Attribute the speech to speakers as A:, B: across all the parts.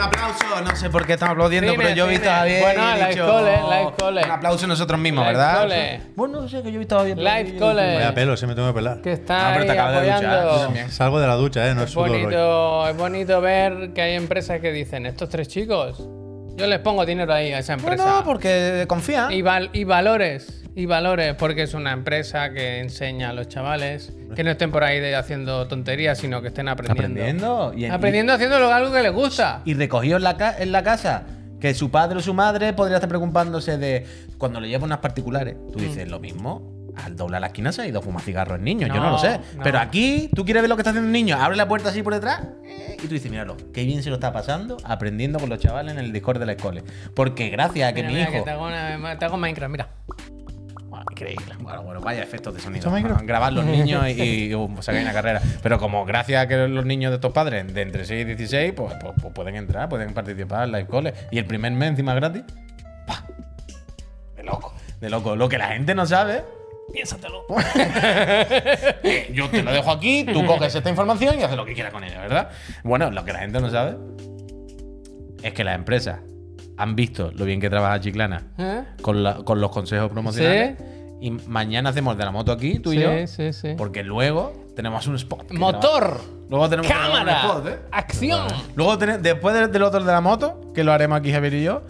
A: aplauso. No sé por qué estamos aplaudiendo,
B: Cine,
A: pero yo he visto a
B: cine.
A: Javier.
B: Bueno, eh,
A: y he
B: live
A: dicho,
B: cole, live cole.
A: Un aplauso nosotros mismos,
B: Live
A: ¿verdad?
B: cole.
A: Bueno, no sé que yo he visto a Javier. por
B: Live
A: ahí.
B: cole.
C: Vaya pelo, sí me tengo que pelar.
B: Que
A: Ah,
B: está
A: pero
B: ahí
A: te acabas de duchar,
B: apoyando.
A: tú también.
C: Salgo de la ducha, ¿eh? No es
B: Es
C: sudor hoy.
B: bonito, es bonito ver que hay empresas que dicen, estos tres chicos, yo les pongo dinero ahí a esa empresa.
A: No, no, porque confía.
B: Y, val- y valores, y valores, porque es una empresa que enseña a los chavales que no estén por ahí de- haciendo tonterías, sino que estén aprendiendo.
A: Aprendiendo. Y,
B: Aprendiendo haciendo lo- algo que les gusta.
A: y recogió en la, ca- en la casa que su padre o su madre podría estar preocupándose de cuando le lleva unas particulares. Tú
B: Mm.
A: dices lo mismo. Al doblar la esquina se ha ido a fumar cigarros el niño, yo no
B: No,
A: lo sé.
B: no.
A: Pero aquí, tú quieres ver lo que está haciendo un niño, abre la puerta así por detrás eh, y tú dices, míralo, qué bien se lo está pasando aprendiendo con los chavales en el Discord de la escuela. Porque gracias a que
B: Mira,
A: mi
B: mira,
A: hijo.
B: que te hago, una- te hago Minecraft, mira.
A: Bueno, increíble. Bueno, bueno, vaya efectos de sonido.
C: ¿Esto es Minecraft?
A: Bueno, grabar los niños y, y, um, sacar una carrera. Pero como gracias a que los niños de estos padres de entre 6 y 16, pues, pues- pues pueden entrar, pueden participar en live cole. Y el primer mes encima gratis. ¡pah! De loco, de loco. Lo que la gente no sabe. Piénsatelo. Eh, Yo te lo dejo aquí, tú coges esta información y haces lo que quieras con ella, ¿verdad? Bueno, lo que la gente no sabe es que las empresas han visto lo bien que trabaja Chiclana
B: ¿Eh?
A: con, la- con los consejos promocionales. Y mañana hacemos de la moto aquí, tú
B: Sí,
A: y yo.
B: sí, sí.
A: Porque luego tenemos un spot. que
B: Motor,
A: grabamos. Luego tenemos que grabar un
B: cámara,
A: spot, ¿eh?
B: acción.
A: Luego tene- después del, del otro de la moto, que lo haremos aquí Javier y yo.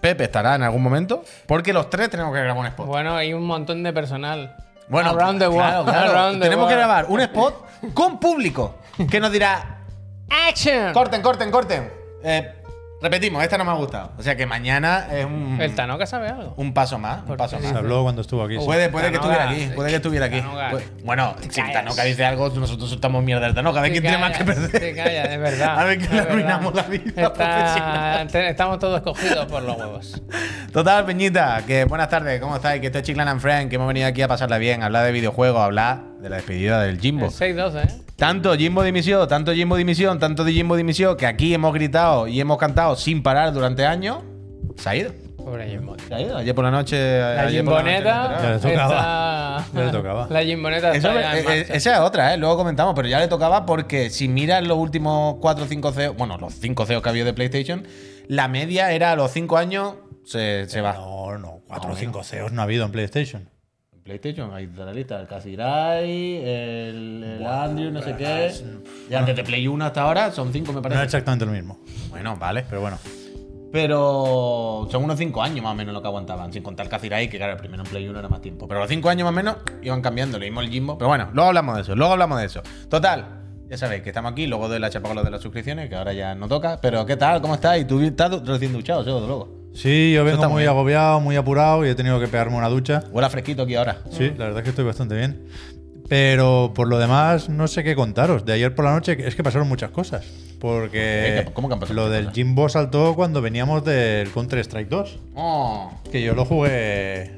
A: Pepe estará en algún momento. Porque los tres tenemos que grabar un spot.
B: Bueno, hay un montón de personal.
A: Bueno,
B: around the
A: claro,
B: world.
A: claro.
B: around the
A: tenemos que
B: world.
A: grabar un spot con público. Que nos dirá,
B: Action.
A: corten, corten, corten. Eh, repetimos, esta no me ha gustado. O sea que mañana es un,
B: El Tanoca sabe algo.
A: un paso más. Un
B: Porque
A: paso
B: sí.
A: más.
C: Se habló cuando estuvo aquí. sí.
A: Puede, puede que
B: Tanoga.
A: estuviera aquí, puede que estuviera aquí.
B: Tanoga.
A: Pu- Bueno, si
B: callas.
A: Tanoca dice algo, nosotros soltamos mierda de Tanoca. A ver
B: Te
A: quién tiene más que
B: callas,
A: perder.
B: Te callas, es verdad.
A: A ver quién
B: es
A: le
B: verdad.
A: arruinamos la vida profesional.
B: te- estamos todos cogidos por los huevos.
A: Total, Peñita, que buenas tardes, ¿cómo estáis? Que esto es Chiclan and Friend, que hemos venido aquí a pasarla bien, a hablar de videojuegos, a hablar de la despedida del Jimbo.
B: El 6-12, ¿eh?
A: Tanto Jimbo dimisión, tanto Jimbo dimisión, tanto Jimbo dimisión, que aquí hemos gritado y hemos cantado sin parar durante años, se ha ido.
B: Pobre Jimbo.
A: Se ha ido. Ayer por la noche.
B: La
A: ayer por la noche me he
B: Jimboneta.
A: enterado.
C: Ya le tocaba.
B: está-
C: Ya le tocaba.
B: La Jimboneta
A: Eso
B: está
A: me-
B: ya en
A: eh,
B: marcha.
A: eh, esa es otra, ¿eh? luego comentamos, pero ya le tocaba porque si miras los últimos 4 o 5 CEOs, bueno, los 5 CEOs que había de PlayStation, la media era a los 5 años se, se va. Ah,
C: No, no. Cuatro
A: No,
C: o cinco CEOs no ha habido en PlayStation.
A: PlayStation, ahí está la lista, el Casirai, el, Andrew, no sé qué. Y antes de Play 1 hasta ahora son 5, me
C: No era
A: parece.
C: exactamente lo mismo.
A: Bueno, vale.
C: Pero bueno.
A: Pero son unos 5 años más o menos lo que aguantaban, sin contar Kazirai, que claro, el primero en Play 1 era más tiempo. Pero los 5 años más o menos iban cambiando, lo mismo el Jimbo. Pero bueno, luego hablamos de eso, luego hablamos de eso. Total, ya sabéis que estamos aquí, luego doy la chapa con lo de las suscripciones, que ahora ya no toca. Pero ¿qué tal? ¿Cómo estás? Y tú estás du- recién duchado, seguro, luego.
C: Sí, yo
A: está
C: vengo
A: muy
C: muy
A: bien.
C: agobiado, muy apurado y he tenido que pegarme una ducha.
A: Huele a fresquito aquí ahora.
C: Sí, la verdad es que estoy bastante bien. Pero por lo demás, no sé qué contaros. De ayer por la noche es que pasaron muchas cosas. Porque
A: Eh, ¿Cómo que han pasado
C: lo
A: muchas
C: del
A: cosas?
C: Jimbo saltó cuando veníamos del Counter-Strike 2.
A: Oh.
C: Que yo lo jugué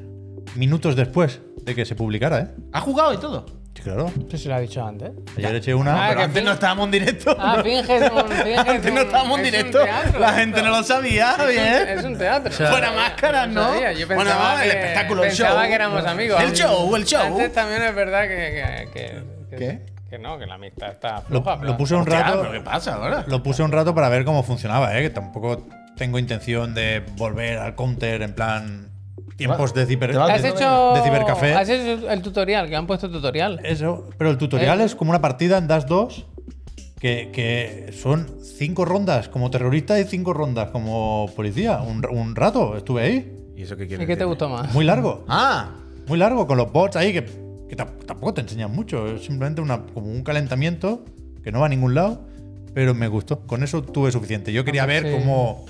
C: minutos después de que se publicara, ¿eh?
A: ¿Has jugado y todo?
C: Sí, claro.
B: Eso se lo ha dicho antes.
C: Ayer eché una.
B: Ah,
A: pero
B: que
A: antes
B: fin-
A: no estábamos en directo.
B: Ah, finges un. Finges
A: antes no
B: un-
A: estábamos en
B: es un
A: directo.
B: teatro,
A: la
B: esto.
A: gente no lo sabía, ¿eh?
B: Es un-
A: bien.
B: Es un teatro.
A: Fuera máscaras, ¿no?
B: sabía, Yo
A: Bueno,
B: pensaba
A: vamos, el
B: que-
A: espectáculo, el
B: pensaba
A: show.
B: que éramos amigos.
A: El show, el show.
B: Antes también es verdad que. que- que- que-
A: ¿Qué?
B: Que no, que la amistad está
C: Lo,
B: floja. pero-
C: lo puse un
A: Hostia,
C: rato.
A: ¿pero ¿Qué pasa ahora?
C: Lo puse un rato para ver cómo funcionaba, ¿eh? Que tampoco tengo intención de volver al counter en plan tiempos de ciber.
A: te vas
B: ¿Has
A: de- Eh,
B: hecho,
C: de cibercafé.
B: ¿Has hecho el tutorial? Que han puesto tutorial.
C: Eso, pero el tutorial
B: Eh.
C: es como una partida en Das 2 que, que son cinco rondas como terrorista y cinco rondas como policía. Un, r- un rato estuve ahí.
A: ¿Y eso qué
B: ¿Y qué te gustó más?
C: Muy largo.
A: Ah,
C: Muy largo, con los bots ahí que, que tam- tampoco te enseñan mucho. Es simplemente una, como un calentamiento que no va a ningún lado, pero me gustó. Con eso tuve suficiente. Yo
A: Ah,
C: quería ver
B: sí.
C: cómo,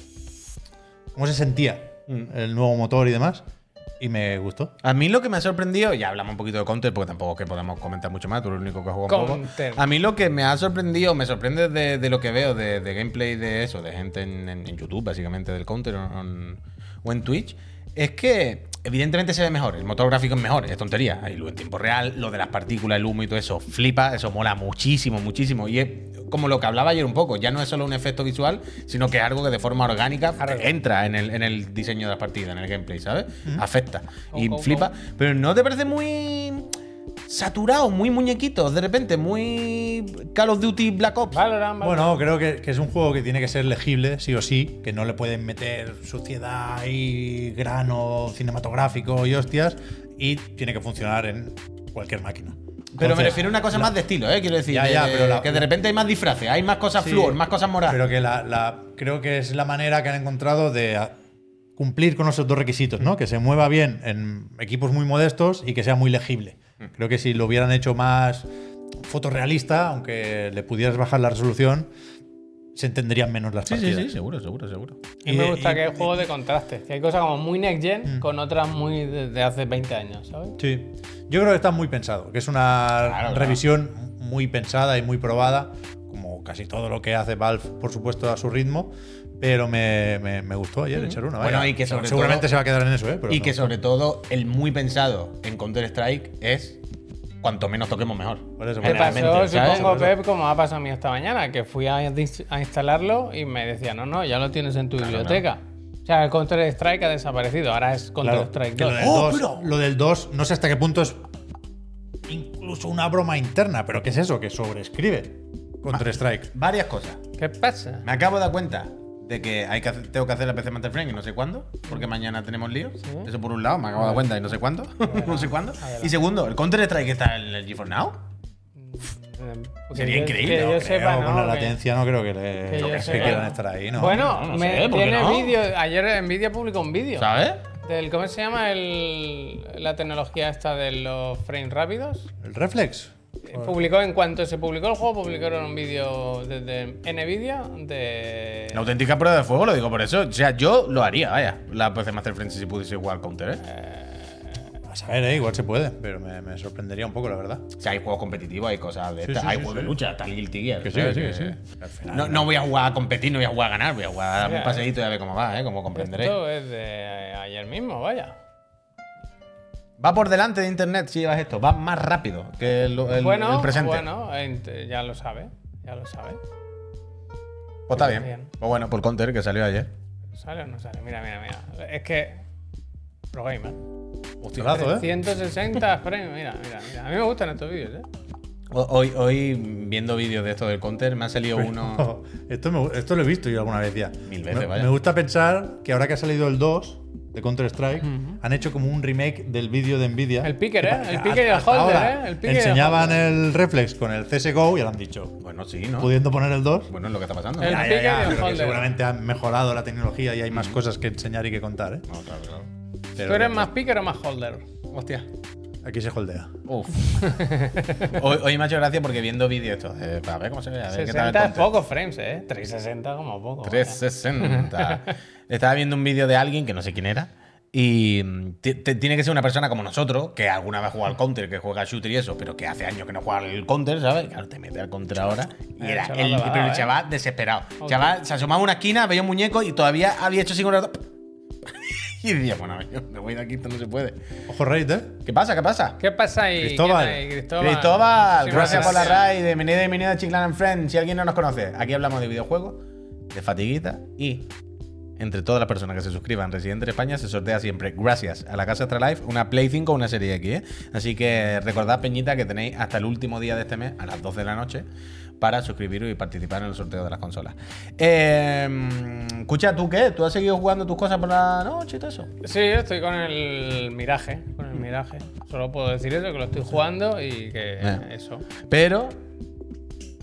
C: cómo se sentía
A: Mm.
C: el nuevo motor y demás. Y me gustó.
A: A mí lo que me ha sorprendido, ya hablamos un poquito de Counter, porque tampoco es que podamos comentar mucho más, tú eres el único que ha jugado un
B: Counter.
A: poco. A mí lo que me ha sorprendido, me sorprende de, de lo que veo, de, de gameplay de eso, de gente en, en- en YouTube, básicamente, del Counter o en- o en Twitch, es que evidentemente se ve mejor, el motor gráfico es mejor, es tontería, hay luz en tiempo real, lo de las partículas, el humo y todo eso, flipa, eso mola muchísimo, muchísimo, y es como lo que hablaba ayer un poco, ya no es solo un efecto visual, sino que es algo que de forma orgánica entra en el, en el diseño de las partidas, en el gameplay, ¿sabes? Afecta y
B: Go, go,
A: flipa. Pero no te parece muy. saturados, muy muñequitos, de repente, muy Call of Duty Black Ops.
B: Valorant, Valorant.
C: Bueno, creo que, que es un juego que tiene que ser legible, sí o sí, que no le pueden meter suciedad y grano cinematográfico y hostias, y tiene que funcionar en cualquier máquina.
A: Pero me
C: Entonces,
A: refiero a una cosa más de estilo, ¿eh? Quiero decir,
C: Ya, ya,
A: de-
C: pero la-
A: que de repente hay más disfraces, hay más cosas
C: Sí,
A: flúor, más cosas moradas.
C: Pero que la, la- creo que es la manera que han encontrado de a- cumplir con esos dos requisitos, ¿no? Que se mueva bien en equipos muy modestos y que sea muy legible.
A: Mm.
C: Creo que si lo hubieran hecho más fotorrealista, aunque le pudieras bajar la resolución, se entenderían menos las partidas.
A: seguro, seguro, seguro.
B: A mí me
C: y-
B: gusta
C: y-
B: que es juego de contrastes, que hay cosas como muy next
A: Mm.
B: gen con otras muy de, de hace 20 años, ¿sabes?
C: Sí. Yo creo que está muy pensado, que es una
A: claro.
C: revisión muy pensada y muy probada, como casi todo lo que hace Valve, por supuesto, a su ritmo, pero me, me- me gustó ayer echar una.
A: Bueno,
C: vaya.
A: y que sobre
C: Seguramente
A: todo-
C: se va a quedar en eso, ¿eh? Pero
A: Y
C: me
A: que
C: gustó.
A: sobre todo el muy pensado en Counter Strike es cuanto menos toquemos mejor.
C: Por eso,
B: Me
C: por eso.
A: Generalmente,
B: pasó,
A: ¿sabes?
B: supongo, Pep, como ha pasado a mí esta mañana, que fui a, dis- a instalarlo y me decía, no, no, ya lo tienes en tu biblioteca. O sea, el Counter-Strike ha desaparecido, ahora es
C: Claro,
B: Counter-Strike
C: que lo,
B: 2.
C: del
A: Oh,
C: 2,
A: pero-
C: lo del 2, no sé hasta qué punto es incluso una broma interna, pero ¿qué es eso? Que sobreescribe
A: Ah.
C: Counter-Strike.
A: Varias cosas.
B: ¿Qué pasa?
A: Me acabo de dar cuenta de que, hay que hacer- tengo que hacer la PC Master Frame y no sé cuándo, porque mañana tenemos lío. Eso por un lado, me acabo de dar cuenta y no sé cuándo. no sé cuándo. Y segundo, el Counter Strike está en el GeForce Now.
B: Eh, Que
A: Sería
B: yo-
A: increíble,
B: Que
A: no
B: yo
A: creo,
B: sepa,
C: Creo, con
B: ¿no?
C: la
B: Que-
C: latencia no creo que, le-
B: que yo
C: que
B: sepa.
C: quieran estar ahí, ¿no?
B: Bueno,
A: No, no
B: me-
A: sé, ¿por qué
B: tiene
A: no?
B: vídeo. Ayer Nvidia publicó un vídeo.
A: ¿Sabes?
B: Del, ¿Cómo se llama el- la tecnología esta de los frames rápidos?
C: ¿El Reflex?
B: Eh, Publicó en cuanto se publicó el juego, publicaron un vídeo desde Nvidia de.
A: La auténtica prueba de fuego, lo digo por eso. O sea, yo lo haría, vaya. La PC Master Frame si pudiese jugar al Counter, ¿eh?
C: A saber, ¿eh? igual se puede, pero me, me sorprendería un poco, la verdad.
A: O sea, hay juegos competitivos, hay cosas de
C: Sí,
A: estas.
C: sí,
A: hay
C: sí,
A: juegos
C: sí.
A: de lucha, tal Guilty Gear.
C: Que sí,
A: ¿sabes?
C: que sí,
A: Que-
C: que sí.
A: No, no voy a jugar a competir, no voy a jugar a ganar, voy a jugar a dar un
B: Ya,
A: paseíto y a ver cómo va, ¿eh? Como comprenderéis.
B: Pues Esto es de eh, ayer mismo, vaya.
A: Va por delante de internet si llevas esto, va más rápido que el, el-
B: bueno,
A: el presente.
B: bueno, ent- ya lo sabe, ya lo sabe.
A: Pues está bien.
B: Bien.
A: Pues bueno, por Counter que salió ayer.
B: ¿Sale o no sale? Mira, mira, mira. Es que. ProGamer.
C: Hostiazo, ¿eh?
B: 160 frames, mira, mira, mira. A mí me gustan estos vídeos, ¿eh?
A: Ho- Hoy, hoy viendo vídeos de esto del Counter, me ha salido uno.
C: Esto, me gu- esto lo he visto yo alguna vez ya.
A: Mil veces,
C: me,
A: vaya.
C: me gusta pensar que ahora que ha salido el 2 de Counter-Strike, han hecho como un remake del vídeo de Nvidia.
B: El picker,
C: Que
B: ¿eh?
C: pa-
B: El
C: que
B: picker y el
C: hasta
B: holder,
C: ahora
B: ¿eh? El picker y el
C: enseñaban el reflex con el CSGO y ahora han dicho,
A: Bueno, sí, ¿no?
C: pudiendo poner el 2.
A: Bueno, es lo que está pasando.
B: El
A: Ya, ya.
C: Ya, ya,
B: picker
C: ya,
B: y el
C: pero que
B: holder.
C: seguramente han mejorado la tecnología y hay más cosas que enseñar y que contar, ¿eh?
A: No, claro, claro.
C: Pero
B: ¿Tú eres más picker o más holder?
A: Hostia.
C: Aquí se holdea.
A: Uf. hoy, hoy me ha hecho gracia porque viendo vídeos estos, eh, para ver cómo se ve, a ver qué tal el
B: 60 es
A: Counter.
B: pocos frames, ¿eh? 360 como poco. vaya.
A: 360. Estaba viendo un vídeo de alguien que no sé quién era. Y mm, ti- ti- tiene que ser una persona como nosotros, que alguna vez ha jugado al counter, que juega al shooter y eso, pero que hace años que no juega al counter, ¿sabes? Claro, te mete al counter ahora. Y
B: El
A: era
B: chaval
A: el,
B: lo ha dado,
A: pero el
B: ¿eh?
A: chaval desesperado. Chaval se asomaba a una esquina, veía un muñeco y todavía había hecho así con el rato. Y decía, bueno, yo me voy de aquí, esto no se puede.
C: Ojo, Raid, ¿eh?
A: ¿Qué pasa? ¿Qué pasa?
B: ¿Qué pasa ahí? ¿Quién
C: Cristóbal.
B: hay? Cristóbal.
A: Cristóbal,
B: Muchísimas
A: gracias por la RAI, de bienvenida y bienvenida a Chiclan and Friends. Si alguien no nos conoce, aquí hablamos de videojuegos, de fatiguita y entre todas las personas que se suscriban Residente de España se sortea siempre, gracias a la Casa Astralife, una Play 5 o una Serie X. ¿eh? Así que recordad, Peñita, que tenéis hasta el último día de este mes, a las 12 de la noche, para suscribiros y participar en el sorteo de las consolas. Eh, escucha, ¿tú qué? ¿Tú has seguido jugando tus cosas por la noche y todo eso?
B: Sí, yo estoy con el miraje, con el miraje. Solo puedo decir eso, que lo estoy jugando y que
A: Bien.
B: eso.
A: Pero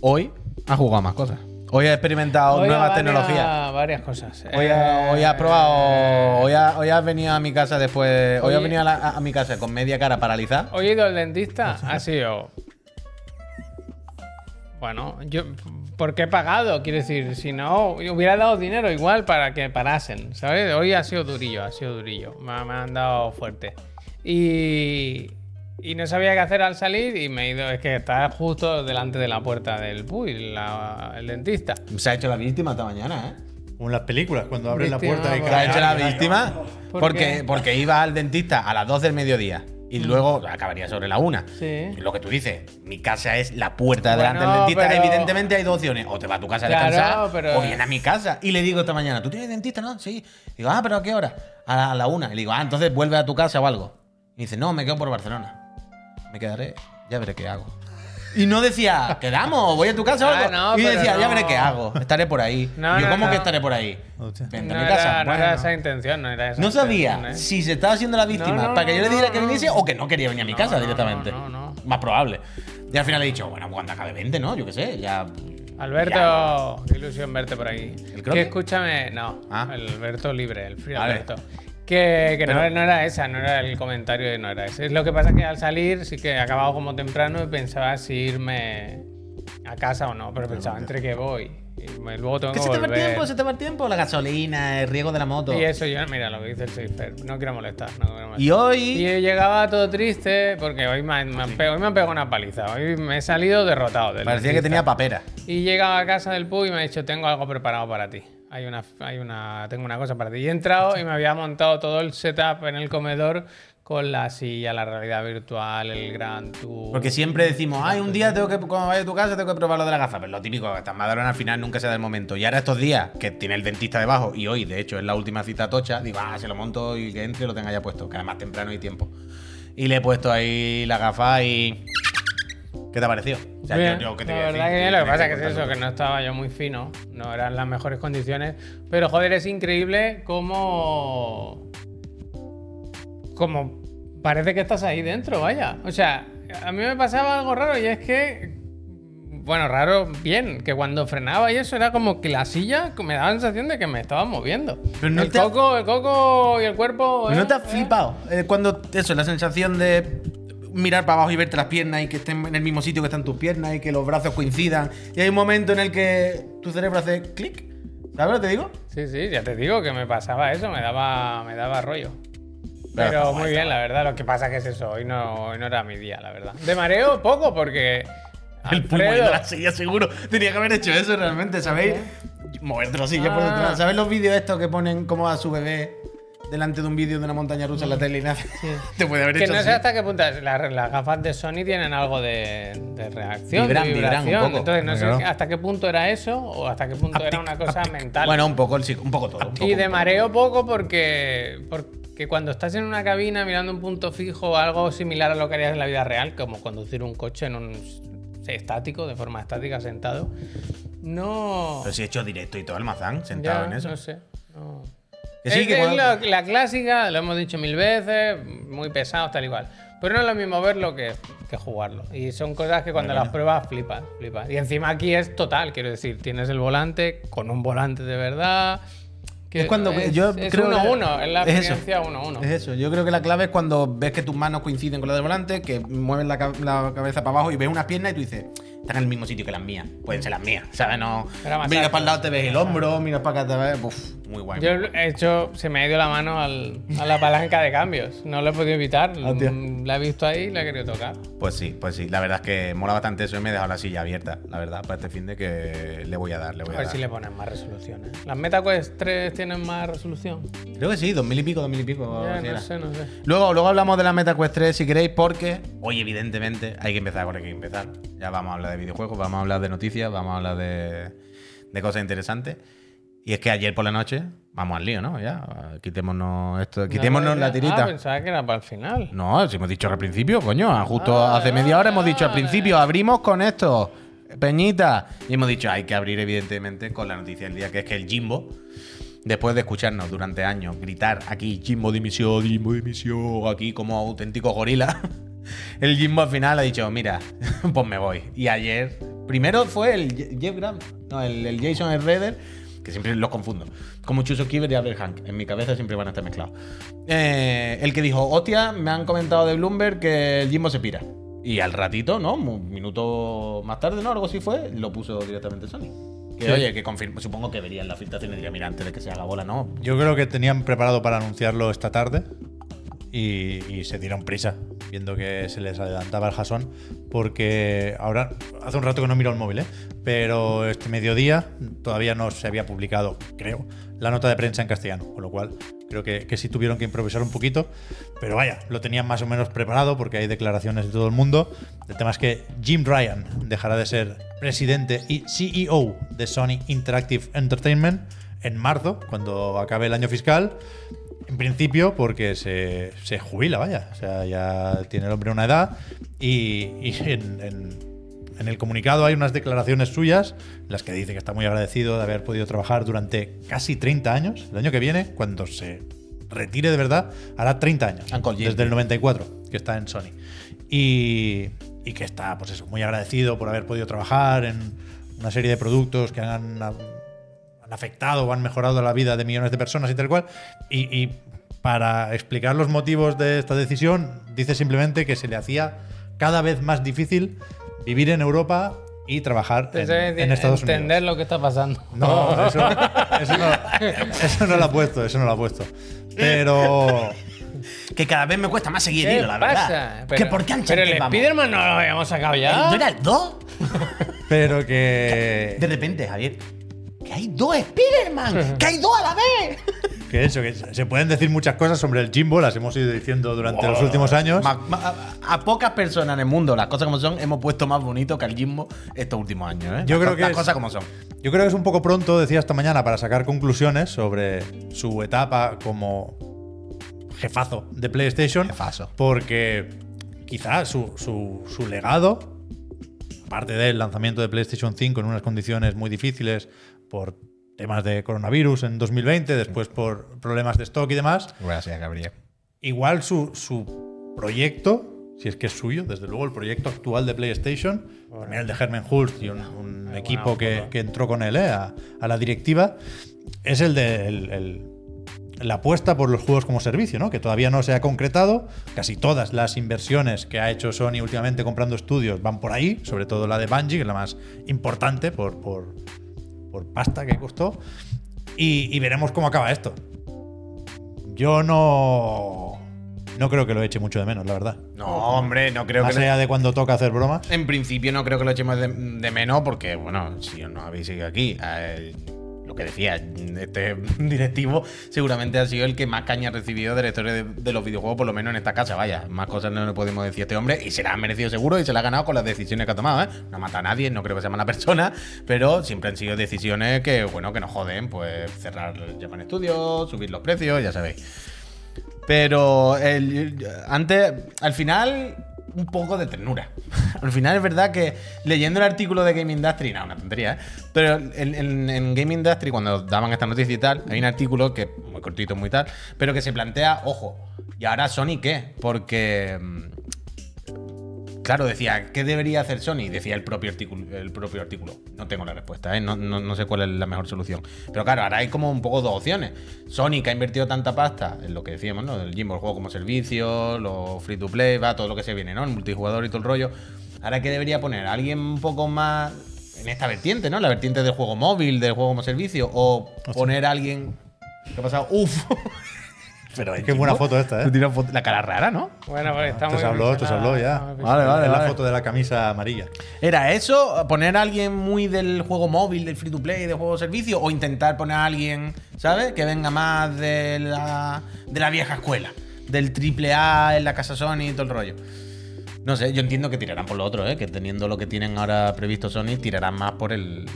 A: hoy ha jugado más cosas. Hoy ha experimentado
B: Hoy
A: nuevas
B: varias-
A: tecnologías.
B: Varias cosas.
A: Hoy, ha-
B: Eh,
A: hoy has probado. Hoy, ha- hoy has venido a mi casa después. Hoy
B: Oye.
A: has venido a, la- a- a mi casa con media cara paralizada.
B: Hoy he ido al dentista, ha sido. Bueno, yo. Porque he pagado, quiero decir, si no, hubiera dado dinero igual para que parasen, ¿sabes? Hoy ha sido durillo, ha sido durillo. Me, ha- me han dado fuerte. Y. Y no sabía qué hacer al salir y me he ido. Es que está justo delante de la puerta del PUI, la- el dentista.
A: Se ha hecho la víctima esta mañana, ¿eh?
C: Como en las películas, cuando abres la
B: Víctima, pues.
C: puerta y
B: por-
A: Se ha hecho la
C: Ay, ay,
A: víctima
B: ¿Por
A: porque,
B: qué? Mm.
A: porque iba al dentista a las 2 del mediodía y luego acabaría sobre la 1.
B: Sí.
A: Lo que tú dices, mi casa es la puerta delante
B: Bueno,
A: del dentista.
B: pero-
A: Evidentemente hay dos opciones: o te vas a tu casa a
B: Claro,
A: descansar,
B: pero-
A: o vienes a mi casa. Y le digo esta mañana: ¿Tú tienes dentista? No, sí. Digo, ah, pero ¿a qué hora? A la, a la una. Y le digo, ah, entonces vuelve a tu casa o algo. Y dice, no, me quedo por Barcelona. Me quedaré ya veré qué hago. Y no decía, quedamos, voy a tu casa o
B: Ah,
A: algo.
B: no,
A: y
B: pero
A: decía, ya
B: no.
A: veré qué hago, estaré por ahí.
B: No,
A: Yo,
B: no,
A: ¿cómo
B: no.
A: que estaré por ahí?
C: Hostia.
A: Vente
B: No
A: a mi
B: era,
A: casa.
B: no
A: Bueno,
B: era esa intención, no era esa
A: no sabía
B: intención, ¿eh?
A: si se estaba haciendo la víctima
B: No, no,
A: para que yo le
B: no,
A: diera
B: no,
A: que
B: no.
A: viniese o que no quería venir a mi
B: No,
A: casa
B: no,
A: directamente.
B: no, no, no.
A: Más probable. Y al final le he dicho, bueno, cuando acabe 20, ¿no? Yo qué sé, ya. ya.
B: Alberto, qué ilusión verte por aquí.
A: ¿El croquis?
B: que escúchame, no,
A: Ah.
B: el Alberto libre, el frío
A: Vale.
B: Alberto. Que, que no,
A: Pero-
B: era- no era esa, no era el comentario, no era ese. Lo que pasa que al salir sí que acababa como temprano y pensaba si irme a casa o no, pero pensaba entre que voy. Y me- luego tengo que,
A: Que se te va el
B: volver.
A: tiempo, se te va el tiempo. La gasolina, el riego de la moto.
B: Y eso yo, mira lo que dice el Seifer, no quiero molestar, no quiero molestar.
A: Y
B: Y
A: hoy.
B: yo llegaba todo triste porque hoy me, han- me han, pe- hoy me han pegado una paliza. Hoy me he salido derrotado. del
A: Parecía que
B: dentista.
A: tenía papera.
B: Y llegaba a casa del pub y me ha dicho, tengo algo preparado para ti. Hay una, hay una, tengo una cosa para ti. Y he entrado y me había montado todo el setup en el comedor con la silla, la realidad virtual, el gran tour.
A: Porque siempre decimos, ay, un día tengo que, cuando vaya a tu casa, tengo que probar lo de la gafa. Pero lo típico, hasta Madalona al final nunca se da el momento. Y ahora estos días, que tiene el dentista debajo, y hoy, de hecho, es la última cita tocha, digo, ah, se lo monto y que entre y lo tenga ya puesto, que además temprano hay tiempo. Y le he puesto ahí la gafa y. ¿Qué te ha parecido? O sea,
B: Bien,
A: yo- yo, ¿qué te
B: la
A: voy a decir?
B: verdad que
A: Tienes
B: lo que pasa que es
A: contarlo
B: eso, que
A: tú.
B: no estaba yo muy fino, no eran las mejores condiciones, pero joder, es increíble cómo... Como parece que estás ahí dentro, vaya. O sea, a mí me pasaba algo raro y es que... Bueno, raro, bien, que cuando frenaba y eso era como que la silla me daba la sensación de que me estaba moviendo.
A: Pero no
B: el
A: te-
B: coco, el coco y el cuerpo...
A: ¿No
B: ¿eh?
A: te has
B: ¿eh?
A: flipado? Eh, cuando eso, la sensación de mirar para abajo y verte las piernas y que estén en el mismo sitio que están tus piernas y que los brazos coincidan. Y hay un momento en el que tu cerebro hace clic. ¿Sabes lo que te digo?
B: Sí, sí, ya te digo que me pasaba eso, me daba, me daba rollo.
A: Pero
B: Pero,
A: está guay,
B: muy bien, la verdad. Lo que pasa que es eso. Hoy no, hoy no era mi día, la verdad. De mareo, poco, porque.
A: El pulmón de
B: Alfredo-
A: la silla, seguro. Tenía que haber hecho eso realmente, ¿sabéis? Moverte la silla por
B: Ah.
A: detrás. ¿Sabéis los vídeos estos que ponen como a su bebé delante de un vídeo de una montaña rusa en la tele y nada? Te puede haber
B: Mm. Que
A: hecho
B: no
A: así.
B: sé hasta qué punto. es. Las, las gafas de Sony tienen algo de, de reacción.
A: Vibran,
B: de
A: vibran un
B: vibración.
A: poco.
B: Entonces, no
C: Claro.
B: sé hasta qué punto era eso o hasta qué punto era una cosa mental.
A: Bueno, un poco, el sí- un poco todo. un poco,
B: y
A: un
B: de
A: poco.
B: mareo poco porque, porque cuando estás en una cabina mirando un punto fijo, algo similar a lo que harías en la vida real, como conducir un coche en un s- estático, de forma estática, sentado, no...
A: Pero si he hecho directo y todo almazán, sentado
B: ya,
A: en eso.
B: No sé. no.
A: Que sí,
B: es
A: que
B: es
A: cuando-
B: lo- la clásica, lo hemos dicho mil veces, muy pesado, tal y cual. Pero no es lo mismo verlo que, que jugarlo. Y son cosas que cuando las pruebas flipas, flipas. Y encima aquí es total, quiero decir, tienes el volante con un volante de verdad. que
A: Es cuando yo
B: es
A: creo que-
B: 1-1, es la
A: es eso.
B: experiencia 1-1.
A: Es eso, yo creo que la clave es cuando ves que tus manos coinciden con las del volante, que mueves la, ca- la cabeza para abajo y ves unas piernas y tú dices, están en el mismo sitio que las mías, pueden ser las mías, ¿sabes? No,
B: Era más
A: miras
B: alto.
A: para el lado, te ves el hombro, miras para acá, te ves, Uf, muy guay.
B: Yo he hecho, se me ha ido la mano al- a la palanca de cambios. No lo he podido evitar.
A: Ah,
C: tío.
B: Mm, la he visto ahí y la he querido tocar.
A: Pues sí, pues sí, la verdad es que mola bastante eso y me he dejado la silla abierta, la verdad, para este fin de que le voy a dar, le voy a,
B: A ver
A: dar.
B: si le ponen más resoluciones. ¿Las MetaQuest 3 tienen más resolución?
A: Creo que sí, dos mil y pico, dos mil y pico. o
B: Ya,
A: así
B: no
A: era.
B: sé, no sé.
A: Luego, luego hablamos de la MetaQuest 3 si queréis, porque hoy, evidentemente, hay que empezar con lo que hay que empezar. Ya vamos a hablar de videojuegos, vamos a hablar de noticias, vamos a hablar de, de cosas interesantes. Y es que ayer por la noche, vamos al lío, ¿no? Ya, quitémonos esto, quitémonos la
B: Ah,
A: tirita.
B: pensaba que era para el final.
A: No, si hemos dicho al principio, coño. Justo
B: Ah,
A: hace media hora hemos
B: vale.
A: dicho al principio, abrimos con esto, Peñita. Y hemos dicho, hay que abrir, evidentemente, con la noticia del día, que es que el Jimbo, después de escucharnos durante años gritar aquí, Jimbo dimisión, Jimbo dimisión, aquí como auténtico gorila, el Jimbo al final ha dicho, mira, pues me voy. Y ayer, primero fue el Je- Jeff Grant, no, el, el Jason Redder, que siempre los confundo. Como Chuso Kiver y Albert Hank, en mi cabeza siempre van a estar mezclados. Eh, el que dijo, hostia, me han comentado de Bloomberg que el Jimbo se pira. Y al ratito, ¿no? Un minuto más tarde, ¿no? Algo así fue, lo puso directamente Sony. Que,
C: Sí.
A: oye, que confirmo, supongo que verían la filtración y dirían, mira, antes de que se haga bola, no.
C: Yo creo que tenían preparado para anunciarlo esta tarde y, y se dieron prisa, viendo que se les adelantaba el jasón, porque ahora, hace un rato que no miro el móvil, ¿eh? pero este mediodía todavía no se había publicado, creo, la nota de prensa en castellano, con lo cual creo que, que sí tuvieron que improvisar un poquito, pero vaya, lo tenían más o menos preparado porque hay declaraciones de todo el mundo. El tema es que Jim Ryan dejará de ser presidente y CEO de Sony Interactive Entertainment en marzo, cuando acabe el año fiscal. En principio, porque se, se jubila, vaya. O sea, ya tiene el hombre una edad Y, y en, en- en el comunicado hay unas declaraciones suyas, en las que dice que está muy agradecido de haber podido trabajar durante casi 30 años. El año que viene, cuando se retire de verdad, hará 30 años.
A: Uncle Jim.
C: Desde el 94, que está en Sony. Y, y que está, pues eso, muy agradecido por haber podido trabajar en una serie de productos que han, han afectado o han mejorado la vida de millones de personas y tal cual. Y, y para explicar los motivos de esta decisión, dice simplemente que se le hacía cada vez más difícil vivir en Europa y trabajar en,
B: Pensaba decir,
C: en Estados
B: entender
C: Unidos.
B: lo que está pasando.
C: No, eso, eso no, eso no lo ha puesto, eso no lo ha puesto. Pero
D: Que cada vez me cuesta más seguir el
B: ¿Qué
D: hilo, la
B: pasa?
D: verdad.
B: Pero,
D: que por qué han
B: pero
D: chantado,
B: el
D: vamos.
B: Spiderman no lo habíamos sacado ya.
D: ¿No era el 2?
C: Pero
D: De
C: que.
D: repente, Javier. Que hay dos Spider-Man. que hay dos a la vez.
C: Que eso, que se pueden decir muchas cosas sobre el Jimbo, las hemos ido diciendo durante los últimos años.
D: Ma- ma- a, a pocas personas en el mundo, las cosas como son, hemos puesto más bonito que al Jimbo estos últimos años. ¿eh?
C: Yo
D: Las
C: creo
D: co-
C: que
D: Las
C: es-
D: cosas como son.
C: Yo creo que es un poco pronto, decía esta mañana, para sacar conclusiones sobre su etapa como jefazo de PlayStation.
D: Jefazo.
C: Porque quizás su, su- su legado, aparte del lanzamiento de PlayStation 5 en unas condiciones muy difíciles por temas de coronavirus en 2020, después por problemas de stock y demás,
D: Gracias, Gabriel.
C: igual su, su proyecto, si es que es suyo, desde luego el proyecto actual de PlayStation, también el de Herman Hulst y un, un equipo que, que entró con él eh, a, a la directiva, es el de el- el- la apuesta por los juegos como servicio, ¿no? que todavía no se ha concretado. Casi todas las inversiones que ha hecho Sony últimamente comprando estudios van por ahí, sobre todo la de Bungie, que es la más importante por, por, por pasta que costó. Y- y veremos cómo acaba esto. Yo no. No creo que lo eche mucho de menos, la verdad.
A: No, hombre, no creo
C: Más
A: que.
C: allá de cuando toca hacer bromas.
A: En principio no creo que lo echemos de, de menos porque, bueno, si no habéis seguido aquí, eh, lo que decía este directivo seguramente ha sido el que más caña ha recibido de la historia de, de los videojuegos, por lo menos en esta casa. Vaya, más cosas no le podemos decir a este hombre y se la ha merecido seguro y se la ha ganado con las decisiones que ha tomado. ¿eh? No mata a nadie, no creo que sea mala persona, pero siempre han sido decisiones que, bueno, que nos joden. Pues cerrar el Japan Studios, subir los precios, ya sabéis. Pero el- antes, al final, un poco de ternura. al final es verdad que leyendo el artículo de Game Industry, no, una tontería, ¿eh? pero en, en- en Game Industry, cuando daban esta noticia y tal, hay un artículo que muy cortito, muy tal, pero que se plantea, ojo, ¿y ahora Sony qué? Porque. mm, Claro, decía, ¿qué debería hacer Sony? Decía el propio artículo. El propio artículo. No tengo la respuesta, ¿eh? no, no- no sé cuál es la mejor solución. Pero claro, ahora hay como un poco dos opciones. Sony, que ha invertido tanta pasta en lo que decíamos, ¿no? El Jimbo, el juego como servicio, los free to play, va, todo lo que se viene, ¿no? El multijugador y todo el rollo. Ahora, ¿qué debería poner? ¿Alguien un poco más en esta vertiente, ¿no? La vertiente del juego móvil, del juego como servicio. O
C: Ah,
A: poner a alguien. ¿Qué ha pasado? ¡Uf! Pero
C: Qué buena foto esta,
A: Tú
C: ¿eh?
A: tienes una foto- La cara rara, ¿no?
B: Bueno, pues
C: Esto
B: estamos. Ah, pues,
C: se habló, esto se habló ya.
A: Vale, vale,
C: Es la
A: vale.
C: foto de la camisa amarilla.
A: ¿Era eso? ¿Poner a alguien muy del juego móvil, del free to play, del juego servicio? ¿O intentar poner a alguien, ¿sabes? Que venga más de la, de la vieja escuela, del triple A en la casa Sony y todo el rollo. No sé, yo entiendo que tirarán por lo otro, ¿eh? que teniendo lo que tienen ahora previsto Sony, tirarán más por el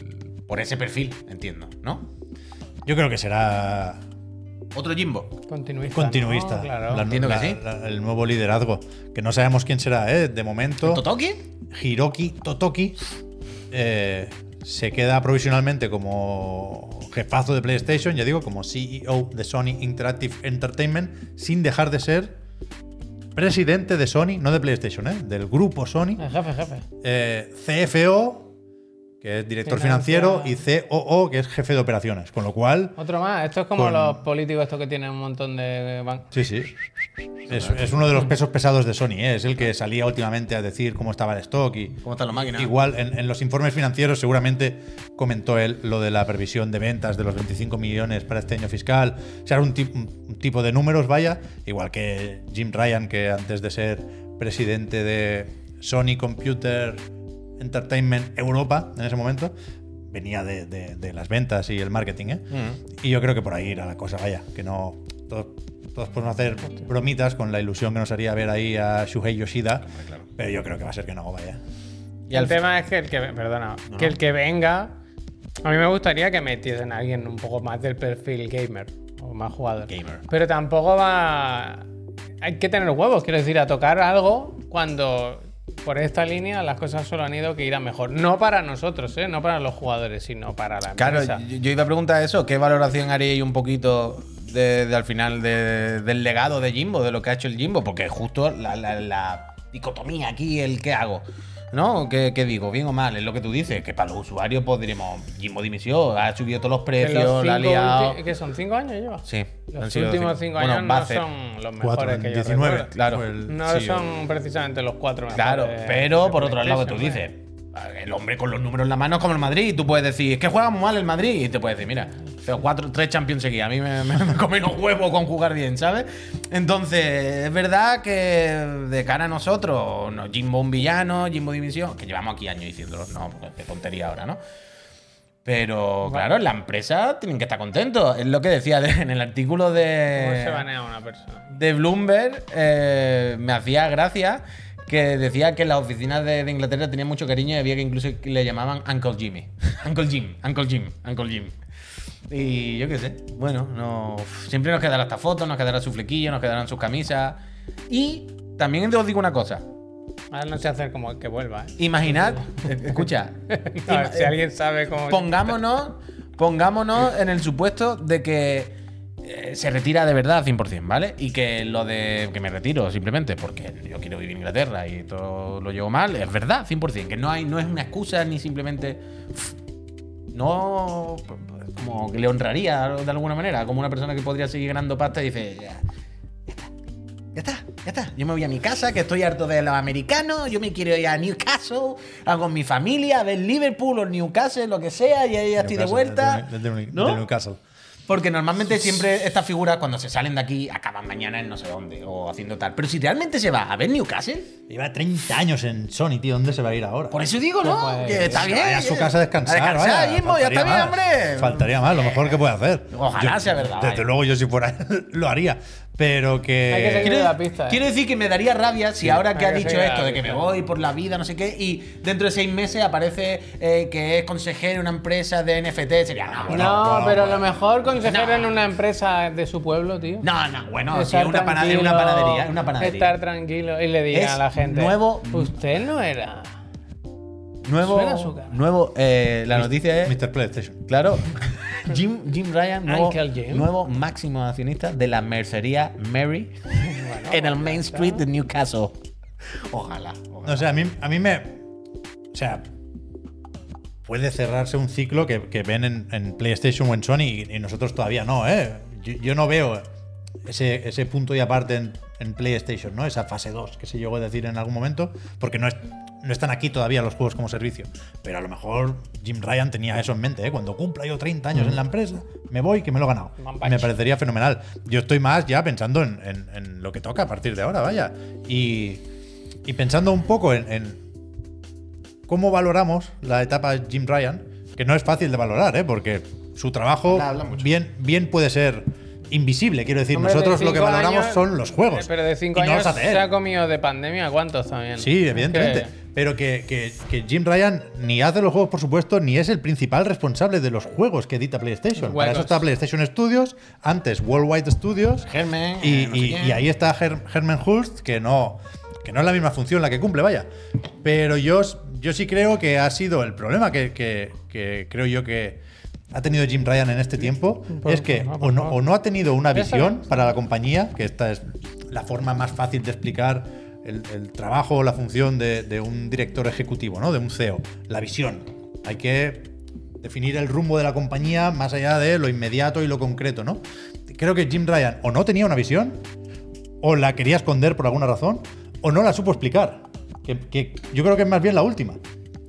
A: por ese perfil, entiendo, ¿no?
C: Yo creo que será
A: Otro Jimbo.
B: Continuista.
C: continuista.
B: ¿no? Claro.
C: La-
A: Entiendo
C: la-
A: que sí.
C: la- el nuevo liderazgo. Que no sabemos quién será, ¿eh? De momento.
A: ¿Totoki?
C: Hiroki Totoki eh, se queda provisionalmente como jefazo de PlayStation, ya digo, como CEO de Sony Interactive Entertainment, sin dejar de ser presidente de Sony, no de PlayStation, ¿eh? del grupo Sony,
B: Eh, Jefe, jefe.
C: eh, CFO, que es director financiero, y COO, que es jefe de operaciones. Con lo cual,
B: Otro más. Esto es como
C: Con-
B: los políticos estos que tienen un montón de bancos.
C: Sí, sí. Es, es uno de los pesos pesados de Sony, ¿eh? es el que salía últimamente a decir cómo estaba el stock y
A: ¿Cómo están las máquinas?
C: Igual en, en los informes financieros seguramente comentó él lo de la previsión de ventas de los 25 millones para este año fiscal. O sea, era un, tip- un- un tipo de números, vaya, igual que Jim Ryan, que antes de ser presidente de Sony Computer Entertainment Europa en ese momento, venía de, de- de las ventas y el marketing. ¿eh? Y yo creo que por ahí irá la cosa, vaya, que no... Todos, todos podemos hacer bromitas con la ilusión que nos haría ver ahí a Shuhei Yoshida, pero yo creo que va a ser que no, vaya.
B: Y el tema es que el que, perdona, que el que venga, a mí me gustaría que metiesen a alguien un poco más del perfil gamer o más jugador.
A: Gamer.
B: Pero tampoco va, hay que tener huevos, quiero decir, a tocar algo cuando por esta línea las cosas solo han ido que irán mejor. No para nosotros, ¿eh? no para los jugadores, sino para la
A: Claro,
B: empresa.
A: yo, yo iba a preguntar eso. ¿Qué valoración haríais un poquito de, de al final de- del legado de Jimbo, de lo que ha hecho el Jimbo? Porque justo la, la- la dicotomía aquí, el qué hago. ¿No? ¿Qué, qué digo? ¿Bien o mal? Es lo que tú dices. Que para los usuarios, pues diremos, Jimbo dimisión, ha subido todos los
B: Que los
A: precios, la ha
B: cinco
A: liado.
B: ulti- que son cinco años lleva.
A: Sí, han
B: Los
A: sido
B: últimos
A: cinco.
B: cinco
A: Bueno,
B: años no
A: Bassett,
B: son los mejores
C: Cuatro,
B: que yo
C: 19.
B: recuerdo.
A: Claro.
C: Fue el-
B: No
C: sí,
B: son precisamente los cuatro mejores.
A: Claro,
B: de-
A: pero
B: de
A: por otro lado, que tú dices,
B: PlayStation, ¿eh?
A: el hombre con los números en la mano es como el Madrid. Y tú puedes decir, es que juega muy mal el Madrid. Y te puedes decir, mira, tengo cuatro, tres Champions seguidas. A mí me, me, me comí los huevos con jugar bien, ¿sabes? Entonces, es verdad que de cara a nosotros, no, Jimbo un villano, Jimbo División, que llevamos aquí años diciéndolo, no, qué tontería ahora, ¿no? Pero claro, la empresa tienen que estar contentos. Es lo que decía de- en el artículo de
B: ¿Cómo se banea a una persona?
A: de Bloomberg eh, me hacía gracia que decía que las oficinas de, de Inglaterra tenían mucho cariño y había que incluso le llamaban Uncle Jimmy. Uncle Jim, Uncle Jim, Uncle Jim. Y yo qué sé. Bueno, no, siempre nos quedará esta foto, nos quedará su flequillo, nos quedarán sus camisas. Y también os digo una cosa.
B: Ahora no sé hacer como que vuelva. ¿eh?
A: Imaginad, escucha,
B: A ver si alguien sabe cómo.
A: pongámonos, pongámonos en el supuesto de que eh, se retira de verdad 100%, ¿vale? Y que lo de que me retiro simplemente porque yo quiero vivir en Inglaterra y todo lo llevo mal, es verdad 100%, que no hay no es una excusa ni simplemente "Uf, no pues, como que le honraría de alguna manera, como una persona que podría seguir ganando pasta y dice, "Ya, ya está, ya está. Yo me voy a mi casa, que estoy harto de los americanos. Yo me quiero ir a Newcastle, a con mi familia, a ver Liverpool o Newcastle, lo que sea, y ahí ya estoy de vuelta.
C: Del- del- del
A: ¿No?
C: Newcastle.
A: Porque normalmente siempre estas figuras, cuando se salen de aquí, acaban mañana en no sé dónde o haciendo tal. Pero si realmente se va a ver Newcastle,
C: Lleva 30 años en Sony, tío. ¿Dónde se va a ir ahora?
A: por eso digo,
B: No
A: ¿no?
B: puede.
A: Que Pues está
C: Que
A: bien. eh.
C: vaya a su casa a descansar.
A: A descansar,
C: vaya,
A: Jimbo, ya está bien,
C: faltaría más.
A: hombre.
C: Faltaría más, lo mejor que puede hacer.
A: Ojalá sea verdad,
C: Desde
A: vaya.
C: luego, yo si fuera él, lo haría. Pero
B: Hay que seguir
C: que.
A: Quiero,
B: la pista, ¿eh?
A: quiero decir que me daría rabia si ahora que
B: hay
A: ha
B: que
A: dicho
B: seguir la
A: esto de que me
B: pista.
A: voy por la vida, no sé qué, y dentro de seis meses aparece eh, que es consejero de una empresa de NFT, sería, no, bueno,
B: No,
C: no,
B: pero a
C: no.
B: lo mejor consejero
A: No.
B: en una empresa de su pueblo, tío.
A: No, no, bueno, sí,
B: Estar
A: una panadería, una
B: tranquilo,
A: panadería, una panadería.
B: Estar tranquilo y le
A: Es
B: diga a la gente.
A: nuevo-
B: Usted no era. Suena
A: nuevo,
B: azúcar.
A: nuevo, eh, la noticia es,
C: Mr. PlayStation.
A: claro, Jim, Jim Ryan, nuevo,
B: Uncle Jim.
A: nuevo máximo accionista de la mercería Mary en el Main Street de Newcastle. Ojalá, ojalá.
C: No sé, a mí, a mí me. O sea. Puede cerrarse un ciclo que, que ven en, en PlayStation o en Sony y, y nosotros todavía no, ¿eh? Yo, yo no veo ese, ese punto y aparte en, en PlayStation, ¿no? Esa fase 2 que se llegó a decir en algún momento, porque no, es- no están aquí todavía los juegos como servicio. Pero a lo mejor Jim Ryan tenía eso en mente, ¿eh? Cuando cumpla yo 30 años en la empresa, me voy que me lo he ganado.
B: Mampache.
C: Me parecería fenomenal. Yo estoy más ya pensando en, en- en lo que toca a partir de ahora, vaya. Y, y pensando un poco en, en cómo valoramos la etapa Jim Ryan, que no es fácil de valorar, ¿eh? porque su trabajo
A: Habla- habla mucho.
C: bien, bien puede ser invisible. Quiero decir,
B: Hombre, de
C: nosotros lo
B: cinco
C: que valoramos
B: años- eh,
C: son los juegos.
B: Pero de cinco
C: y no
B: años
C: los hace él.
B: se ha comido de pandemia cuántos también.
C: Sí,
B: Es
C: evidentemente.
B: que-
C: Pero que, que- que Jim Ryan ni hace los juegos, por supuesto, ni es el principal responsable de los juegos que edita PlayStation. Para
B: Juegos.
C: eso está PlayStation Studios, antes Worldwide Studios.
A: Germen,
C: Y,
A: eh, no sé
C: y-
A: quién.
C: y ahí está Her- Herman Hulst, que no, que no es la misma función la que cumple, vaya. Pero yo, s- yo sí creo que ha sido el problema que, que- que creo yo que ha tenido Jim Ryan en este tiempo.
B: Por-
C: es que
B: no, por
C: o no,
B: favor.
C: o no ha tenido una
B: Ya
C: visión
B: sabemos.
C: para la compañía, que esta es la forma más fácil de explicar el, el trabajo o la función de, de un director ejecutivo, ¿no? De un CEO. La visión. Hay que definir el rumbo de la compañía más allá de lo inmediato y lo concreto, ¿no? Creo que Jim Ryan o no tenía una visión, o la quería esconder por alguna razón, o no la supo explicar. Que, que yo creo que es más bien la última.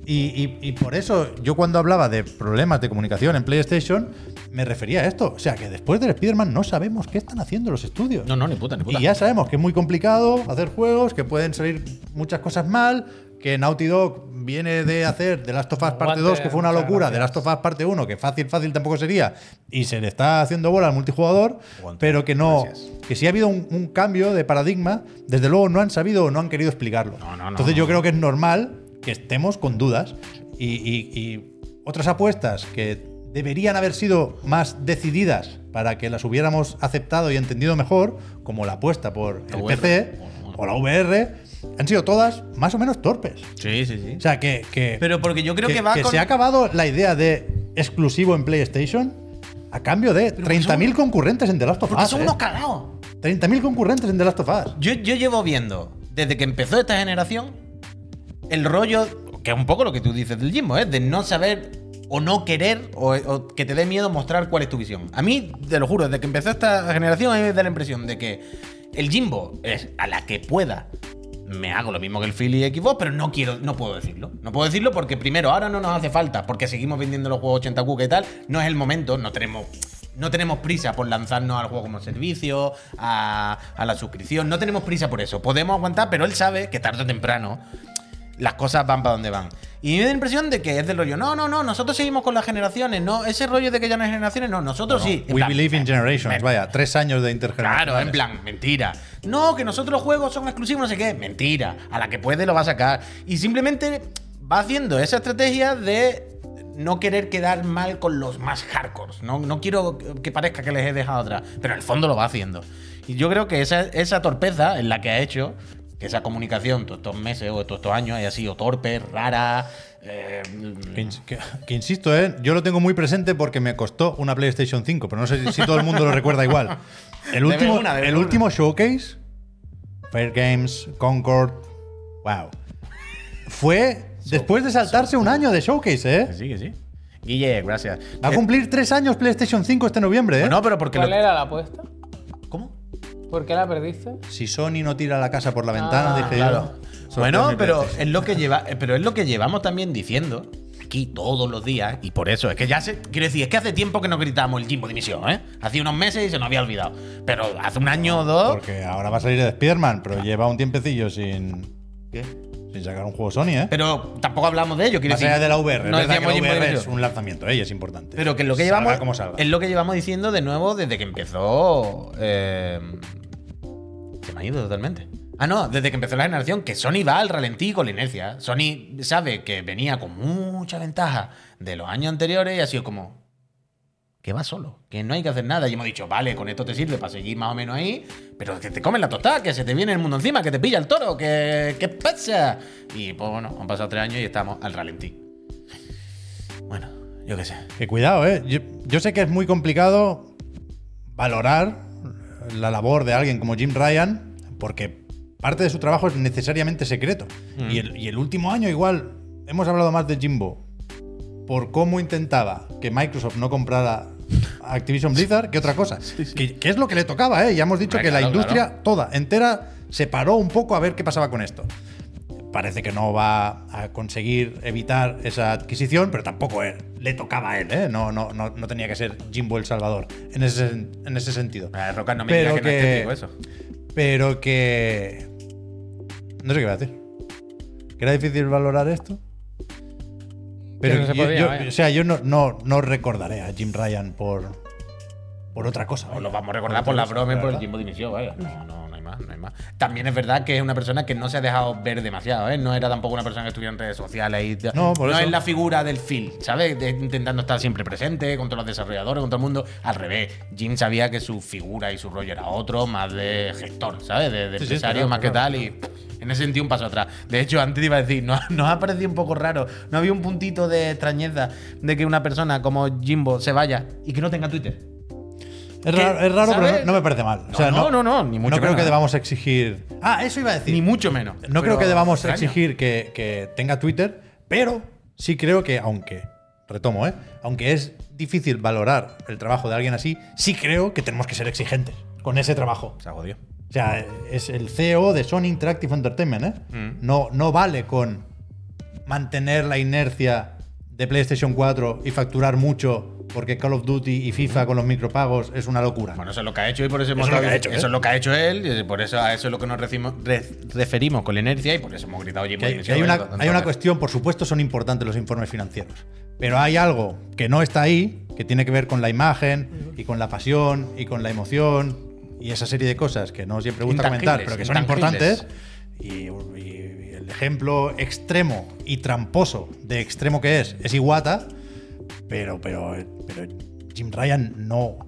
C: Y, y- y por eso yo cuando hablaba de problemas de comunicación en PlayStation, me refería a esto. O sea, que después del Spider-Man no sabemos qué están haciendo los estudios.
A: No, no, ni puta, ni puta.
C: Y ya sabemos que es muy complicado hacer juegos, que pueden salir muchas cosas mal, que Naughty Dog viene de hacer The Last of Us parte
B: Aguante,
C: 2, que fue una
B: muchas
C: locura, The
B: gracias.
C: Last of Us parte 1, que fácil, fácil tampoco sería, y se le está haciendo bola al multijugador,
D: Aguante,
C: pero que no.
D: gracias.
C: Que si ha habido un, un cambio de paradigma, desde luego no han sabido o no han querido explicarlo.
A: No, no, no,
C: Entonces yo
A: no.
C: creo que es normal que estemos con dudas y, y- y otras apuestas que deberían haber sido más decididas para que las hubiéramos aceptado y entendido mejor, como la apuesta por el
A: VR.
C: PC,
A: Bueno, bueno.
C: o la VR, han sido todas más o menos torpes.
E: Sí, sí, sí.
C: O sea, que, que,
A: Pero porque yo creo que,
C: que-
A: va
C: que
A: con.
C: se ha acabado la idea de exclusivo en PlayStation a cambio de 30.000 concurrentes en The Last of
A: porque
C: Us.
A: son
C: ¿eh?
A: unos cagados.
C: 30.000 concurrentes en The Last of Us.
A: Yo, yo llevo viendo, desde que empezó esta generación, el rollo, que es un poco lo que tú dices del Jimbo, ¿eh? de no saber o no querer o, o que te dé miedo mostrar cuál es tu visión. A mí, te lo juro, desde que empezó esta generación, a mí me da la impresión de que el Jimbo es a la que pueda. Me hago lo mismo que el Philly Xbox, pero no quiero, no puedo decirlo. No puedo decirlo porque primero, ahora no nos hace falta, porque seguimos vendiendo los juegos 80 cuca y tal. No es el momento, no tenemos no tenemos prisa por lanzarnos al juego como servicio, a, a la suscripción. No tenemos prisa por eso. Podemos aguantar, pero él sabe que tarde o temprano las cosas van para donde van. Y me da la impresión de que es del rollo, no, no, no, nosotros seguimos con las generaciones, no, ese rollo de que ya no hay generaciones, no, nosotros sí. En
C: We
A: plan,
C: believe in generations,
A: me-
C: vaya, tres años de intergeneración.
A: Claro, en plan, mentira. No, que nosotros los juegos son exclusivos, no sé qué. Mentira. A la que puede lo va a sacar. Y simplemente va haciendo esa estrategia de no querer quedar mal con los más hardcores. No, no quiero que parezca que les he dejado atrás. Pero en el fondo lo va haciendo. Y yo creo que esa, esa torpeza en la que ha hecho que esa comunicación todos estos meses o todos estos años haya sido torpe, rara. eh,
C: Que, ins- que- que insisto, ¿eh? yo lo tengo muy presente porque me costó una PlayStation 5, pero no sé si- si todo el mundo lo recuerda igual. El
A: Debe
C: último,
A: una, debe
C: el
A: una.
C: último showcase, Fair Games, Concord, wow. Fue después de saltarse un año de showcase,
E: Que
C: ¿eh?
E: sí, que sí. Guille, gracias.
C: Va a cumplir tres años PlayStation 5 este noviembre, ¿eh?
A: no, pero porque
B: ¿Cuál
A: lo-
B: era la apuesta?
A: ¿Cómo?
B: ¿Por qué la perdiste?
C: Si Sony no tira la casa por la ventana,
B: Ah,
C: dije yo,
A: Claro.
C: sorteo
A: Bueno,
C: mi
A: pero
C: PlayStation.
A: es lo que lleva, eh, pero es lo que llevamos también diciendo aquí todos los días y por eso es que ya se quiero decir es que hace tiempo que no gritamos el Jimbo dimisión, ¿eh? Hace unos meses y se nos había olvidado, pero hace un año o dos
C: Porque ahora va a salir de Spider-Man, pero lleva un tiempecillo sin,
A: ¿Qué?
C: sin sacar un juego Sony, ¿eh?
A: pero tampoco hablamos de ello, quiero
C: Más
A: decir.
C: allá de la VR,
A: no
C: es verdad que
A: decíamos
C: la
A: Jimbo
C: VR es
A: dimisión.
C: un lanzamiento, ella es importante.
A: Pero que lo que
C: Salga
A: llevamos
C: como salga.
A: es lo que llevamos diciendo de nuevo desde que empezó. eh, se me ha ido totalmente. Ah, no, desde que empezó la generación, que Sony va al ralentí con la inercia. Sony sabe que venía con mucha ventaja de los años anteriores y ha sido como. Que va solo, que no hay que hacer nada. Y hemos dicho, vale, con esto te sirve para seguir más o menos ahí, pero que te comen la tostada, que se te viene el mundo encima, que te pilla el toro, que. ¿Qué pasa? Y pues bueno, han pasado tres años y estamos al ralentí. Bueno, yo qué sé.
C: Que cuidado, ¿eh? Yo, yo sé que es muy complicado valorar la labor de alguien como Jim Ryan, porque parte de su trabajo es necesariamente secreto.
E: Mm.
C: Y, el, y el último año igual hemos hablado más de Jimbo por cómo intentaba que Microsoft no comprara a Activision Blizzard que otra cosa. Que, que es lo que le tocaba, ¿eh? Ya hemos dicho
E: Hombre,
C: que la
E: claro,
C: industria toda, entera, se paró un poco a ver qué pasaba con esto parece que no va a conseguir evitar esa adquisición, pero tampoco él. le tocaba a él, ¿eh? no, no, no, no tenía que ser Jimbo el Salvador en ese, sen- en ese sentido.
E: Ah, Roca, no me
C: Pero
E: digas que, no es
C: que-
E: técnico eso.
C: Pero que... No sé qué iba a decir. ¿Que era difícil valorar esto? Pero
B: Que no se
C: yo-
B: podía,
C: yo-
B: vaya.
C: o sea, yo no, no, no recordaré a Jim Ryan por, por otra cosa.
E: Os
A: Pues
C: vaya.
E: lo vamos a recordar por la
C: otra cosa,
E: broma y por el
C: ¿verdad?
E: tiempo de dimisión, vaya. No, no, no hay más, no hay más.
A: También es verdad que es una persona que no se ha dejado ver demasiado, ¿eh? No era tampoco una persona que estuviera en redes sociales y tal.
C: No, por eso.
A: es la figura del Phil, ¿sabes? De- intentando estar siempre presente con todos los desarrolladores, con todo el mundo. Al revés, Jim sabía que su figura y su rollo era otro, más de gestor, ¿sabes? De, de
C: Sí, sí,
A: empresario,
C: claro,
A: más que
C: claro,
A: tal. Y pff, en ese sentido, un paso atrás. De hecho, antes iba a decir, no- nos, ha parecido un poco raro. No había un puntito de extrañeza de que una persona como Jimbo se vaya y que no tenga Twitter.
C: Es raro, es raro, pero no,
A: ¿Sabes?
C: no me parece mal. O
A: No,
C: sea,
A: no, no, no, ni mucho
C: No creo
A: menos.
C: que debamos exigir... Ah, eso iba a decir.
A: Ni mucho menos.
C: No creo
A: Pero
C: que debamos
A: extraño.
C: exigir que, que tenga Twitter, pero sí creo que, aunque, retomo, ¿eh? aunque es difícil valorar el trabajo de alguien así, sí creo que tenemos que ser exigentes con ese trabajo.
E: Se ha jodido.
C: O sea, es el CEO de Sony Interactive Entertainment, ¿eh?
A: Mm.
C: No, no vale con mantener la inercia de PlayStation 4 y facturar mucho porque Call of Duty y FIFA con los micropagos es una locura.
A: Bueno, eso es lo que ha hecho y por eso hemos
C: Eso es lo
A: estado-
C: que ha hecho, ¿eh?
A: eso es lo que ha hecho él y por eso a eso es lo que nos recimo- re- referimos con la inercia y por eso hemos gritado Jimbo
C: Que hay, que hay una, hay una cuestión, por supuesto, son importantes los informes financieros, pero hay algo que no está ahí, que tiene que ver con la imagen y con la pasión y con la emoción y esa serie de cosas que no siempre gusta comentar, pero que son
A: Intangibles,
C: importantes. Y, y el ejemplo extremo y tramposo de extremo que es es Iwata, pero, pero, pero Jim Ryan no,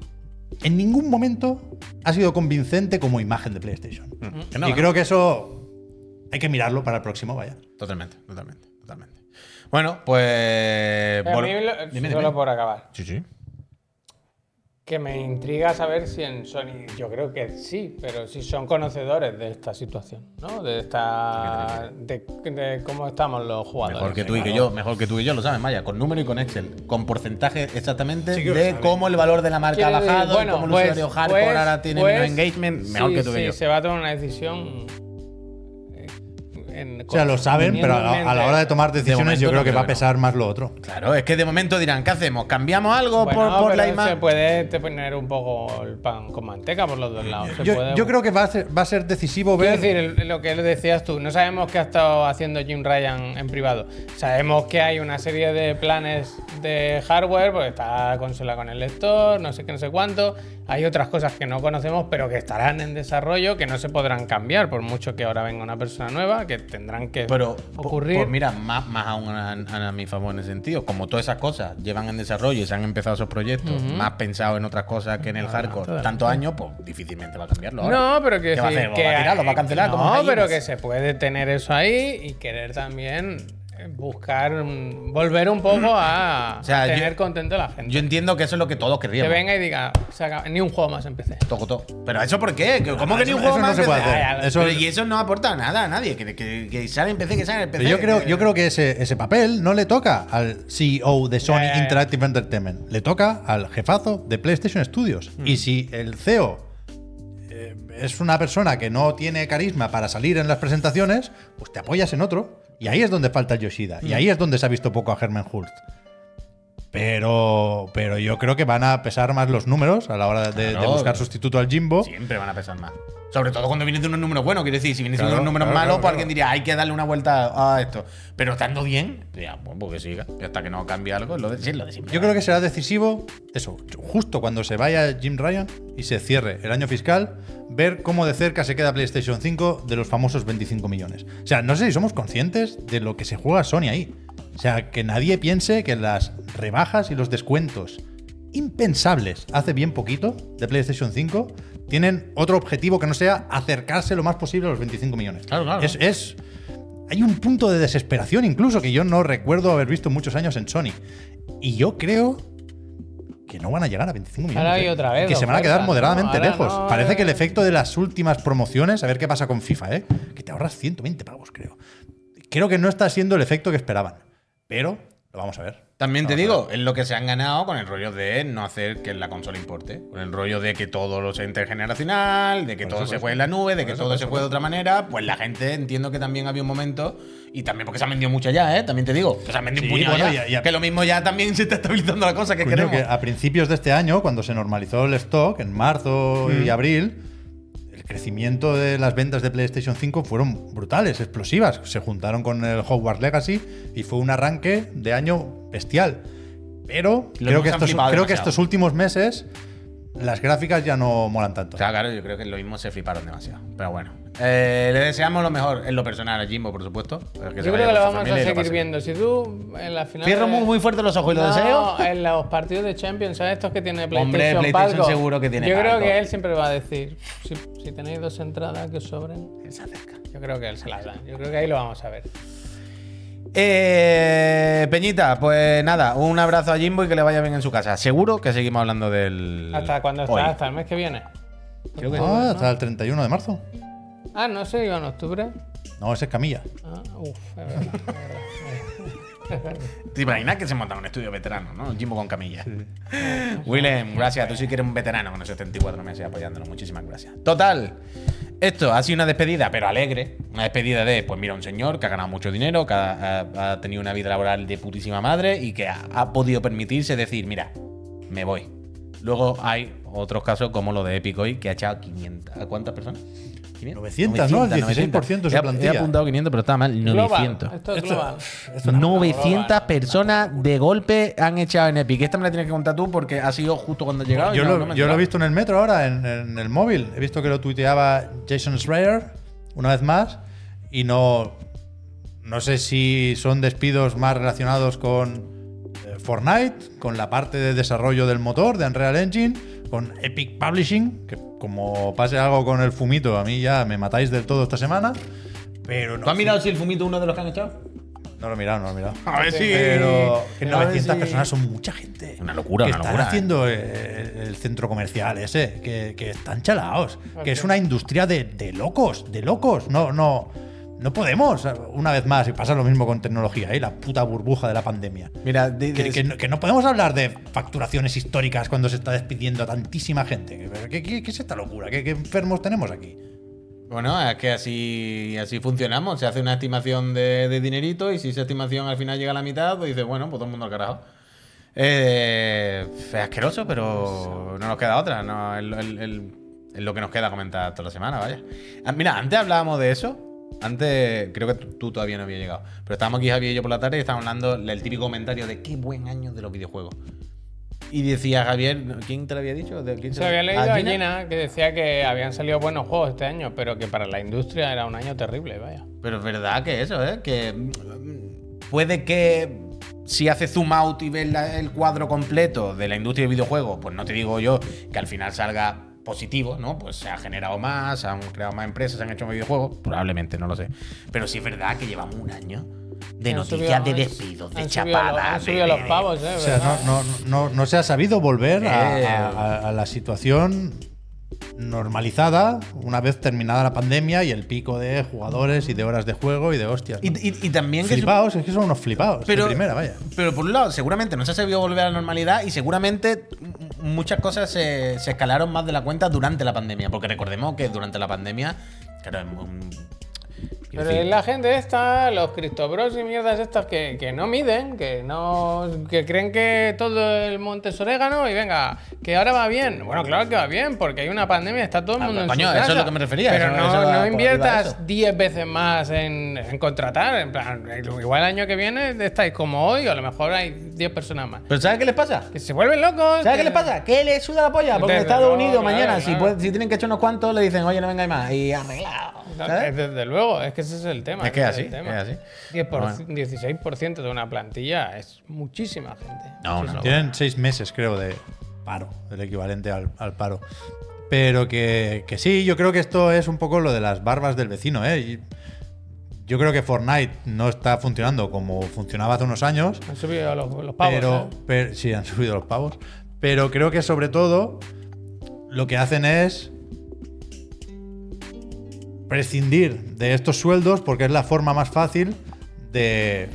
C: en ningún momento ha sido convincente como imagen de PlayStation.
A: Mm. Que no,
C: y
A: ¿no?
C: creo que eso hay que mirarlo para el próximo, vaya.
A: Totalmente, totalmente, totalmente. Bueno, pues.
B: Pero a
A: vol-
B: mí lo-
A: Dime, dime.
B: solo por acabar.
A: Sí, sí.
B: Que me intriga saber si en Sony, yo creo que sí, pero si son conocedores de esta situación, ¿no? De esta. de, de cómo estamos los jugadores.
A: Mejor que tú y que yo, mejor que tú y yo, lo sabes, Maya, con número y con Excel, con porcentaje exactamente
C: Sí que lo
A: de
C: sabe.
A: cómo el valor de la marca ha
B: Quiero decir,
A: bajado,
B: bueno,
A: cómo el
B: pues-
A: usuario hardcore
B: pues-
A: ahora tiene
B: pues,
A: menos engagement, mejor
B: sí,
A: que tú
B: sí,
A: y yo.
B: se va a tomar una decisión. eh, en-
C: O sea, lo saben, pero a la, a la hora de tomar decisiones
A: momento
C: yo creo
A: no
C: que
A: creo
C: va a
A: que no.
C: pesar más lo otro.
A: Claro, es que de momento dirán, ¿qué hacemos? ¿Cambiamos algo por,
B: Bueno,
A: por la
B: pero Se
A: imagen?
B: puede te poner un poco el pan con manteca por los dos lados. se
C: Yo,
B: puede-
C: yo creo que va a ser, va a ser decisivo
B: Quiero
C: ver.
B: decir, el- lo que decías tú, no sabemos qué ha estado haciendo Jim Ryan en privado. Sabemos que hay una serie de planes de hardware, porque está la consola con el lector, no sé qué, no sé cuánto. Hay otras cosas que no conocemos, pero que estarán en desarrollo, que no se podrán cambiar, por mucho que ahora venga una persona nueva, que tendrán que
A: Pero, po-
B: ocurrir.
A: pues mira, más, más aún a, a- a mi favor en ese sentido. Como todas esas cosas llevan en desarrollo y se han empezado esos proyectos, más pensado en otras cosas que en el hardcore, tantos años, pues difícilmente va a cambiarlo. ahora.
B: Ah, No, pero que,
A: ¿eh? ¿Qué va a
B: sí,
A: hacer? ¿Lo
B: que
A: va a tirar? ¿Lo va a cancelar?
B: No,
A: como un
B: pero
A: gallinas?
B: que se puede tener eso ahí y querer también eh, buscar, mm, volver un poco a,
A: O sea,
B: a
A: yo-
B: tener contento a la gente.
A: Yo entiendo que eso es lo que todos
B: que
A: querríamos.
B: venga y diga, se acaba- ni un juego más empecé.
A: Toco, toco. Pero eso por qué? ¿Que- ¿Cómo que ni
C: Ah, eso-
A: un juego
C: eso no
A: más
C: se puede
A: empecé?
C: hacer.
A: Ay, ay,
C: Eso-
A: pero y eso no aporta nada a nadie. Que, que, que sale en PC, que sale en PC.
C: Pero yo creo, yo creo que ese, ese papel no le toca al CEO de Sony
B: Ya, ya, ya.
C: Interactive Entertainment, le toca al jefazo de PlayStation Studios.
B: Hmm.
C: Y si el CEO eh, es una persona que no tiene carisma para salir en las presentaciones, pues te apoyas en otro. Y ahí es donde falta Yoshida.
B: Hmm.
C: Y ahí es donde se ha visto poco a Herman Hurst. Pero, pero yo creo que van a pesar más los números a la hora de, de
A: Claro.
C: buscar sustituto al Jimbo.
A: Siempre van a pesar más. Sobre todo cuando vienes de unos números buenos. Quiero decir, si vienes de
C: Claro,
A: unos números
C: claro,
A: malos,
C: claro,
A: pues alguien diría, hay que darle una vuelta a esto. Pero estando bien, ya, pues, pues que siga. Y Hasta que no cambie algo, es lo de, sí, es lo de siempre.
C: Yo creo que será decisivo, eso, justo cuando se vaya Jim Ryan y se cierre el año fiscal, ver cómo de cerca se queda PlayStation 5 de los famosos 25 millones. O sea, no sé si somos conscientes de lo que se juega Sony ahí. O sea, que nadie piense que las rebajas y los descuentos impensables hace bien poquito de PlayStation 5 tienen otro objetivo que no sea acercarse lo más posible a los 25 millones.
A: Claro, claro.
C: Es- es hay un punto de desesperación incluso que yo no recuerdo haber visto en muchos años en Sony. Y yo creo que no van a llegar a 25 millones.
B: Ahora hay
C: ¿eh?
B: otra vez,
C: Que se
B: don
C: van a quedar
B: Fuerza.
C: moderadamente
B: No, ahora
C: lejos.
B: no,
C: Parece
B: eh.
C: que el efecto de las últimas promociones, a ver qué pasa con FIFA, ¿eh? que te ahorras 120 pavos, creo. Creo que no está siendo el efecto que esperaban. Pero lo vamos a ver.
A: También te digo, es lo que se han ganado con el rollo de no hacer que la consola importe. Con el rollo de que todo lo sea intergeneracional, de que todo se fue en la nube, de que todo se fue de otra manera. Pues la gente entiendo que también había un momento. Y también porque se han vendido mucha ya, ¿eh? También te digo. que se han vendido
C: Sí,
A: un puñado
C: bueno,
A: ya,
C: ya- ya.
A: Que lo mismo ya también se está estabilizando la cosa que
C: Coño,
A: queremos.
C: que a principios de este año, cuando se normalizó el stock, en marzo
A: Mm.
C: y abril, el crecimiento de las ventas de PlayStation 5 fueron brutales, explosivas. Se juntaron con el Hogwarts Legacy y fue un arranque de año bestial. Pero creo,
A: hemos
C: que estos,
A: flipado
C: creo que
A: demasiado.
C: estos últimos meses las gráficas ya no molan tanto.
A: O sea, claro, yo creo que lo mismo se fliparon demasiado. Pero bueno. Eh, le deseamos lo mejor en lo personal a Jimbo, por supuesto.
B: Yo creo que lo vamos a seguir viendo. Si tú en la final.
A: Cierro muy, muy fuerte los ojos y lo
B: No,
A: deseo.
B: En los partidos de Champions, ¿sabes estos que tiene PlayStation?
A: Hombre, PlayStation
B: palco?
A: seguro que tiene
B: Yo creo
A: palco.
B: que él siempre va a decir: si, si tenéis dos entradas que sobren,
A: Se acerca.
B: yo creo que él se las da. Yo creo que ahí lo vamos a ver.
A: Eh, Peñita, pues nada, un abrazo a Jimbo y que le vaya bien en su casa. Seguro que seguimos hablando del.
B: ¿Hasta cuándo
A: hoy.
B: está? ¿Hasta el mes que viene?
A: Creo que-
C: Ah, hasta el 31 de marzo.
B: Ah, no sé, iba en octubre.
C: No, ese es Camilla.
B: Ah, uf, es verdad, es verdad.
A: Te imaginas que se monta un estudio veterano, ¿no? Jimbo con camilla. Willem, gracias. Tú sí que eres un veterano con esos 74 meses apoyándonos. Muchísimas gracias. Total. Esto ha sido una despedida, pero alegre. Una despedida de, pues mira, un señor que ha ganado mucho dinero, que ha, ha- ha tenido una vida laboral de putísima madre y que ha, ha podido permitirse decir, mira, me voy. Luego hay otros casos como lo de Epic hoy, que ha echado 500. ¿A cuántas personas? 500,
C: 900, ¿no? El 16% de su
A: He-
C: plantilla.
A: He apuntado 500, pero estaba mal.
B: Global,
A: 900.
B: Esto es global.
A: 900
B: 900
A: personas de golpe han echado en Epic. Esta me la tienes que contar tú porque ha sido justo cuando
D: Ah,
A: llegaba.
C: Yo, lo, yo lo he visto en el metro ahora, en, en el móvil. He visto que lo tuiteaba Jason Schreier una vez más y no, no sé si son despidos más relacionados con eh, Fortnite, con la parte de desarrollo del motor de Unreal Engine, con Epic Publishing, que como pase algo con el fumito, a mí ya me matáis del todo esta semana. Pero no,
D: ¿Tú has mirado si el fumito es uno de los que han echado?
C: no lo he mirado, no lo he mirado.
A: A ver si.
C: Pero que
A: a ver
C: 900
A: si-
C: personas son mucha gente.
D: Una locura,
C: que
D: una
C: están
D: locura,
C: haciendo eh, el, centro comercial ese, que, que están chalaos, que es una industria de, de locos, de locos. No, no, no podemos. Una vez más, y pasa lo mismo con tecnología, ¿eh? la puta burbuja de la pandemia.
D: Mira,
C: Que, que no, que no podemos hablar de facturaciones históricas cuando se está despidiendo a tantísima gente. ¿Qué, qué- qué es esta locura? ¿Qué, qué enfermos tenemos aquí?
D: Bueno, es que así, así funcionamos. Se hace una estimación de, de dinerito y si esa estimación al final llega a la mitad, pues dices, bueno, pues todo el mundo al carajo. Eh, es asqueroso, pero no nos queda otra. No, es, lo- el- el- es lo que nos queda comentar toda la semana, vaya. Ah, mira, antes hablábamos de eso. Antes, creo que tú tú todavía no habías llegado. Pero estábamos aquí, Javier y yo, por la tarde y estábamos hablando del típico comentario de qué buen año de los videojuegos. Y decía Javier, ¿quién te lo había dicho? ¿De quién
B: Se había leído a Gina que decía que habían salido buenos juegos este año, pero que para la industria era un año terrible, vaya.
D: Pero es verdad que eso, ¿eh? Que mm, puede que si haces zoom out y ves la- el cuadro completo de la industria de videojuegos, pues no te digo yo que al final salga positivo, ¿no? Pues se ha generado más, se han creado más empresas, se han hecho más videojuegos, probablemente, no lo sé. Pero sí es verdad que llevamos un año de
B: Han
D: noticias de
B: subido-
D: despidos, de
B: han subido los- Han
D: chapadas, de,
B: subido los
D: de-
B: pavos, ¿eh?
C: O sea,
B: ¿verdad?
C: no, no- no- no se ha sabido volver a,
D: Eh.
C: a- a- a la situación normalizada una vez terminada la pandemia y el pico de jugadores y de horas de juego y de hostias.
D: Y, y- y también que... su-
C: Flipaos, es que son unos flipados.
D: Pero-
C: de primera, vaya.
D: Pero por un lado, seguramente no se ha sabido volver a la normalidad y seguramente m- muchas cosas se, se escalaron más de la cuenta durante la pandemia. Porque recordemos que durante la pandemia, claro, es un- quiero
B: Pero
D: decir,
B: es la gente esta, los criptobros y mierdas estas que, que no miden, que no que creen que todo el monte es orégano y venga, que ahora va bien. Bueno, claro que va bien, porque hay una pandemia, está todo el
D: Ah,
B: mundo en
D: coño,
B: su
D: eso es
B: casa.
D: lo que me refería,
B: Pero
D: eso-
B: no,
D: eso va-
B: no
D: por ahí va eso.
B: inviertas 10 veces más en, en contratar, en plan, igual el año que viene estáis como hoy, o a lo mejor hay 10 personas más.
D: ¿Pero sabes qué les pasa?
B: Que se vuelven locos.
D: ¿Sabes qué
B: que-
D: les pasa? Que les suda la polla. Porque en
B: Desde
D: Estados
B: luego,
D: Unidos
B: claro,
D: mañana, Si,
B: claro.
D: pueden- si tienen que echar unos cuantos, le dicen, oye, no vengáis más. Y arreglado.
B: No,
D: ¿sabes?
B: es Desde luego, es que ese es el tema.
D: Es que
B: ese
D: así,
B: el tema.
D: es así.
B: 10 por-
D: Bueno.
B: 16% de una plantilla es muchísima gente.
D: No, no, no.
C: Tienen seis meses, creo, de paro, el equivalente al, al paro. Pero que, que sí, yo creo que esto es un poco lo de las barbas del vecino, ¿eh? Y Yo creo que Fortnite no está funcionando como funcionaba hace unos años.
B: Han subido los, los pavos.
C: pero,
B: ¿eh?
C: pero- sí, han subido los pavos. Pero creo que sobre todo lo que hacen es prescindir de estos sueldos porque es la forma más fácil de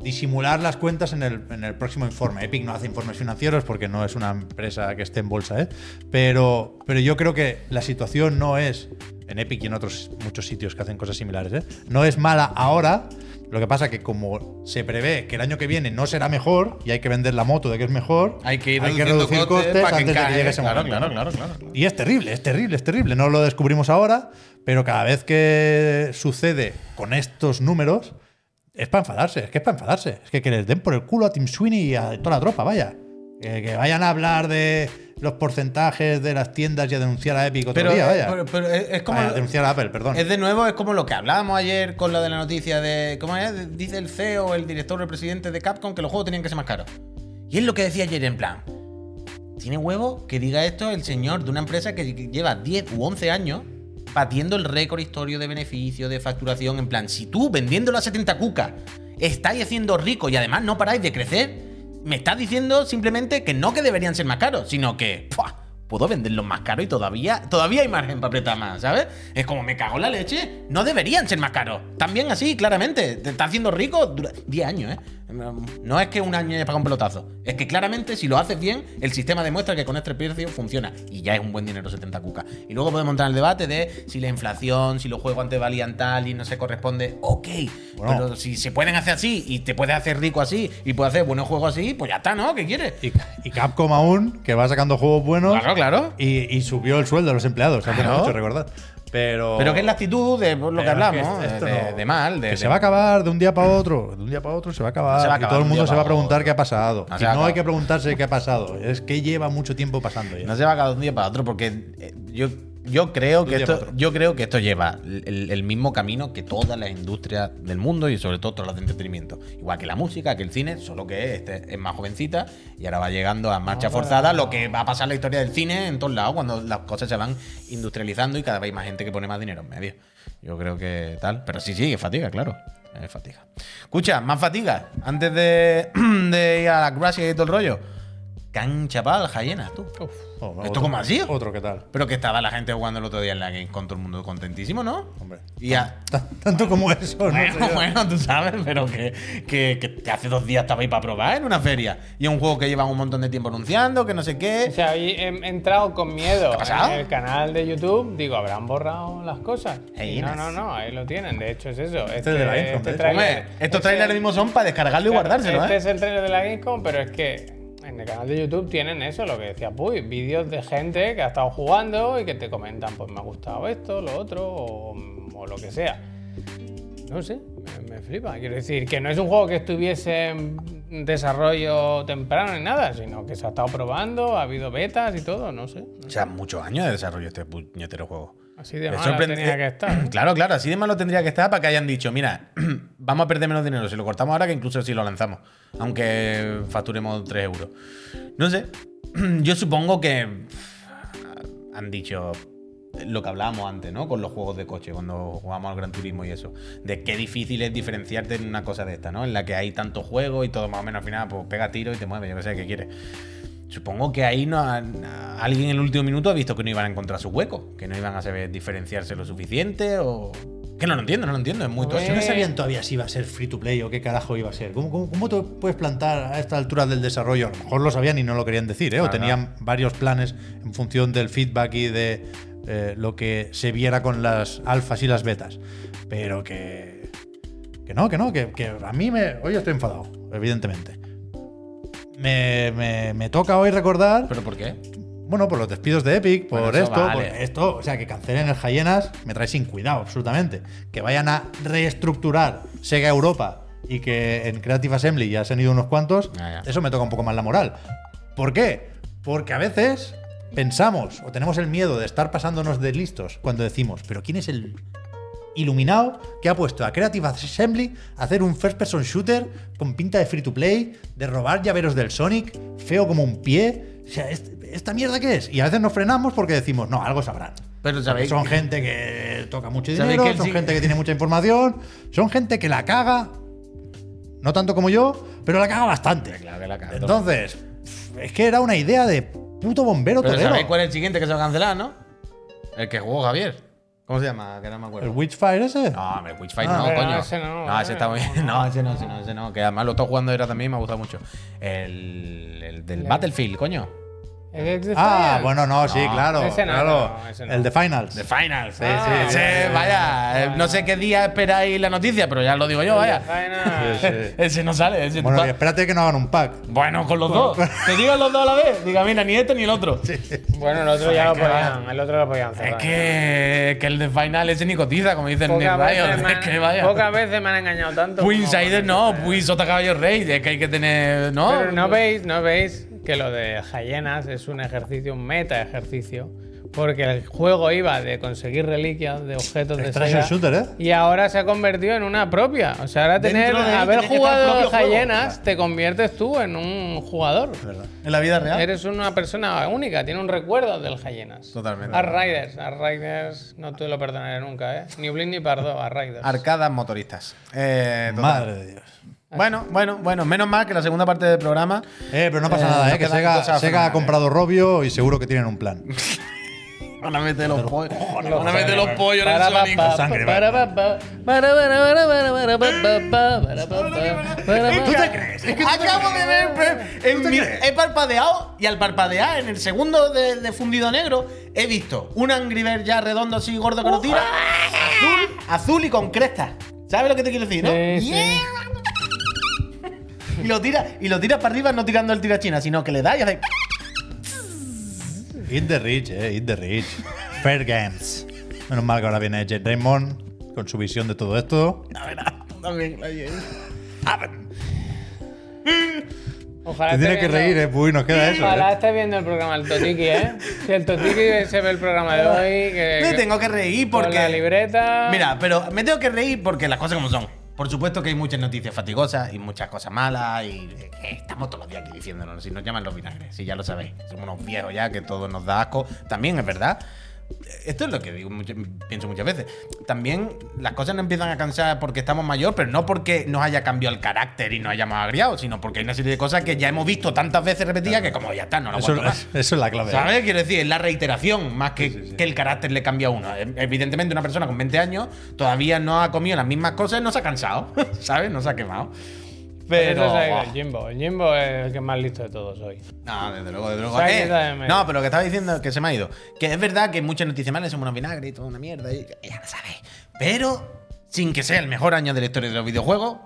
C: disimular las cuentas en el, en el próximo informe. Epic no hace informes financieros porque no es una empresa que esté en bolsa, ¿eh? Pero, pero yo creo que la situación no es, en Epic y en otros muchos sitios que hacen cosas similares, ¿eh? No es mala ahora. Lo que pasa que como se prevé que el año que viene no será mejor y hay que vender la moto de que es mejor,
D: Hay que ir reduciendo
C: reducir
D: costes
C: costes,
D: para que
C: antes de
D: encaje.
C: que llegue ese
D: Claro,
C: momento.
D: claro, claro, claro.
C: Y es terrible, es terrible, es terrible. No lo descubrimos ahora, pero cada vez que sucede con estos números, es para enfadarse, es que es para enfadarse. Es que, que les den por el culo a Tim Sweeney y a toda la tropa, vaya. Que, que vayan a hablar de los porcentajes de las tiendas y a denunciar a Epic otro
D: Pero, eh,
C: día, vaya.
D: pero- pero es es como.
C: Vaya, a denunciar a Apple, perdón.
D: Es de nuevo, es como lo que hablábamos ayer con lo de la noticia de. ¿Cómo es? Dice el CEO, el director o el presidente de Capcom que los juegos tenían que ser más caros. Y es lo que decía ayer en plan. Tiene huevo que diga esto el señor de una empresa que lleva 10 u 11 años batiendo el récord histórico de beneficio, de facturación. En plan, si tú vendiéndolo a 70 cucas estáis haciendo rico y además no paráis de crecer, me estás diciendo simplemente que no que deberían ser más caros, sino que ¡pua! puedo venderlos más caros y todavía, todavía hay margen para apretar más, ¿sabes? Es como me cago en la leche, no deberían ser más caros. También así, claramente, te está haciendo rico dura- 10 años, ¿eh? No es que un año haya pagado un pelotazo, es que claramente si lo haces bien, el sistema demuestra que con este precio funciona y ya es un buen dinero 70 cucas. Y luego podemos entrar en el debate de si la inflación, si los juegos antes valían tal y no se corresponde, ok,
C: Bueno.
D: pero si se pueden hacer así y te puedes hacer rico así y puedes hacer buenos juegos así, pues ya está, ¿no? ¿Qué quieres?
C: Y, y Capcom aún, que va sacando juegos buenos
D: Claro, claro.
C: Y, y subió el sueldo de los empleados, algo que me ha
D: Claro.
C: hecho recordar. Pero,
D: Pero que es la actitud de lo que
C: Pero es que
D: hablamos,
C: esto
D: de,
C: no-
D: de mal, de,
C: que se
D: de-
C: va a acabar de un día para otro, de un día para otro se va a acabar.
D: Se va a
C: y
D: acabar
C: todo el
D: de un
C: mundo
D: día
C: se va a
D: para
C: preguntar
D: otro.
C: qué ha pasado.
D: No
C: y
D: se
C: no hay
D: va a acabar.
C: que preguntarse qué ha pasado, es que lleva mucho tiempo pasando ya.
D: No se va a acabar de un día para otro porque eh, yo
A: yo creo que
C: Tú
A: esto,
C: llevas otro.
A: yo creo que esto lleva el, el mismo camino que todas las industrias del mundo y sobre todo todas las de entretenimiento. Igual que la música, que el cine, solo que este es más jovencita y ahora va llegando a
D: Ah.
A: marcha forzada lo que va a pasar en la historia del cine en todos lados cuando las cosas se van industrializando y cada vez hay más gente que pone más dinero en medio. Yo creo que tal. Pero sí, sí, es fatiga, claro. Es fatiga. Escucha, más fatiga. Antes de, de ir a la gracia y todo el rollo. Cancha pal, Jayenas, tú.
C: Oh,
A: ¿Esto cómo ha sido?
C: Otro, ¿qué tal?
A: Pero que estaba la gente jugando el otro día en la Game con todo el mundo contentísimo, ¿no?
C: Hombre.
A: Y ya.
C: Tanto como eso, ¿no?
A: Bueno, bueno, tú sabes, pero que, que, que hace dos días estabais para probar en una feria. Y es un juego que llevan un montón de tiempo anunciando, que no sé
B: O
A: qué.
B: sea, hoy he he entrado con miedo
A: ha pasado?
B: en el canal de YouTube. Digo, ¿habrán borrado las cosas? Y
A: Ahí
B: no,
A: es.
B: no, no, ahí lo tienen. De hecho, es eso. Este,
C: de la Gamescom, de hecho.
B: tráiler-
D: Eh,
A: Hombre, estos
B: este-
A: trailers mismo son para descargarlo y guardárselo,
B: Este
A: ¿eh?
B: es el trailer de la Gamescom, pero es que en el canal de YouTube tienen eso, lo que decía Puy, vídeos de gente que ha estado jugando y que te comentan, pues me ha gustado esto, lo otro, o, o lo que sea. No sé, me, me flipa. Quiero decir, que no es un juego que estuviese en desarrollo temprano ni nada, sino que se ha estado probando, ha habido betas y todo, no sé.
A: O sea, muchos años de desarrollo este puñetero juego.
B: Así de
A: Me
B: mala
A: sorprende-
B: tenía que estar. ¿eh?
A: Claro, claro, así de malo tendría que estar para que hayan dicho, mira, vamos a perder menos dinero si lo cortamos ahora que incluso si lo lanzamos, aunque facturemos 3 euros. No sé, yo supongo que pff, han dicho lo que hablábamos antes, ¿no? Con los juegos de coche, cuando jugamos al Gran Turismo y eso, de qué difícil es diferenciarte en una cosa de esta, ¿no? En la que hay tanto juego y todo más o menos al final, pues pega tiro y te mueve, yo que sé qué quieres. Supongo que ahí no han- a- alguien en el último minuto ha visto que no iban a encontrar su hueco, que no iban a saber diferenciarse lo suficiente o... Que no lo entiendo, no lo entiendo, es muy
B: A
C: Si
A: tocho.
B: ver.
C: no sabían todavía si iba a ser free to play o qué carajo iba a ser. ¿Cómo, cómo, cómo te puedes plantar a esta altura del desarrollo? A lo mejor lo sabían y no lo querían decir, ¿eh? O
A: Ajá.
C: tenían varios planes en función del feedback y de eh, lo que se viera con las alfas y las betas. Pero que. Que no, que no, que, que a mí me. Hoy estoy enfadado, evidentemente. Me, me- me toca hoy recordar.
A: ¿Pero por qué?
C: Bueno, por los despidos de Epic, por
A: Bueno, eso
C: esto,
A: vale.
C: por esto. O sea, que cancelen el Hyenas me trae sin cuidado, absolutamente. Que vayan a reestructurar Sega Europa y que en Creative Assembly ya se han ido unos cuantos,
A: Ah, ya.
C: eso me toca un poco más la moral. ¿Por qué? Porque a veces pensamos o tenemos el miedo de estar pasándonos de listos cuando decimos, pero ¿quién es el iluminado que ha puesto a Creative Assembly a hacer un first person shooter con pinta de free to play, de robar llaveros del Sonic, feo como un pie. O sea, ¿est- ¿esta mierda qué es? Y a veces nos frenamos porque decimos, no, algo sabrán.
A: Pero
C: Porque
A: sabéis...
C: son gente que toca mucho
A: ¿Sabéis
C: dinero,
A: que el
C: son
A: sí-
C: gente que tiene mucha información, son gente que la caga, no tanto como yo, pero la caga bastante.
A: Claro que la caga.
C: Entonces, pff, es que era una idea de puto bombero
A: Pero
C: torero.
A: sabéis cuál es el siguiente que se va a cancelar, ¿no? El que jugó Javier. ¿Cómo se llama? Que no me
C: ¿El
A: acuerdo.
C: Witchfire ese?
A: No, hombre, Witchfight
C: Ah,
A: no,
B: pero
A: coño.
B: no, ese no,
A: No, ese
B: eh,
A: está muy
B: no,
A: bien. No, ese no, ese no, ese no. Que además lo estoy jugando era también y me ha gustado mucho. El, el del Battlefield, coño.
B: ¿El Xbox
C: Ah,
B: Fire?
C: bueno, no, sí,
A: No.
C: claro.
B: Ese no,
C: claro.
B: no, ese no.
C: El de Finals.
A: The Finals. Sí,
B: Ah,
A: sí,
B: bien,
A: sí,
B: bien,
A: vaya.
B: bien,
A: eh,
B: bien.
A: No sé qué día esperáis la noticia, pero ya lo digo yo, vaya.
B: Final.
A: Ese no sale. Ese
C: Bueno,
A: pa-
C: y espérate que no hagan un pack.
A: bueno, con los dos. Te digo los dos a la vez. Diga, mira, ni este ni el otro.
B: Bueno, el otro ya lo podían, el otro lo podían
A: Es
B: cerrar.
A: que, que el de Final ese ni cotiza, como dicen Nick
B: Pocas veces,
A: Riot.
B: me
A: Es
B: han-
A: que vaya.
B: pocas veces me han engañado tanto.
A: Puy
B: como
A: Insider
B: con
A: no,
B: este.
A: Puy Sota Caballo Rey. Es que hay que tener. No.
B: Pero no veis, no veis que lo de Hyenas es un ejercicio, un meta ejercicio. Porque el juego iba de conseguir reliquias de objetos
A: Este
B: de
C: Extraction
B: Sega,
C: shooter, ¿eh?
B: y ahora se ha convertido en una propia. O sea, ahora tener,
A: Dentro de ahí
B: haber
A: tiene que estar el
B: jugado
A: propio juego.
B: Hyenas te conviertes tú en un jugador.
A: En la vida real.
B: Eres una persona única, tiene un recuerdo del Hyenas.
A: Totalmente.
B: A Riders, a Riders no te lo perdonaré nunca, ¿eh? Ni Blin ni Pardo, a Riders.
A: Arcadas motoristas. Eh, total.
C: Madre de Dios.
A: Bueno, bueno, bueno. Menos mal que la segunda parte del programa.
C: Eh, pero no pasa
A: Eh,
C: nada,
A: no
C: ¿eh? Que
A: quedan
C: Sega,
A: cosas
C: Sega ha
A: fenomenales.
C: comprado Robio y seguro que tienen un plan.
A: Van a meter los pollos. Van a
B: cojones,
A: meter los pollos en el
B: Para, pa,
A: Sonic.
B: pa,
C: sangre,
B: para, pa, pa, para, para, para, para, para, pa,
A: Mm.
B: pa, pa, para, pa, pa, para, pa.
A: Acabo de ver, Pep, en mi- he parpadeado y al parpadear en el segundo de, de fundido negro he visto un Angry Bird ya redondo así gordo que lo tira, azul, azul y con crestas. ¿Sabes lo que te quiero decir, no?
B: Sí, sí.
A: Y lo tira y lo tiras para arriba no tirando el tirachina, sino que le da y hace
C: Eat the Rich, eh, Eat the Rich. Fair Games. Menos mal que ahora viene Jet Raymond con su visión de todo esto.
A: la verdad, también. la llevo.
B: Ojalá
C: Te
B: esté
C: tienes que
B: viendo-
C: reír, eh. Uy, nos queda eso.
B: Ojalá
C: ¿eh?
B: estés viendo el programa del Totiki, ¿eh? Si el Totiki se ve el programa de hoy, que,
A: Me
B: que-
A: tengo que reír
B: Eh, con
A: porque.
B: la libreta.
A: Mira, pero me tengo que reír porque las cosas como son. Por supuesto que hay muchas noticias fatigosas y muchas cosas malas y eh, estamos todos los días aquí diciéndonos si nos llaman los vinagres, si ya lo sabéis. Somos unos viejos ya que todo nos da asco. También es verdad. Esto es lo que digo mucho- pienso muchas veces. También las cosas no empiezan a cansar porque estamos mayor, pero no porque nos haya cambiado el carácter y nos hayamos agriado, sino porque hay una serie de cosas que ya hemos visto tantas veces repetidas que como ya está, no lo
C: Eso,
A: aguanto más.
C: eso es la clave.
A: ¿Sabes? Quiero decir, es la reiteración más que, que el carácter le cambia a uno. E- Evidentemente, una persona con 20 años todavía no ha comido las mismas cosas, no se ha cansado, ¿sabes? No se ha quemado.
B: Pero
A: Pero.
B: eso es el Jimbo. El Jimbo es el que más listo de todos hoy.
A: No, desde luego, desde luego.
B: Saca
A: Eh,
B: esa de medio.
A: no, pero lo que estaba diciendo que se me ha ido. Que es verdad que muchas noticias malas son unos vinagres y toda una mierda. y- ya lo sabéis. Pero, sin que sea el mejor año de la historia de los videojuegos,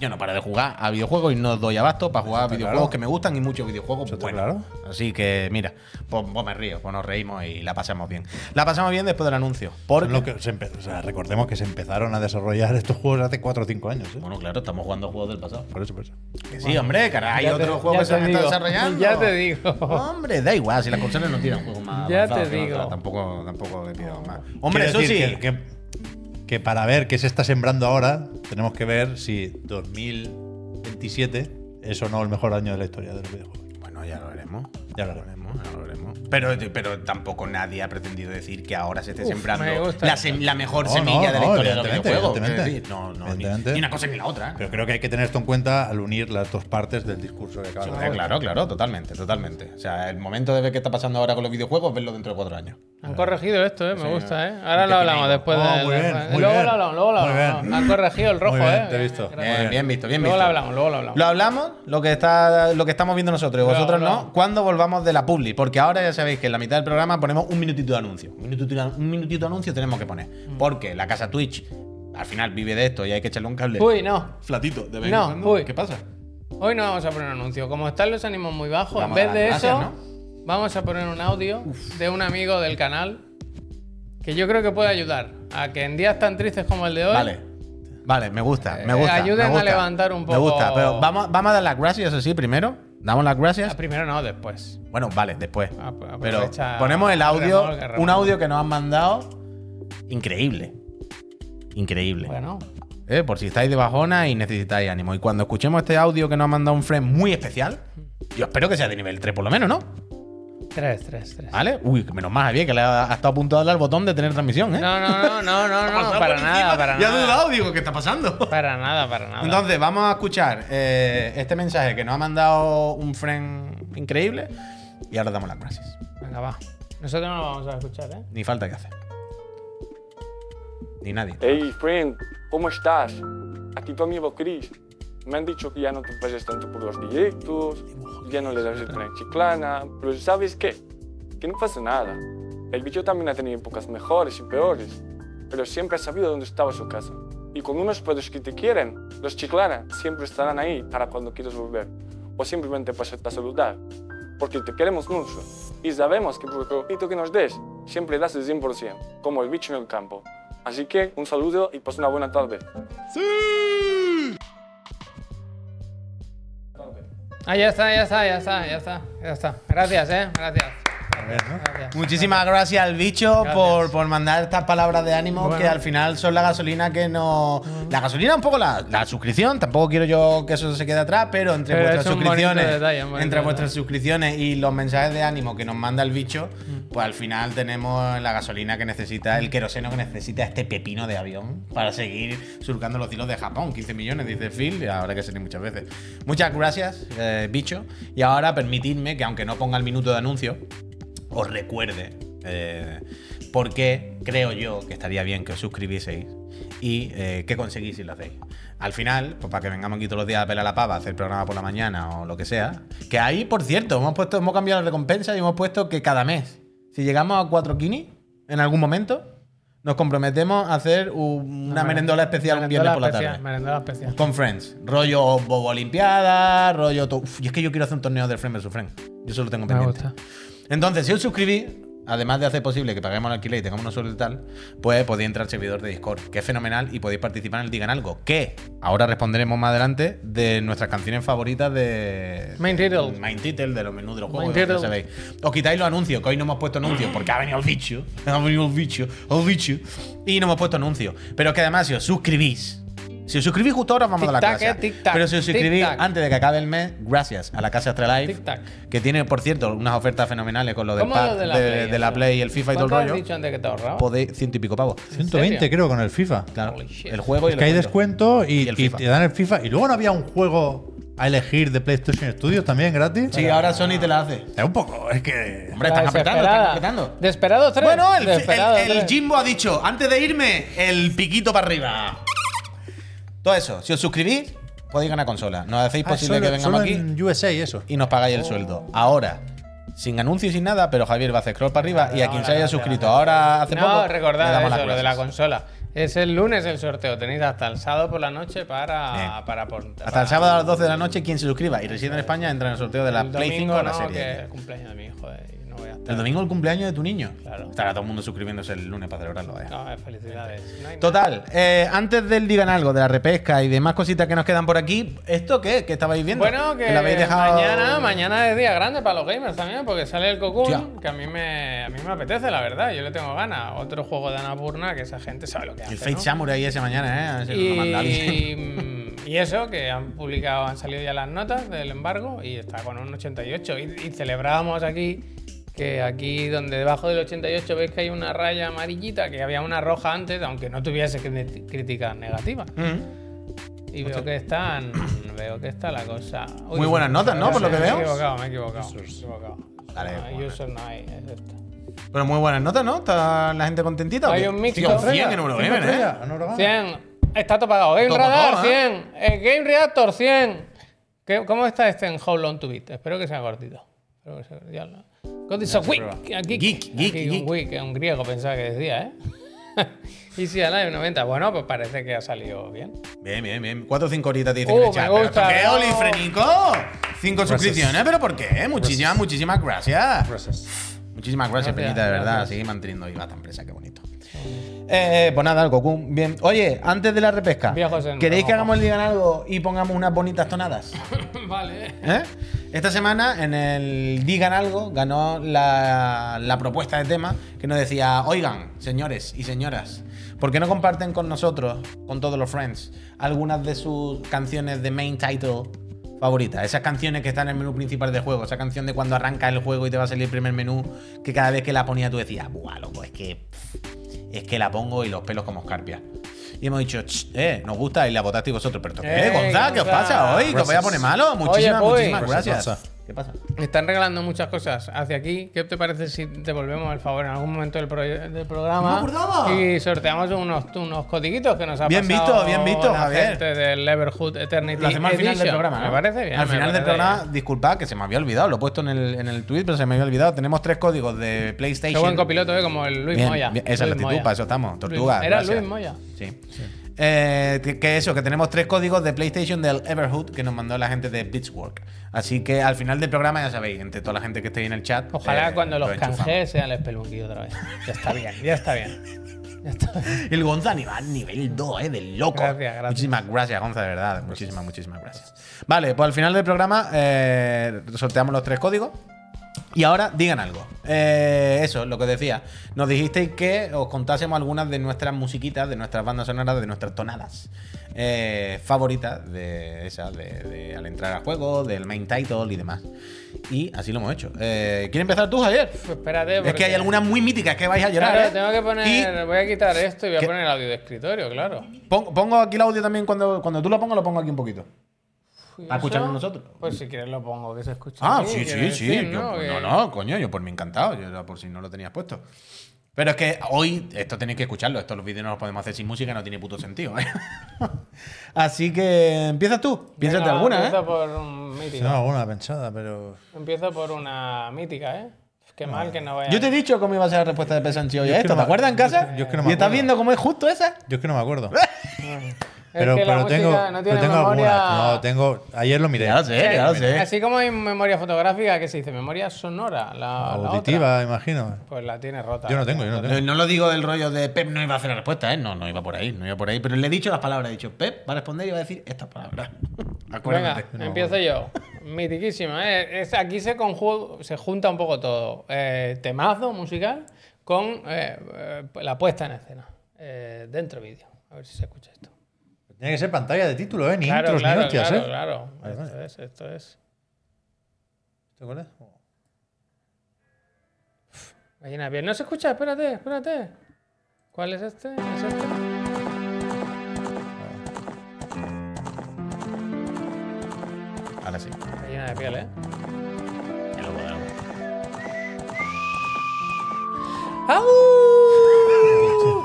A: yo no paro de jugar a videojuegos y no doy abasto para jugar a videojuegos
C: claro.
A: que me gustan y muchos videojuegos buenos.
C: claro.
A: Así que, mira, pues, pues me río, pues nos reímos y la pasamos bien. La pasamos bien después del anuncio.
C: Son
A: Porque,
C: lo que se empe- o sea, recordemos que se empezaron a desarrollar estos juegos hace 4 o 5 años. ¿eh?
A: bueno, claro, estamos jugando juegos del pasado.
C: Por eso, por eso.
A: Que sí, hombre, caray, hay
B: Ya te-
A: otros juegos
B: ya
A: que se
B: te
A: han estado
B: digo.
A: desarrollando.
B: Ya te digo.
A: Hombre, da igual, si las consolas no tiran juegos más.
B: Ya
A: avanzados
B: te
A: que otras,
B: digo.
A: Tampoco, tampoco le pido más. Hombre,
C: Quiero
A: eso sí.
C: decir Que, que- que para ver qué se está sembrando ahora, tenemos que ver si 2027 es o no el mejor año de la historia de los videojuegos.
A: Bueno, ya lo veremos.
C: Ya lo veremos.
A: veremos, ya lo veremos. Pero, pero tampoco nadie ha pretendido decir que ahora se esté
B: Uf,
A: sembrando
B: me gusta
A: la,
B: eso.
A: sem- la mejor
C: No,
A: semilla de
C: no,
A: la
C: no,
A: historia de los
C: evidentemente,
A: videojuegos. Quiero decir,
C: evidentemente.
A: No, no, ni,
C: Evidentemente.
A: ni una cosa ni la otra. ¿eh?
C: Pero creo que hay que tener esto en cuenta al unir las dos partes del discurso que acabas de
A: Hombre,
C: hacer.
A: claro, claro, totalmente, totalmente. O sea, el momento de ver qué está pasando ahora con los videojuegos, verlo dentro de cuatro años.
B: Han corregido esto, eh, me gusta, eh. Ahora
A: Y
B: lo
A: te
B: hablamos
A: critico.
B: después
C: Oh,
B: de.
C: muy bien, muy
B: luego
C: bien.
B: lo hablamos, luego lo
C: Muy
B: hablamos.
C: bien.
B: Han corregido el rojo,
C: Muy bien,
B: eh.
C: te he visto.
B: creo.
A: Bien, bien visto, bien
B: luego
A: visto.
B: lo hablamos, luego lo hablamos.
A: Lo hablamos, lo que está, lo que estamos viendo nosotros y
B: Claro,
A: vosotros
B: claro.
A: no, cuando volvamos de la publi, porque ahora ya sabéis que en la mitad del programa ponemos un minutito de anuncio. Un minutito, de- un minutito de anuncio tenemos que poner.
B: Mm.
A: Porque la casa Twitch al final vive de esto y hay que echarle un cable.
B: Uy, no.
A: Flatito, de vez
B: No,
A: en cuando.
B: uy.
A: ¿Qué pasa?
B: Hoy no vamos a poner un anuncio. Como están los ánimos muy bajos,
A: Vamos a
B: en vez
A: dar
B: de
A: gracias,
B: eso,
A: ¿no?
B: vamos a poner un audio de un amigo del canal que yo creo que puede ayudar a que en días tan tristes como el de hoy.
A: Vale. Vale, me gusta,
B: Eh,
A: me gusta. me
B: ayuden a
A: gusta.
B: levantar un
A: Me
B: poco-
A: gusta, pero vamos, vamos a dar las gracias, eso sí, primero. Damos las
B: Ah, pues,
A: gracias.
B: Primero no, después.
A: Bueno, vale, después.
B: Apro-
A: Pero
B: aprovecha
A: ponemos el audio,
B: remolque, remolque.
A: un audio que nos han mandado. Increíble. Increíble.
B: Bueno,
A: Eh, por si estáis de bajona y necesitáis ánimo. Y cuando escuchemos este audio que nos ha mandado un friend muy especial, yo espero que sea de nivel 3 por lo menos, ¿no?
B: tres, tres, tres.
A: ¿Vale? Uy, menos más, Javier, que le ha, ha estado a punto de darle al botón de tener transmisión, ¿eh?
B: No, no, no, no, no,
A: Ha pasado
B: no, para
A: por
B: nada,
A: encima.
B: para
A: Ya he
B: nada.
A: dudado, digo, ¿qué está pasando?
B: Para nada, para nada.
A: Entonces, vamos a escuchar eh, este mensaje que nos ha mandado un friend increíble y ahora damos las gracias.
B: Venga, va. Nosotros no lo vamos a escuchar, ¿eh?
A: Ni falta que hacer. Ni nadie.
F: Hey, friend, ¿cómo estás? Aquí tu amigo Chris. Me han dicho que ya no te pases tanto por los directos, ya no le das el plan chiclana, pero ¿sabes qué? Que no pasa nada. El bicho también ha tenido épocas mejores y peores, pero siempre ha sabido dónde estaba su casa. Y con unos pedos que te quieren, los chiclana siempre estarán ahí para cuando quieras volver, o simplemente pasarte a saludar, porque te queremos mucho y sabemos que por el poquito que nos des, siempre das el 100%, como el bicho en el campo. Así que un saludo y pasa una buena tarde.
B: Ah, ya está, ya está, ya está, ya está, ya está. Gracias, ¿eh? Gracias. Gracias.
A: Muchísimas gracias al bicho
B: Gracias.
A: por, por mandar estas palabras de ánimo
B: Bueno.
A: que al final son la gasolina que no. La gasolina, un poco la, la suscripción, tampoco quiero yo que eso se quede atrás, pero entre
B: Pero
A: vuestras
B: es un
A: suscripciones.
B: bonito detalle, un bonito
A: entre
B: detalle.
A: vuestras suscripciones y los mensajes de ánimo que nos manda el bicho,
B: Mm.
A: pues al final tenemos la gasolina que necesita, el queroseno que necesita este pepino de avión para seguir surcando los hilos de Japón. 15 millones, dice Phil, y habrá que salir muchas veces. Muchas gracias, eh, bicho. Y ahora permitidme que, aunque no ponga el minuto de anuncio, os recuerde eh, por qué creo yo que estaría bien que os suscribieseis y eh, qué conseguís si lo hacéis. Al final, pues para que vengamos aquí todos los días a pelar la pava, a hacer programa por la mañana o lo que sea. Que ahí, por cierto, hemos puesto, hemos cambiado la recompensa y hemos puesto que cada mes, si llegamos a 4 kini en algún momento, nos comprometemos a hacer un- una
B: Mere-
A: merendola especial un viernes
B: merendola
A: por la
B: especial,
A: tarde.
B: Merendola especial.
A: Con Friends. Rollo Bobo Olimpiada, rollo. to- Uf, y es que yo quiero hacer un torneo de Friend vs Friend. Yo solo tengo
B: Me
A: pendiente.
B: gusta.
A: Entonces, si os suscribís, además de hacer posible que paguemos el alquiler y tengamos una suerte y tal, pues podéis entrar al servidor de Discord, que es fenomenal y podéis participar en el Digan Algo, que ahora responderemos más adelante de nuestras canciones favoritas de...
B: Mind Riddle.
A: Mind Riddle, de los menús de los
B: Mind
A: juegos, ya
B: Riddle.
A: sabéis. Os quitáis los anuncios, que hoy no hemos puesto anuncios, porque ha venido el bicho, ha venido el bicho, el bicho, y no hemos puesto anuncios. Pero es que además, si os suscribís, si os suscribís justo ahora, os vamos a la
B: Tic-tac,
A: clase.
B: eh, tic-tac,
A: Pero si os suscribís
B: tic-tac.
A: antes de que acabe el mes, gracias a la Casa Astralife,
B: Tic-tac.
A: que tiene, por cierto, unas ofertas fenomenales con lo del
B: ¿Cómo lo
A: pack de,
B: Play,
A: de la
B: eso?
A: Play y el FIFA y todo el
B: ¿Cuánto has
A: rollo.
B: dicho antes que te ahorraba?
A: Podéis ciento y pico pavos.
C: 120 creo con el FIFA.
A: Claro.
B: Holy shit.
A: El juego y
C: Es que hay
A: el
C: descuento y,
A: Y el
C: y
A: FIFA.
C: te dan el FIFA. Y luego no había un juego a elegir de PlayStation Studios también gratis.
A: Sí, ahora Sony te la hace.
C: Es un poco, es que.
A: Hombre, están apretando,
B: La
A: están
B: desesperada.
A: apretando.
B: Desesperado 3.
A: Bueno, el,
B: Desesperado
A: el- el
B: tres.
A: Jimbo ha dicho, antes de irme, el piquito para arriba. Todo eso, si os suscribís, podéis ganar consola. Nos hacéis
C: Ah,
A: posible
C: solo-
A: que vengamos
C: solo
A: aquí
C: en USA y eso.
A: y nos pagáis
B: Oh.
A: el sueldo. Ahora, sin anuncios y sin nada, pero Javier va a hacer scroll para arriba y a quien se haya suscrito ahora hace poco.
B: Ah, No,
A: le
B: recordad
A: damos
B: eso,
A: las
B: lo de la
A: gracias.
B: consola. Es el lunes el sorteo. Tenéis hasta el sábado por la noche para.
A: Bien.
B: para por-
A: Hasta
B: para-
A: el sábado a las 12 de la noche, quien se suscriba y reside en España entra en el sorteo de la
B: Ah. el
A: Play
B: domingo
A: 5 o la
B: no,
A: serie.
B: que es el cumpleaños de mi hijo. eh, y no voy a estar.
A: El domingo el cumpleaños de tu niño.
B: Claro.
A: Estará todo el mundo suscribiéndose el lunes para celebrarlo. vaya.
B: No, eh, felicidades. No hay
A: Total, eh, antes del digan algo de la repesca y demás cositas que nos quedan por aquí, ¿esto qué? ¿Qué estabais viendo?
B: Bueno, que
A: lo habéis dejado.
B: mañana, mañana es día grande para los gamers también, porque sale el Cocoon,
A: Hostia.
B: que a mí, me, a mí me apetece, la verdad, yo le tengo ganas. Otro juego de Annapurna que esa gente sabe lo que hace,
A: El Fate
B: ¿no?
A: Samurai ese mañana, ¿eh? A ver si nos lo manda alguien.
B: Y, mm, y eso, que han publicado, han salido ya las notas del embargo y está con un 88. Y, y celebrábamos aquí que aquí donde debajo del 88 veis que hay una raya amarillita, que había una roja antes, aunque no tuviese cri- críticas negativas.
A: Mm.
B: Y veo que están. Veo que está la cosa. Uy,
A: Muy buenas notas, ¿no?
B: me-
A: Por lo que
B: me he
A: veo.
B: equivocado, me he equivocado. Me he equivocado.
A: Dale, pues.
B: Ah,
A: bueno.
B: user no hay, es esta.
A: Pero muy buenas notas, ¿no? ¿Está la gente contentita? o
B: Hay
A: qué?
B: un mixto.
A: Tío, 100 en
C: Cinco
A: Euro Gamer, ¿eh?
C: estrellas, en Orogama.
B: 100. Está todo pagado. Game
A: Todo
B: Radar,
A: pagado,
B: 100. Eh, Game Reactor, 100. ¿Qué- ¿Cómo está este en How Long to Beat? Espero que sea cortito. Espero que sea ya lo- God is a week. A geek.
A: Geek,
B: A
A: geek,
B: geek,
A: geek.
B: Un week, un griego pensaba que decía, ¿eh? y si Alive 90. Bueno, pues parece que ha salido bien.
A: Bien, bien, bien. 4 o 5 horitas te dicen
B: Uh,
A: en el
B: me
A: chat. ¿Pero
B: gusta,
A: ¿Qué,
B: bravo.
A: Olifrenico? 5 suscripciones, ¿pero por qué? Muchísimas, muchísimas gracias. Muchísimas gracias,
B: Gracias,
A: Peñita, de verdad.
B: gracias.
A: Seguí manteniendo viva esta empresa, qué bonito. Eh, eh, pues nada, el Cocoon, bien. Oye, antes de la repesca,
B: Viejos en
A: ¿queréis que
B: rojo.
A: hagamos el digan algo y pongamos unas bonitas tonadas?
B: vale.
A: ¿Eh? Esta semana en el Digan Algo ganó la, la propuesta de tema que nos decía, oigan, señores y señoras, ¿por qué no comparten con nosotros, con todos los friends, algunas de sus canciones de main title favoritas? Esas canciones que están en el menú principal del juego, esa canción de cuando arranca el juego y te va a salir el primer menú, que cada vez que la ponía tú decías, buah, loco, es que, es que la pongo y los pelos como escarpia. Y hemos dicho, "Ch, eh, nos gusta y la votasteis vosotros, pero ¿esto ¿qué?
B: Eh,
A: Gonza, ¿qué os
B: Gonza.
A: pasa hoy? ¿Que os voy a
C: Gracias.
A: poner malo? Muchísimas,
B: Puy.
A: muchísimas
C: Gracias,
A: gracias.
C: Gonza.
A: ¿Qué pasa?
B: Me Están regalando muchas cosas hacia aquí. ¿Qué te parece si devolvemos el favor en algún momento del, pro- del programa?
A: No me acordaba.
B: y sorteamos unos, unos codiguitos que nos ha
A: Bien
B: pasado
A: visto, bien visto,
B: la
A: Javier.
B: gente del Leverhood Eternity.
A: Lo hacemos al final del
B: Edition.
A: programa. ¿no?
B: Me parece bien.
A: Al
B: me
A: final del
B: parece
A: programa,
B: bien.
A: disculpad que se me había olvidado, lo he puesto en el, en el tweet, pero se me había olvidado. Tenemos tres códigos de
B: Qué
A: PlayStation.
B: buen copiloto, ¿eh? como el Luis
A: Bien,
B: Moya.
A: bien, esa es
B: Luis
A: la actitud,
B: Moya.
A: para eso estamos.
B: Luis-
A: Tortuga.
B: Era
A: gracias.
B: Luis Moya.
A: Sí. Eh, que- que eso, que tenemos tres códigos de PlayStation del Everhood que nos mandó la gente de Beachwork. Así que al final del programa, ya sabéis, entre toda la gente que esté ahí en el chat.
B: Ojalá
A: eh,
B: cuando
A: lo
B: los
A: enchufamos.
B: canjees sean el espelunquillo otra vez. Ya está bien, ya está bien. Ya está bien.
A: El Gonza ni- va al nivel 2, ¿eh? Del loco.
B: Gracias, gracias.
A: Muchísimas gracias, Gonza, de verdad. Muchísimas, muchísimas gracias. Vale, pues al final del programa eh, sorteamos los tres códigos. Y ahora digan algo. Eh, eso, lo que os decía. Nos dijisteis que os contásemos algunas de nuestras musiquitas, de nuestras bandas sonoras, de nuestras tonadas eh, favoritas de esas, de, de al entrar al juego, del main title y demás. Y así lo hemos hecho. Eh, ¿Quieres empezar tú, Javier?
B: Pues espérate.
A: Es que
B: porque-
A: hay algunas muy míticas que vais a llorar.
B: Claro,
A: ¿eh?
B: tengo que
A: Y
B: poner. Voy a quitar esto y voy
A: ¿Qué?
B: a poner el audio de escritorio, claro.
A: Pon- pongo aquí el audio también cuando, cuando tú lo pongas, lo pongo aquí un poquito.
B: ¿Y
A: ¿Para
B: eso?
A: escucharlo nosotros?
B: Pues si quieres lo pongo, que se escuche.
A: Ah,
B: aquí,
A: sí, sí,
B: quiero
A: sí.
B: decir,
A: yo- pues, no,
B: Que-
A: no, coño, yo por mí encantado. Yo era por si no lo tenías puesto. Pero es que hoy esto tenéis que escucharlo. Estos los vídeos no los podemos hacer sin música, no tiene puto sentido. ¿eh? Así que empiezas Eh, tú. Piénsate
B: Venga,
A: alguna,
B: Empieza
A: ¿eh?
B: por un mítico.
C: No, alguna pensada, pero.
B: Empieza por una mítica, ¿eh? Qué mal que no vaya.
A: Yo te he dicho cómo iba a ser la respuesta de Pesanchi hoy a
C: es que
A: esto.
C: no
A: ¿Te
C: me-
A: acuerdas en casa?
C: yo es que no me
A: ¿Y estás
C: acuerdo.
A: viendo cómo es justo esa?
C: Yo es que no me acuerdo. Pero,
B: que la
C: pero
B: música
C: tengo,
B: no tiene
C: pero tengo
B: memoria. Eh,
C: algunas. No, tengo. Ayer lo miré.
D: Ya lo sé, ya lo sé.
B: Así como hay memoria fotográfica que se dice memoria sonora, la, la otra,
C: Ah, Auditiva, imagino.
B: pues la tiene rota.
C: Yo no tengo, yo no tengo.
D: No, no lo digo del rollo de Pep no iba a hacer la respuesta, ¿eh? No, no iba por ahí, no iba por ahí. Pero le he dicho las palabras, he dicho, Pep va a responder y va a decir estas palabras.
B: Venga,
D: Acuérdate.
B: empiezo yo. Mitiquísima. ¿eh? Es- aquí se, conju- se junta un poco todo. Eh, temazo musical con eh, eh, la puesta en escena. Eh, dentro vídeo. A ver si se escucha esto.
C: Tiene que ser pantalla de título, ¿eh? Ni
B: claro,
C: intros,
B: claro,
C: ni hostias,
B: claro,
C: ¿eh?
B: claro.
C: Vale,
B: esto
C: vale.
B: es, esto es.
C: ¿Te acuerdas?
B: Gallina bien. No se escucha, espérate, espérate. ¿Cuál es este? ¿Es este?
D: Ahora sí.
B: Gallina de piel, ¿eh?
D: Ya lo puedo, ya lo puedo.
B: ¡Au!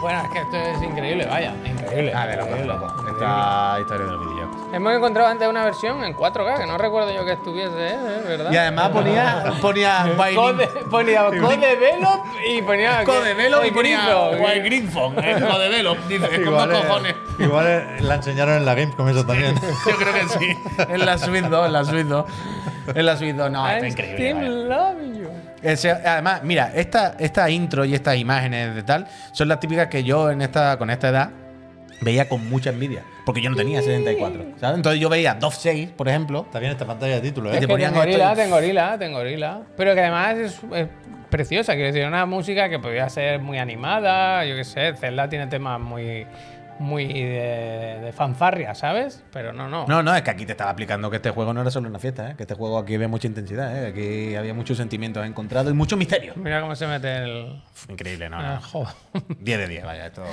B: Bueno, es que esto es increíble, vaya. Increíble.
D: Ah, de loco, de
B: increíble,
D: loco.
B: increíble.
D: Esta historia de los videojuegos.
B: Hemos encontrado antes una versión en 4K, que no recuerdo yo que estuviese, ¿eh? ¿verdad?
D: Y además pues, ponía, ponía
B: Code,
D: Wine
B: ponía Codevelop y ponía.
D: Codevelo y ponía
B: Grifo,
D: Wine Greenfong. eh, Codevelo, dice, con dos
C: Igual, eh,
D: cojones.
C: igual, eh, la enseñaron en la Gamescom eso también.
D: Yo creo que sí. En la Suite 2, en la Suite 2. En la Suite 2, no,
B: I'm
D: Ah, está increíble.
B: still
D: vaya.
B: loving you.
D: Ese- eh, además, mira, esta, esta intro y estas imágenes de tal son las típicas que yo en esta, con esta edad veía con mucha envidia. Porque yo no tenía 74, ¿sabes? Entonces yo veía 2.6, por ejemplo.
C: Está bien esta pantalla de título,
D: Es
C: ¿eh?
D: que-
B: Que
D: ponían
B: tengo
D: esto
B: gorila,
D: y-
B: tengo gorila, tengo gorila. Pero que además es, es preciosa, quiero decir, una música que podría ser muy animada, yo qué sé, Zelda tiene temas muy, muy de, de fanfarria, ¿sabes? Pero no, no.
D: No, no, es que aquí te estaba aplicando que este juego no era solo una fiesta, ¿eh? que este juego aquí había mucha intensidad, ¿eh? aquí había muchos sentimientos encontrados y mucho misterio.
B: Mira cómo se mete el.
D: Uf, Increíble, no,
B: Ah,
D: no.
B: joder.
D: 10 de 10, vaya, esto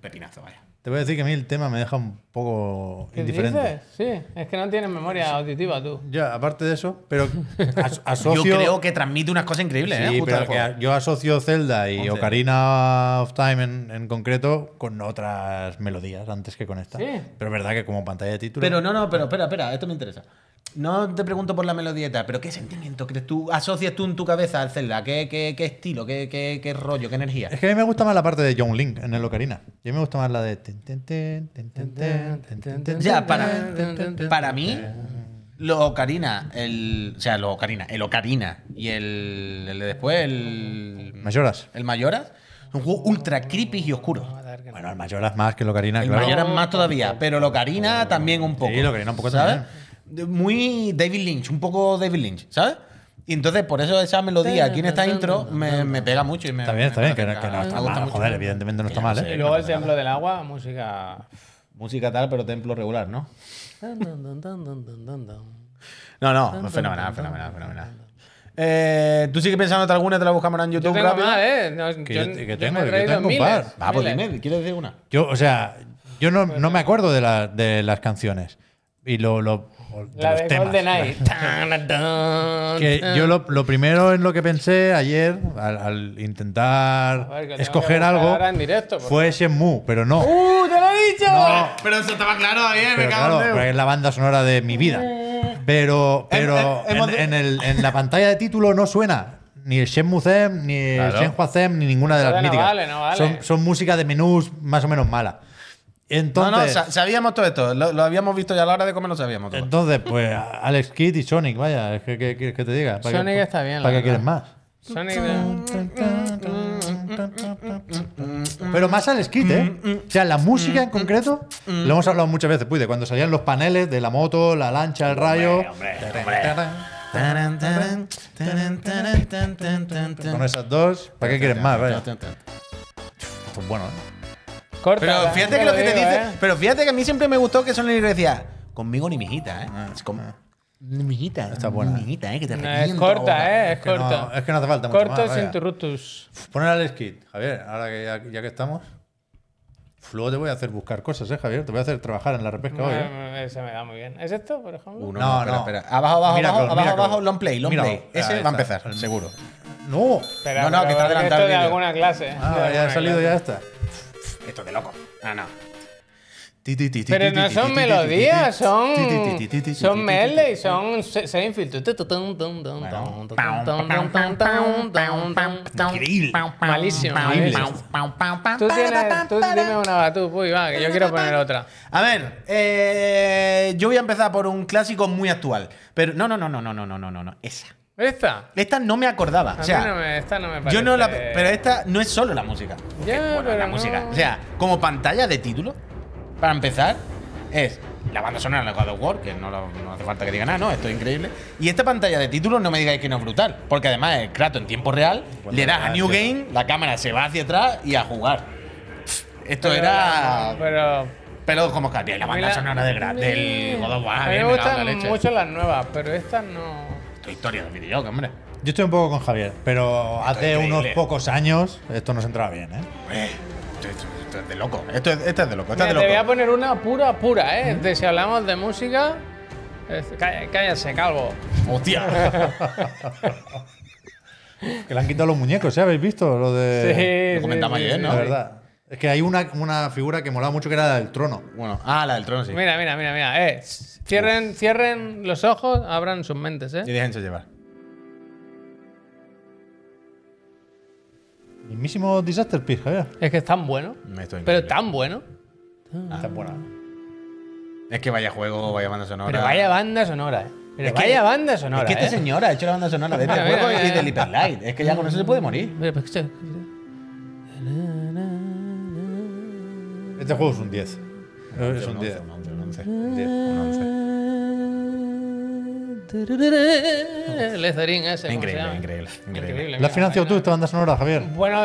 D: pepinazo, vaya.
C: Te voy a decir que a mí el tema me deja un poco
B: ¿Qué
C: indiferente.
B: dices? Sí, es que no tienes memoria auditiva tú.
C: Ya, aparte de eso, pero as-
D: Yo
C: asocio.
D: creo que transmite unas cosas increíbles, ¿eh?
C: Sí,
D: Justo
C: pero
D: al
C: que
D: juego.
C: a- yo asocio Zelda y
D: Once.
C: Ocarina of Time en, en concreto con otras melodías antes que con esta.
B: Sí.
C: Pero es verdad que como pantalla de título.
D: Pero no, no, pero espera, espera, esto me interesa. No te pregunto por la melodieta, pero ¿qué sentimiento crees tú? ¿Asocias tú en tu cabeza al Zelda? ¿Qué, qué, qué estilo? ¿Qué, qué, qué rollo? ¿Qué energía?
C: Es que a mí me gusta más la parte de John Link en el Ocarina. Y a mí me gusta más la de. ten, ten, ten, ten, ten, ten, ten, ten, ten,
D: Ya,
C: ten,
D: para,
C: ten, ten, ten.
D: para mí, los Ocarina, el. O sea, los Ocarina, el Ocarina y el, el de después, el.
C: Mayoras.
D: El Mayoras, son juegos ultra creepy y oscuros.
C: Bueno, el Mayoras más que el Ocarina,
D: El
C: claro. Oh.
D: Mayoras más todavía, pero el Ocarina también un poco.
C: Sí, el Ocarina un poco
D: ¿sabes? Muy David Lynch, un poco David Lynch, ¿sabes? Y entonces, por eso esa melodía aquí en esta intro me, me pega mucho y me.
C: Está bien, está
D: me
C: bien, que, no-
D: parece
C: que no
D: me
C: está
D: gusta
C: mal.
D: mucho.
C: Joder, evidentemente no está
D: Ya
C: mal,
D: lo
B: Y
D: sé.
C: ¿eh?
B: luego el templo del agua, música.
D: Música tal, pero templo regular, ¿no? No, no, fenomenal, fenomenal, fenomenal. Eh, ¿Tú sigues pensando en alguna? Te la buscamos ahora en
B: Yo
D: YouTube
B: tengo
D: rápido.
B: más, ¿eh? No,
C: Que
B: yo,
C: yo- que
B: yo
C: tengo,
B: me he
C: que
B: traído
C: tengo un
B: miles,
C: par. Ah,
D: Va, pues
B: miles.
D: dime, ¿quieres decir una?
C: Yo, o sea, yo no, no me acuerdo de, la- de las canciones. Y lo. lo o de
B: La
C: los
B: de
C: temas.
B: GoldenEye. Tan, tan,
C: Que
B: tan.
C: yo lo, lo primero en lo que pensé ayer, al, al intentar
B: A ver, que tengo que
C: escoger
B: buscar
C: algo,
B: ahora en directo, por
C: fue Shenmue, pero no.
B: ¡Uh, te lo he dicho!
C: No,
D: Pero eso estaba claro, bien,
C: pero claro, porque es la banda sonora de mi vida. Pero, pero
D: Hem- hem- hemos
C: en,
D: de-
C: en el- en la pantalla de título no suena ni el Shenmue Zem, ni el
D: Claro.
C: Shenhua Zem, ni ninguna de las
B: Entonces no
C: míticas.
B: vale, no vale.
C: Son, son música de menús más o menos mala.
D: No, no,
C: Entonces,
D: sa- sabíamos todo esto. Lo, lo habíamos visto ya a la hora de comer, lo sabíamos todo.
C: entonces pues Alex Kidd y Sonic, vaya, es que, que, que- que te diga. ¿Para
B: Sonic
C: qué-
B: está bien, la
C: ¿Para qué
B: verdad.
C: quieres más?
B: Sonic de-
C: Pero más al skit, ¿eh? O sea, la música en concreto, lo hemos hablado muchas veces, pues, de cuando salían los paneles de la moto, la lancha, el rayo.
D: Taran, taran, taran, taran, tan, tan, tan, tan.
C: Con esas dos, ¿para qué quieres más? Vaya. Esto es bueno, ¿eh?
B: Corta,
D: Pero
B: la-
D: fíjate que lo que te
B: digo,
D: dice.
B: ¿eh?
D: Pero fíjate que a mí siempre me gustó que Sonic decía: Conmigo ni mijita, ¿eh?
C: Ah,
D: Es como. Ni mijita. Está
C: buena.
D: Ni mijita, ¿eh? Que te
B: No,
D: reviento
B: es
D: ahora".
B: corta, ¿eh? Es
C: que no-
B: corta.
C: es que no hace falta mucho más,
B: Cortos
C: vaya.
B: interruptus.
C: Poner al skit, Javier, ahora que ya, ya que estamos. Luego te voy a hacer buscar cosas, ¿eh, Javier? Te voy a hacer trabajar en la repesca hoy. ¿eh?
B: Eh, Se me da muy bien. ¿Es esto, por ejemplo?
D: Uno,
C: No,
D: no, espera,
C: no.
D: espera. Abajo, abajo,
C: Miracle,
D: abajo, abajo,
C: Miracle.
D: abajo, long play, long
C: Miracle.
D: play. Ese
C: Ahí
D: va a
C: está.
D: empezar, seguro.
B: Espera, espera,
C: ¡No!
D: No, no, que está
B: porque
D: adelantado
B: esto
D: el
B: de
D: vídeo.
B: alguna clase.
C: Ah, ya ha salido ya esta.
D: Esto es de loco. Ah, no.
C: Ti, ti, ti, ti,
B: Pero
C: ti,
B: no
C: ti,
B: son
C: ti, ti, ti,
B: melodías,
C: ti, ti, ti, ti, ti, ti, ti,
B: son. Son
C: ti,
B: medley,
C: ti, ti,
B: son se- Seinfeld.
C: Increíble.
B: Malísimo, malísimo. Tú, tienes, tú dime una batú, puy, va, que yo quiero poner otra.
D: A ver, eh, yo voy a empezar por un clásico muy actual. Pero no, no, no, no, no, no, no, no, no, no. Esa.
B: ¿Esta?
D: Esta no me acordaba.
B: A
D: O
B: mí no
D: sea,
B: me, esta no me parece.
D: yo no la. Pero esta no es solo la música.
B: Ya,
D: Porque, bueno,
B: pero
D: la
B: no.
D: música. O sea, como pantalla de título, para empezar, es la banda sonora de God of War, que no, lo- no hace falta que diga nada, ¿no? Esto es increíble. Y esta pantalla de título no me digáis que no es brutal. Porque además el Kratos en tiempo real, le das a New Game, la cámara se va hacia atrás y a jugar. Pff, Esto
B: Pero-
D: era.
B: Pero.
D: Pero como cambia la banda
B: mira,
D: sonora de Gra- del God of War.
B: Mm. A mí me
D: bien, me cago en la
B: gustan
D: leche.
B: mucho las nuevas, pero estas no.
D: Esto es historia del videojuego, hombre.
C: Yo estoy un poco con Javier, pero hace
D: increíble.
C: unos pocos años esto nos entraba bien, ¿eh?
D: Hombre, Esto, esto- esto es de loco. Esto es, esto es de loco. Esto
B: Mira,
D: es de
B: te voy a
D: loco.
B: poner una pura, pura, ¿eh? De si hablamos de música. es- calla- Cállase, calvo.
D: Hostia.
C: Que le han quitado los muñecos, ¿eh? ¿Habéis visto? Lo de.
D: lo comentamos ayer, ¿no?
C: La verdad. Es que hay una, una figura que molaba mucho que era la del trono.
D: bueno, ah, la del trono, sí.
B: Mira, mira, mira, mira. Eh, cierren, cierren los ojos, abran sus mentes,
D: Y
B: ¿eh?
D: déjense llevar.
C: Mismísimo Disaster Piece, Javier.
B: Es que es tan bueno.
D: Esto es
B: Pero
D: increíble.
B: tan bueno.
C: Está buena.
D: Es que vaya juego, vaya banda sonora.
B: Pero vaya banda sonora, ¿eh? Pero
D: Es que-
B: vaya banda sonora.
D: Es que esta
B: ¿eh?
D: señora ha hecho la banda sonora de este
B: Mira, mira,
D: juego y
B: mira.
D: del Hyper Light. Es que ya con eso se puede morir.
B: Mira, pues, escucha.
C: Este juego es un 10. Es un 10.
D: Un 11, un 11, un 10, un 11.
B: Lezerín ese. ¿cómo se
D: Increíble,
B: llama?
D: increíble, increíble.
B: Increíble,
C: ¿La
B: mira,
C: has financiado tú
B: bueno.
C: esta banda sonora, Javier?
B: Bueno,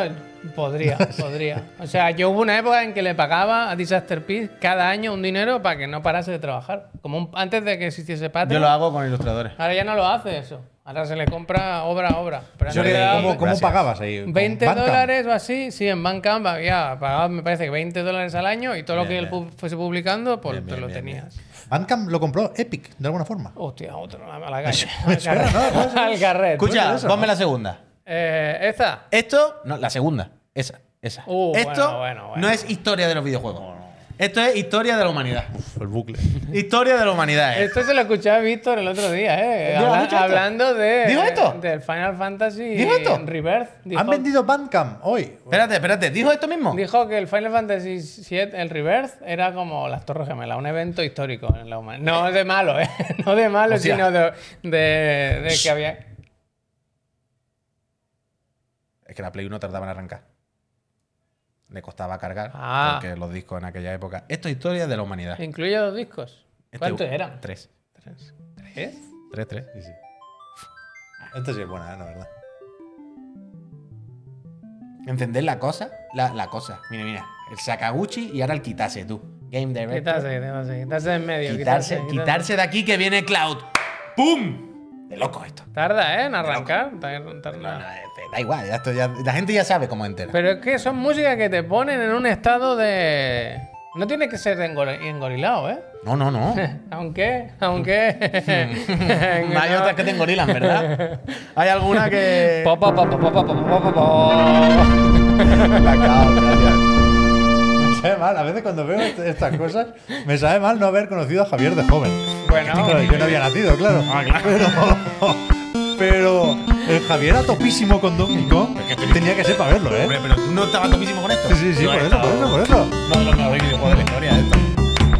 B: podría, podría. O sea, yo hubo una época en que le pagaba a Disaster Piece cada año un dinero para que no parase de trabajar. Como un- antes de que existiese
D: Yo
B: Patreon.
D: lo hago con ilustradores.
B: Ahora ya no lo hace eso. Ahora se le compra obra a obra. Pero
C: Yo
B: antes
C: le-
B: era
C: ¿Cómo, cómo
D: Gracias.
C: pagabas ahí? ¿Con
B: 20
C: Bandcamp?
B: dólares o así, sí, en Bandcamp había pagado, me parece que 20 dólares al año y todo lo que
D: Bien,
B: él pu- fuese publicando, pues te lo tenías.
C: Bandcamp lo compró Epic, de alguna forma.
B: Hostia, otro a la calle. Al carret. Al carret.
D: Escucha,
C: eso,
D: ponme la segunda.
B: Eh, esta.
D: Esto, no, la segunda. Esa, esa.
B: Uh,
D: Esto
B: bueno, bueno, bueno.
D: no es historia de los videojuegos. Esto es historia de la humanidad.
C: El bucle.
D: historia de la humanidad. eh.
B: Esto se lo escuché a Víctor el otro día, ¿eh?
D: ¿Digo
B: Habla-
D: esto?
B: hablando de,
D: ¿Digo esto?
B: del Final Fantasy
D: ¿Digo esto?
B: Rebirth. Dijo,
C: Han vendido Bandcamp hoy.
D: Espérate, espérate. ¿Dijo esto mismo?
B: dijo que el Final Fantasy VII, el Rebirth, era como las Torres Gemelas, un evento histórico en la humanidad. No de malo, ¿eh? No de malo,
D: Hostia.
B: sino de, de, de que había.
D: Es que la Play 1 tardaba en arrancar. Le costaba cargar.
B: Ah.
D: Porque los discos en aquella época. Esto es historia de la humanidad.
B: Incluye dos discos.
D: Este-
B: ¿Cuántos eran?
D: Tres.
B: Tres. ¿Tres?
D: Tres, tres.
C: Sí, sí. Esta sí es buena, eh, la verdad.
D: Encender la cosa. La, la cosa. Mira, mira. El Sakaguchi y ahora el Kitase, tú. Game Director.
B: Quitarse, quitarse, quitarse de en medio.
D: Quitarse,
B: quitarse,
D: quitarse de aquí que viene Cloud. ¡Pum! De loco esto.
B: Tarda, ¿eh? En arrancar. tar- tar-
D: No, no, eh, da igual. ya esto ya- la gente ya sabe cómo entera.
B: Pero es que son músicas que te ponen en un estado de. No tiene que ser de engor- engorilado, ¿eh?
D: No, no, no.
B: Aunque, aunque.
D: Hay otras que te engorilan, ¿verdad? Hay alguna que.
B: Po, po, po, po, po, po, po, po, po, po.
C: La cago, gracias. Me sabe mal, a veces cuando veo est- estas cosas, me sabe mal no haber conocido a Javier de joven.
B: Bueno.
C: Claro, yo no había nacido, Ah, claro. Pero, pero el Javier a topísimo con Donkey Kong tenía que ser para verlo,
D: Hombre,
C: ¿eh?
D: pero tú no estabas topísimo con esto.
C: Sí, sí, sí,
D: Yo
C: por
D: he
C: eso, por
D: estado-
C: eso, por eso.
D: No de los mejores videojuegos de la historia, esto.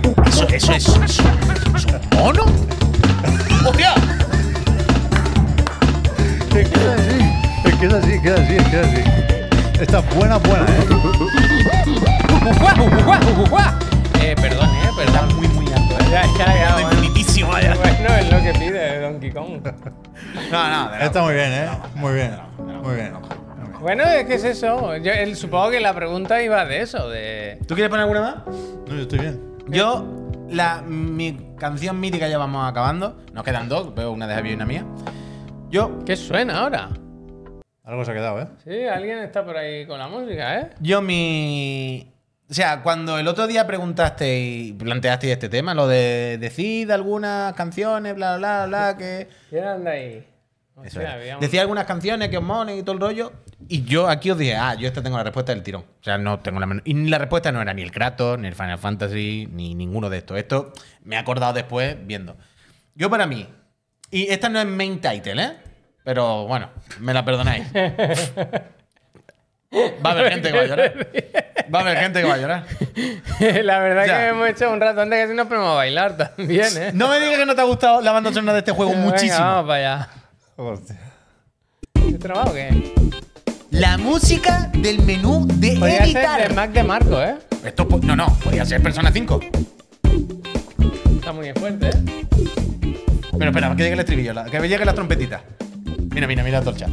D: Uh, ¿Eso, eso es, es, es un mono? ¡Hostia!
C: Es que es así, es que es así, es que es así, es que es así. Esta es buena, buena, ¿eh?
B: Ujuá, ujuá, ujuá. Eh, perdón, ¿eh? Perdón.
D: Muy, muy alto, ¿eh?
B: Ya, ya, ya. Bueno,
D: Infinitísimo, vaya.
B: Bueno, es lo que pide Donkey Kong.
D: No, no, de
C: Está
D: loco.
C: muy bien, ¿eh? Muy bien, muy bien.
B: Bueno, es que es eso. Yo, él- supongo que la pregunta iba de eso, de.
D: ¿Tú quieres poner alguna más?
C: No, yo estoy bien.
D: Yo, la, mi canción mítica ya vamos acabando. Nos quedan dos, veo una de Javier y una mía. Yo,
B: ¿Qué suena ahora?
C: Algo se ha quedado, ¿eh?
B: Sí, alguien está por ahí con la música, ¿eh?
D: yo mi... O sea, cuando el otro día preguntaste y planteaste este tema, lo de decir algunas canciones, bla, bla, bla, bla, que...
B: ¿Quién anda ahí?
D: Eso
B: Hostia,
D: era.
B: había un-
D: Decía algunas canciones que os molen y todo el rollo. Y yo aquí os dije, ah, yo esta tengo la respuesta del tirón. O sea, no tengo la menor- Y la respuesta no era ni el Kratos, ni el Final Fantasy, ni ninguno de estos. Esto me he acordado después viendo. Yo para mí, y esta no es main title, ¿eh? Pero bueno, me la perdonáis. Va a haber gente que va a llorar. Va a haber gente que va a llorar.
B: La verdad
D: Ya.
B: que hemos hecho un rato antes que si nos ponemos a bailar también, ¿eh?
D: No me digas que no te ha gustado la banda sonora de este juego
B: Venga,
D: muchísimo.
B: vamos para allá. ¿Qué trabajo o qué?
D: La música del menú de
B: Podría ser
D: editar.
B: de Mac de Marco, ¿eh?
D: Esto, po- no, no, podría ser Persona 5.
B: Está muy fuerte, ¿eh?
D: Pero espera, que llegue el estribillo, la- que llegue la trompetita. Mira, mira, mira la torcha.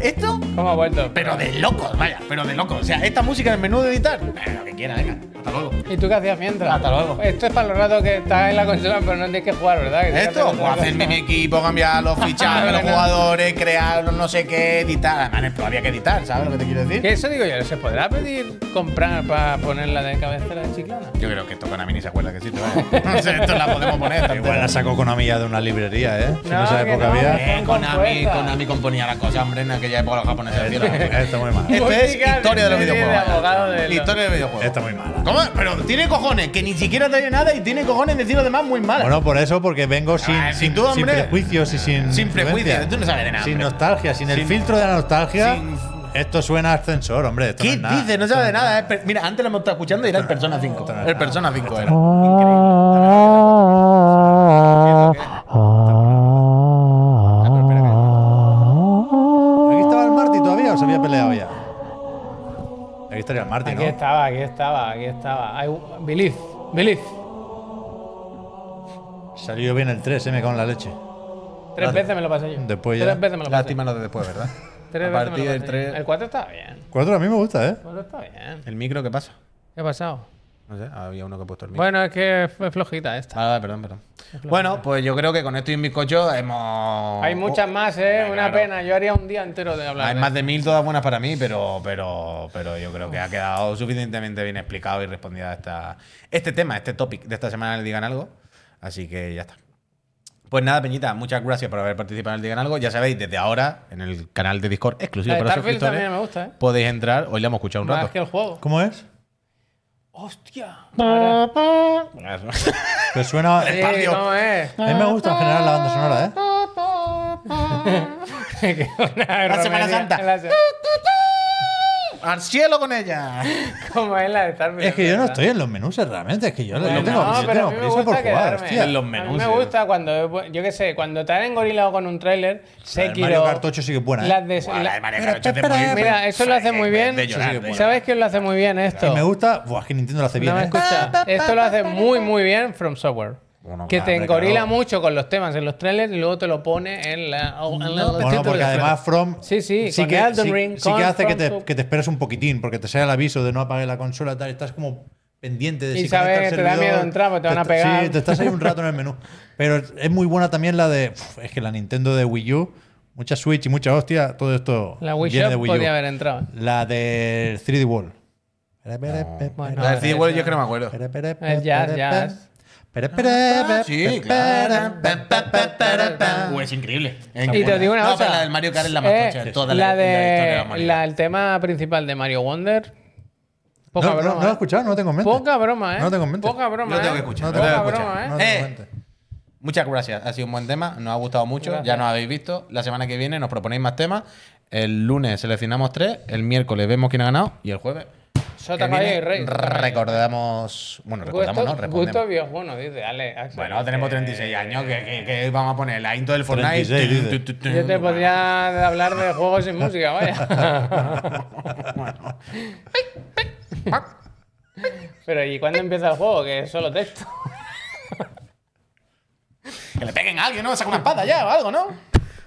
D: Esto,
B: ¿Cómo ha vuelto?
D: pero de locos, vaya, pero de locos. O sea, esta música del menú de editar, eh, lo que quiera, venga, hasta luego.
B: ¿Y tú qué hacías mientras?
D: Hasta luego.
B: Esto es para los ratos que estás en la consola, pero no tienes que jugar, ¿verdad? Que tienes que
D: Esto,
B: hacer otra
D: pues hacerme mi
B: cosa.
D: equipo, cambiar los fichajes, los jugadores, crear los no sé qué, editar. Además, pues había que editar, ¿sabes lo que te quiero decir?
B: Que eso digo yo, ¿se podrá pedir comprar para ponerla de cabecera de chiclana?
D: Yo creo que esto con Ami ni se acuerda que sí, No sé, esto la podemos poner. esta
C: Igual la sacó con amiga de una librería, ¿eh? Si en esa
B: No, que
C: época
B: no.
C: había.
D: Eh,
B: Son
D: Konami,
B: compuestas.
D: Konami componía las cosas, hombre, en aquella época los japoneses hacían las cosas.
C: Está muy mal.
D: Esto es
B: Música de
D: historia de los
B: serie de
D: videojuegos.
B: abogado de los-
D: Historia de videojuegos.
C: Está muy mala.
D: ¿Cómo? Pero tiene cojones, que ni siquiera te oye nada y tiene cojones de decir lo demás muy mal.
C: Bueno, por eso, porque vengo sin,
D: Ah,
C: sin,
D: y tú,
C: sin
D: hombre.
C: prejuicios y sin.
D: Sin prejuicios,
C: influencias.
D: tú no sabes de nada,
C: Sin
D: hombre.
C: nostalgia, sin, el
D: Sin-
C: filtro de la nostalgia.
D: sin-
C: Esto suena a ascensor, hombre. Esto no
D: ¿Qué
C: es nada.
D: dices? No sabes de nada. eh. Pero Mira, antes lo hemos estado escuchando y era el Persona 5.
C: no es
D: El
C: nada.
D: Persona 5 era.
C: ¿Aquí estaba el Marty todavía o se había peleado ya? Aquí estaría el Marty,
B: Aquí
C: ¿no?
B: estaba, aquí estaba, aquí estaba. I believe, believe.
C: Salió bien el 3, se me cago en la leche.
B: Tres
C: Vale.
B: veces me lo pasé yo.
C: Después ya.
B: Tres veces me lo pasé.
A: Lástima lo de después, ¿verdad?
B: Tres
A: a
B: veces
A: partir
B: me lo
A: del
B: pasé yo.
A: 3.
B: El 4 estaba bien.
C: 4 a mí me gusta, ¿eh?
B: El 4 estaba bien.
A: ¿El micro qué pasa?
B: ¿Qué ha pasado?
A: No sé, había uno que ha puesto el micro.
B: Bueno, es que fue flojita esta.
D: Ah,
A: Vale, vale, perdón, perdón.
D: Bueno, pues yo creo que con esto y en bizcocho hemos.
C: Oh,
B: Hay muchas más, ¿eh?
D: Hombre,
B: Una
D: claro.
B: pena. Yo haría un día entero de hablar.
A: Hay
B: de
A: más de mil todas buenas para mí, pero, pero, pero yo creo que ha quedado suficientemente bien explicado y respondido a esta, este tema, este topic de esta semana en el Digan Algo. Así que ya está. Pues nada, Peñita, muchas gracias por haber participado en el Digan Algo. Ya sabéis, desde ahora, en el canal de Discord exclusivo
B: La de
A: para
B: Eh, Starfield también me
A: suscriptores,
B: gusta, ¿eh?
A: podéis entrar. Hoy la hemos escuchado un
B: Más que
A: rato.
B: el juego.
C: ¿Cómo es?
B: ¡Hostia!
C: Que suena.
B: Sí,
C: A
B: ¿Cómo es?
C: mí me gusta en general la banda sonora, ¿eh?
B: Que una
D: La Semana
B: romería
D: Santa.
B: en la se-
D: ¡Al cielo con ella!
B: ¿Cómo es la de Starfield?
C: Es que yo no
B: ¿verdad?
C: estoy en los menús realmente, es que yo no,
B: Bueno,
C: yo tengo,
B: no,
C: yo
B: pero
C: tengo
B: a mí me
C: prisa por
B: gusta
C: jugar,
B: quedarme.
C: hostia.
A: En los
B: a mí
A: menús.
B: me
A: sí.
B: gusta cuando, yo qué sé, cuando te han engorilado con un tráiler,
C: El
B: Sekiro.
C: Mario Kart 8 sí que es buena. ¿eh?
B: las de-
D: Guau, la de Mario
C: Pero
D: Kart 8 es de
C: espera,
D: morir.
C: eh.
B: Mira, eso lo hace muy bien.
D: De llorar, de llorar.
B: ¿Sabes quién lo hace muy bien esto?
C: Y me gusta. Buah, es que Nintendo lo hace bien.
B: No me
C: ¿eh?
B: escucha. Esto lo hace muy, muy bien From Software.
A: Bueno,
B: que te
C: hombre,
B: engorila
C: claro.
B: mucho con los temas en los trailers y luego te lo pone en la. en la- los
C: Bueno,
B: títulos.
C: porque además From
B: Sí, sí,
C: sí
B: con
C: que,
B: Elden
C: sí-
B: Ring,
C: sí
B: con
C: que hace que
B: From
C: te,
B: Software.
C: que te esperes un poquitín, porque te sale el aviso de no apagues la consola, tal, estás como pendiente de
B: Y
C: si
B: sabes
C: conecta el
B: que te da
C: servidor,
B: miedo entrar, porque te van a pegar.
C: Sí, te estás ahí un rato en el menú. Pero es muy buena también la de, uf, es que la Nintendo de Wii U, mucha Switch y mucha hostia, todo esto
B: La Wii
C: viene
B: Shop
C: de Wii U.
B: podía haber entrado.
C: La de 3D World.
B: Bueno,
D: La de
B: no,
D: CD World yo es que no me acuerdo.
B: El jazz, jazz.
D: Sí, claro. Uh, es increíble.
B: Y te digo una
D: No,
B: cosa.
D: pero la del Mario Kart es la más
B: Eh,
D: tocha de toda
B: la
D: la, la historia de la
B: de.
D: humanidad.
B: la- el tema principal de Mario Wonder. Poca
C: No, no,
B: broma.
C: no lo he
B: ¿eh?
C: escuchado, no lo tengo en mente.
B: Poca broma, ¿eh?
C: No lo tengo en mente.
B: Poca broma.
D: Yo tengo
B: ¿eh?
D: que escuchar,
C: No lo
D: lo
B: Poca
C: tengo
D: que
B: broma, ¿eh?
C: No lo tengo en
D: Eh.
C: mente.
D: Muchas gracias, ha sido un buen tema, nos ha gustado mucho,
B: Gracias.
D: ya nos habéis visto. La semana que viene nos proponéis más temas. El lunes seleccionamos tres, el miércoles vemos quién ha ganado y el jueves
B: Sota,
D: que
B: caballo
D: viene
B: y rey.
D: recordamos, bueno, recordamos, no,
B: Gusto, gusto
D: respondemos.
B: videojuego, dice. Ale, Axel,
D: Bueno, tenemos
B: que-
D: 36 años, que, que- que vamos a poner la intro del Fortnite.
C: 36, dice.
D: Tun, tun, tun, tun.
B: Yo te podría hablar de juegos sin música, vaya. Pero ¿y cuándo empieza el juego? Que es solo texto.
D: Que le peguen a alguien, ¿no? Saca una espada ya o algo, ¿no?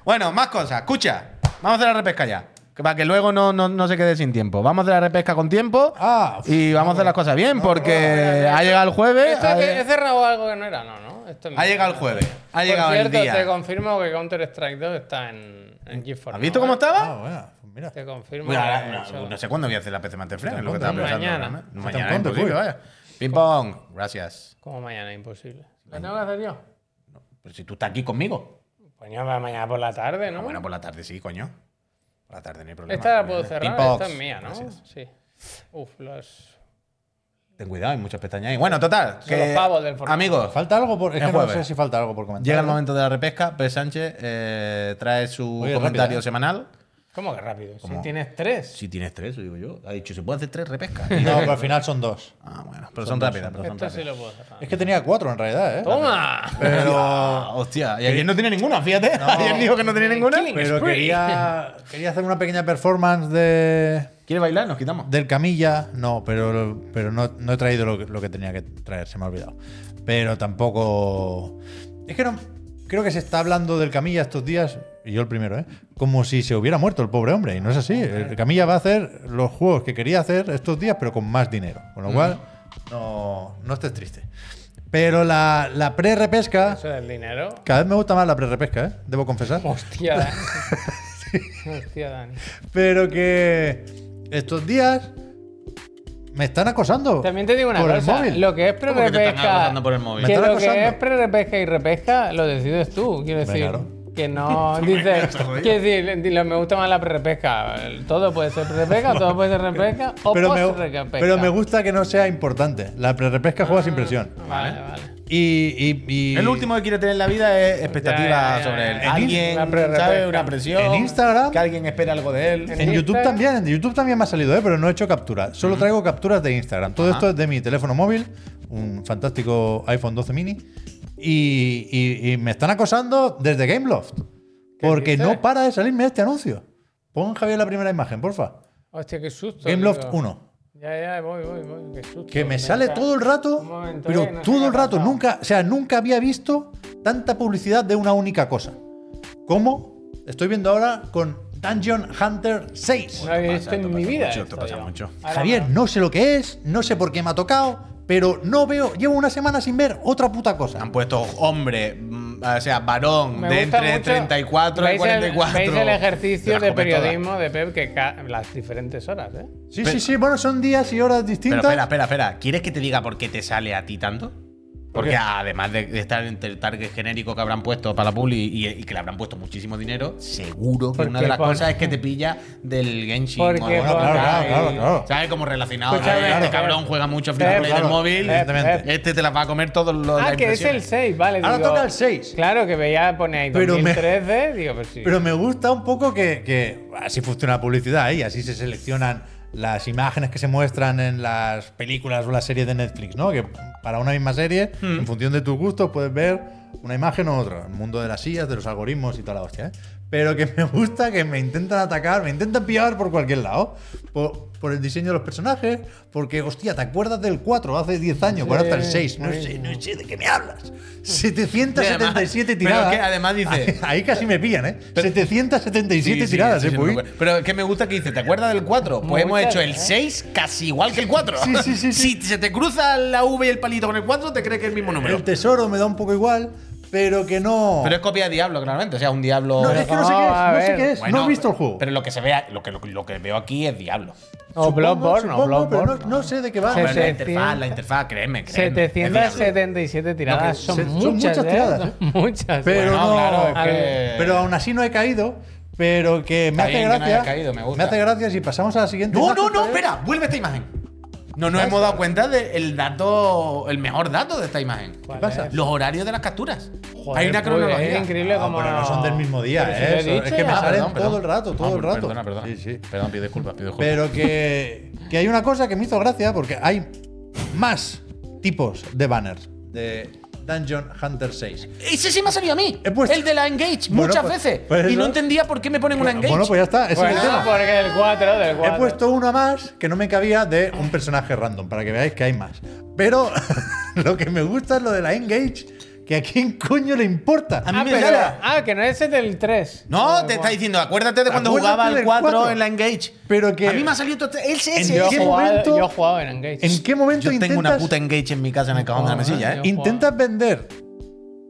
D: Bueno, más cosas. Escucha, vamos a hacer la repesca ya. que Para que luego no, no, no se quede sin tiempo. Vamos a hacer la repesca con tiempo.
C: Ah, uf,
D: y vamos a hacer las cosas bien, porque ha llegado el jueves.
B: Esto
D: ha,
B: que- he cerrado algo que no era, no, ¿no? Esto es
D: Eh, ha
B: mío.
D: llegado el jueves. Ha
B: Por
D: llegado
B: cierto,
D: el día.
B: te confirmo que Counter Strike 2 está en, en GeForce.
D: ¿Has visto cómo estaba?
C: Ah, bueno, pues mira.
B: ¿eh? Te confirmo.
D: Mira,
B: que
D: ahora,
B: eso-
D: no, no sé cuándo voy a hacer la PC Master Friend, es lo que
C: Tan
D: estaba
B: pronto,
D: pensando.
B: mañana.
D: ahora, ¿no?
C: Tan
D: Mañana,
C: pronto,
D: imposible,
C: cool.
D: vaya. Ping pong. Gracias.
B: Como mañana, imposible. ¿Lo tengo que hacer yo?
D: Pero si tú estás aquí conmigo.
B: Coño, va mañana por la tarde, ¿no?
D: Ah, Bueno, por la tarde sí, coño. Por la tarde no hay problema.
B: Esta la puedo cerrar,
D: Pimpox,
B: esta es mía, ¿no?
D: gracias.
B: Sí. Uf, los.
D: Ten cuidado, hay muchas pestañas ahí. Bueno, total.
B: Son
D: Que,
B: los pavos del formato.
D: Amigos,
C: ¿Falta algo por.? Es
D: Es
C: que no
D: jueves.
C: sé si falta algo por comentar.
D: llega el momento de la repesca. P. Sánchez eh, trae su
C: Oye,
D: comentario
C: rápido, ¿eh?
D: semanal.
B: ¿Cómo que rápido? Si
D: ¿Cómo?
B: tienes tres.
D: Si tienes tres, digo yo. Ha dicho, ¿se puede hacer tres repescas?
C: No, pero al final son dos.
D: ah, bueno. Pero son rápidas, pero son
B: Esto sí
D: rápidas.
B: lo puedo cerrar.
C: Es que tenía cuatro en realidad, ¿eh?
B: ¡Toma!
D: Ah, hostia, y ayer no tiene ninguna, fíjate. Ayer dijo que no tenía ninguna.
C: Pero quería, quería hacer una pequeña performance de,
D: ¿Quiere bailar? Nos quitamos.
C: del Camilla. No, pero, pero no, no he traído lo, que- lo que tenía que traer, se me ha olvidado. Pero tampoco. Es que no. Creo que se está hablando del Camilla estos días, y yo el primero, ¿eh? Como si se hubiera muerto el pobre hombre, y no es así. El Camilla va a hacer los juegos que quería hacer estos días, pero con más dinero. Con lo cual, no, no estés triste. Pero la, la pre-repesca.
B: Eso del dinero.
C: Cada vez me gusta más la pre-repesca, ¿eh? Debo confesar.
B: Hostia, Dani. Hostia, Dani.
C: Pero que estos días me están acosando.
B: También te digo una
C: por
B: cosa.
C: El móvil.
B: Lo que es
D: ¿Cómo que te están
B: pre-repesca.
D: acosando por el móvil?
B: que
C: ¿Me están
B: lo que
C: acosando?
B: es pre-repesca y repesca lo decides tú. Quiero
C: Hombre,
B: decir.
C: claro.
B: Que no. Dice. Quiero decir, di- lo- me gusta más la pre-repesca. Todo puede ser pre-repesca, todo puede ser repesca o
C: pero, me,
B: post-repesca.
C: pero me gusta que no sea importante. La pre-repesca juega
B: Ah.
C: sin presión.
B: Vale,
C: ¿eh?
B: vale.
C: Y, y- y-
D: El último que quiere tener en la vida es
B: Ya,
D: expectativas
B: ya, ya,
D: sobre él.
B: ya.
D: Alguien,
B: Una pre-repesca.
D: ¿sabe? Una presión.
C: En Instagram.
D: Que alguien espera algo de él.
C: En YouTube
B: Instagram.
C: también, en YouTube también me ha salido, ¿eh? pero no he hecho capturas. Solo traigo capturas de Instagram. Todo esto es de mi teléfono móvil, un fantástico iPhone 12 mini. Y, y- y me están acosando desde Gameloft. Porque
B: dices?
C: no para de salirme este anuncio. Pon Javier la primera imagen, porfa.
B: Hostia, qué susto.
C: Gameloft
B: tío.
C: 1.
B: Ya, ya, voy, voy, voy. Qué susto.
C: Que me sale
B: está-
C: todo el rato,
B: Un momento, eh,
C: pero
B: no sé qué
C: todo
B: ha
C: el rato,
B: pasado.
C: nunca, o sea, nunca había visto tanta publicidad de una única cosa. Como estoy viendo ahora con Dungeon Hunter 6.
B: No había
D: pasa,
B: visto
D: esto
B: en mi
D: pasa
B: vida.
D: mucho, esto
B: esto,
D: pasa
B: tío.
D: mucho.
B: Ahora
C: Javier, no sé lo que es, no sé por qué me ha tocado, pero no veo, llevo una semana sin ver otra puta cosa.
D: Han puesto hombre, mm, o sea, varón,
B: Me
D: de
B: gusta
D: entre
B: mucho-
D: 34 y
B: veis el-
D: 44.
B: Veis el
D: Te
B: ejercicio
D: las
B: de
D: come todas.
B: periodismo de Pep que ca- las diferentes horas, ¿eh?
C: Sí, sí, sí, bueno, son días y horas
D: Pero
C: distintas.
D: espera, espera, espera. ¿Quieres que te diga por qué te sale a ti tanto? Porque además de de estar entre el target genérico que habrán puesto para la publi y, y que le habrán puesto muchísimo dinero, seguro que
B: Porque
D: una de las
B: pon-
D: cosas es que te pilla del Genshin.
B: Porque
D: o algo
B: pon-
C: Bueno, claro, claro, claro, claro.
D: ¿Sabes? Como relacionado.
B: Escúchame,
D: ¿sabes? Este
B: claro.
D: cabrón juega mucho free to
B: Claro,
D: play del
C: claro. Eh,
D: móvil.
C: Evidentemente.
D: Este te las va a comer todos los.
B: Ah,
D: las
B: que es el
D: impresiones.
B: 6, vale.
C: Ahora
B: digo,
C: toca el 6.
B: Claro, que veía, pone ahí
C: Pero me-
B: 2013, digo, pero sí.
C: Pero me gusta un poco que, que así funciona la publicidad ¿eh? y así se seleccionan las imágenes que se muestran en las películas o las series de Netflix, ¿no? Que para una misma serie,
D: Hmm.
C: en función de tus gustos, puedes ver una imagen o otra. El mundo de las sillas, de los algoritmos y toda la hostia, ¿eh? Pero que me gusta que me intentan atacar, me intentan pillar por cualquier lado. Por, por el diseño de los personajes, porque, hostia, ¿te acuerdas del 4 hace 10 años? Bueno, hasta el 6. No sé, no sé de qué me hablas.
D: Y además-
C: 777
D: pero
C: tiradas.
D: que además dice-
C: Ahí casi me pillan, ¿eh? 777
D: Sí, sí,
C: tiradas,
D: sí,
C: ¿eh,
D: sí,
C: Puy?
D: no me acuerdo. Pero es que me gusta que dice, ¿te acuerdas del 4? Pues
B: Muy
D: hemos hecho
B: tarde,
D: el
B: ¿eh?
D: 6 casi igual que el 4.
C: Sí, sí, sí, sí.
D: Si se te cruza la V y el palito con el 4, te crees que es el mismo número.
C: El tesoro me da un poco igual, pero que no.
D: Pero es copia de Diablo, claramente. O sea, un Diablo.
C: no, es que no sé
B: No,
C: qué es,
B: a
C: no sé
B: ver.
C: qué es.
D: Bueno,
C: no he visto el juego. Pues
D: Pero lo que se vea, lo que, lo, lo que veo aquí es Diablo.
B: o
C: Supongo,
B: Bloodborne, o
C: supongo, pero
B: Bloodborne.
C: no, no sé de qué va.
B: Sí,
D: Pero
B: sí.
D: la
B: 700,
D: interfaz, la interfaz, créeme, créeme. es Diablo.
B: 777 tiradas.
C: que
B: son,
C: se- son
B: muchas,
C: muchas
B: ¿eh?
C: tiradas,
B: Son
C: ¿eh?
B: Muchas.
C: Pero
B: Bueno,
C: no,
B: claro, es
C: a
B: que-
D: ver.
C: Pero aún así no he caído. Pero que me
D: Está
C: hace
D: bien que no
C: gracia.
D: haya caído, me gusta.
C: hace gracia si pasamos a la siguiente.
D: No,
C: imagen,
D: no, no,
C: ¿sabes?
D: espera, vuelve esta imagen. No nos hemos dado cuenta del dato, el mejor dato de esta imagen.
B: ¿Cuál
C: pasa?
B: es?
D: Los horarios de las capturas.
B: Joder,
C: pues,
D: Hay una
B: Puy,
D: cronología.
B: Es increíble
C: Ah,
B: como.
C: pero no son del mismo día,
B: Pero si
C: ¿eh?
B: lo he
C: Eso- es
B: dicho
C: que me
B: ya.
C: salen
D: perdón, perdón.
C: todo el rato, todo
A: Ah,
C: el rato.
A: Perdona, perdona.
C: Sí, sí.
A: Perdón, pido disculpas, pido disculpas.
C: Pero que, que hay una cosa que me hizo gracia porque hay más tipos de banners de Dungeon Hunter 6.
D: Ese sí me ha salido a mí.
C: He puesto-
D: El de la Engage,
C: Bueno,
D: muchas
C: pues-
D: veces.
C: pues
D: y no
C: eso.
D: entendía por qué me ponen una Engage.
C: Bueno, pues ya está, ese es
B: Bueno,
C: el tema.
B: porque del 4, del 4.
C: He puesto uno más que no me cabía de un personaje random, para que veáis que hay más. Pero lo que me gusta es lo de la Engage, que a quién coño le importa.
D: A mí
B: Ah,
D: me
B: pero-
D: sale-
B: ah, que no es el del
C: pues,
B: 3.
D: No, te está diciendo, acuérdate de cuando
C: Acuérdate
D: jugaba al
C: del
D: 4,
C: cuatro.
D: en la Engage.
C: Pero que-
D: A mí me ha salido todo. Ese, ese,
B: Yo he,
C: qué
B: jugado,
C: momento-
B: yo he jugado en Engage.
C: ¿En qué momento
D: Yo tengo una
C: intentas-
D: puta Engage en mi casa en el cajón de la
B: Ah,
D: mesilla, ¿eh?
B: Dios.
C: Intentas vender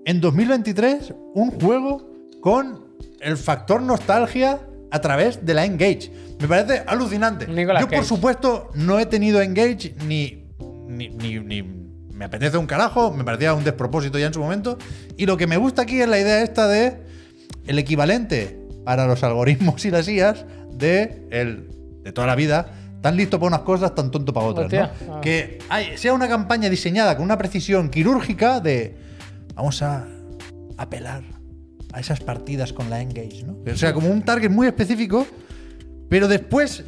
C: en 2023 un juego con el factor nostalgia a través de la Engage. Me parece alucinante.
B: Nicolas
C: Yo, por
B: Cage.
C: supuesto, no he tenido Engage ni, ni, ni, ni me apetece un carajo, me parecía un despropósito ya en su momento. Y lo que me gusta aquí es la idea esta de el equivalente para los algoritmos y las IAs de el de toda la vida, tan listo para unas cosas, tan tonto para otras.
B: Hostia,
C: ¿no?
B: ah.
C: Que hay- sea una campaña diseñada con una precisión quirúrgica de vamos a apelar a esas partidas con la engage, ¿no? O sea, como un target muy específico, pero después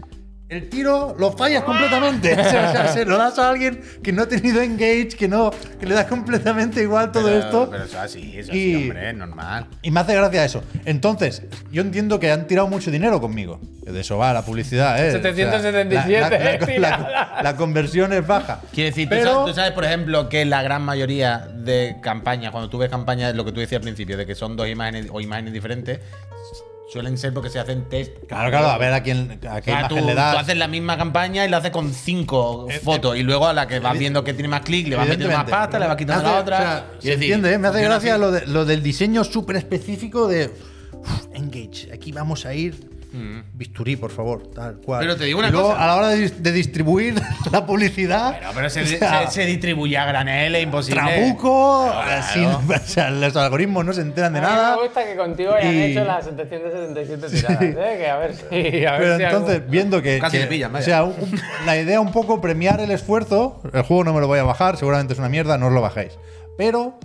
C: el tiro lo fallas completamente. O sea, o sea, se lo das a alguien que no ha tenido engage, que no, que le da completamente igual todo
A: Pero-
C: esto.
A: Pero eso así, eso
C: Y-
A: así, hombre, es normal.
C: Y me hace gracia eso. Entonces, yo entiendo que han tirado mucho dinero conmigo. De eso va la publicidad, ¿eh? O sea,
B: 777,
C: la- la- la-
B: tirada.
C: la conversión es baja.
D: Quiere decir, tú
C: Pero-
D: sabes- tú, sabes, por ejemplo, que la gran mayoría de campañas, cuando tú ves campañas, lo que tú decías al principio, de que son dos imágenes o imágenes diferentes, suelen ser porque se hacen test.
C: Claro, claro, a ver a quién a qué
D: O sea, tú,
C: imagen le
D: tú
C: das.
D: haces la misma campaña y la haces con cinco fotos, y luego a la que vas viendo que tiene más clic, le vas metiendo más
C: Evidentemente.
D: pasta, le vas quitando
C: Me hace-
D: la otra.
C: o sea, se
D: Quiere decir,
C: entiende, ¿eh? me hace
D: funciona
C: gracia
D: así.
C: lo, de- lo del diseño súper específico de uf, Engage. Aquí vamos a ir. Bisturí, por favor, tal cual.
D: Mm. Pero te digo una
C: y luego,
D: cosa.
C: a la hora de, dis- de distribuir la publicidad.
D: Pero, pero se,
C: o sea,
D: se- se distribuye a granel, es imposible.
C: Trabuco,
D: Claro,
C: sin- o sea, los algoritmos no se enteran de
B: A mí
C: nada.
B: Me gusta que contigo hayan
C: Y-
B: hecho las 777 tiradas, ¿eh? Que a ver si. A ver
C: Pero
B: si
C: entonces,
B: algún-
C: viendo que.
D: Casi
C: que-
D: le pillan,
C: o
D: vaya.
C: sea, un- un- la idea un poco premiar el esfuerzo. El juego no me lo voy a bajar, seguramente es una mierda, no os lo bajáis. Pero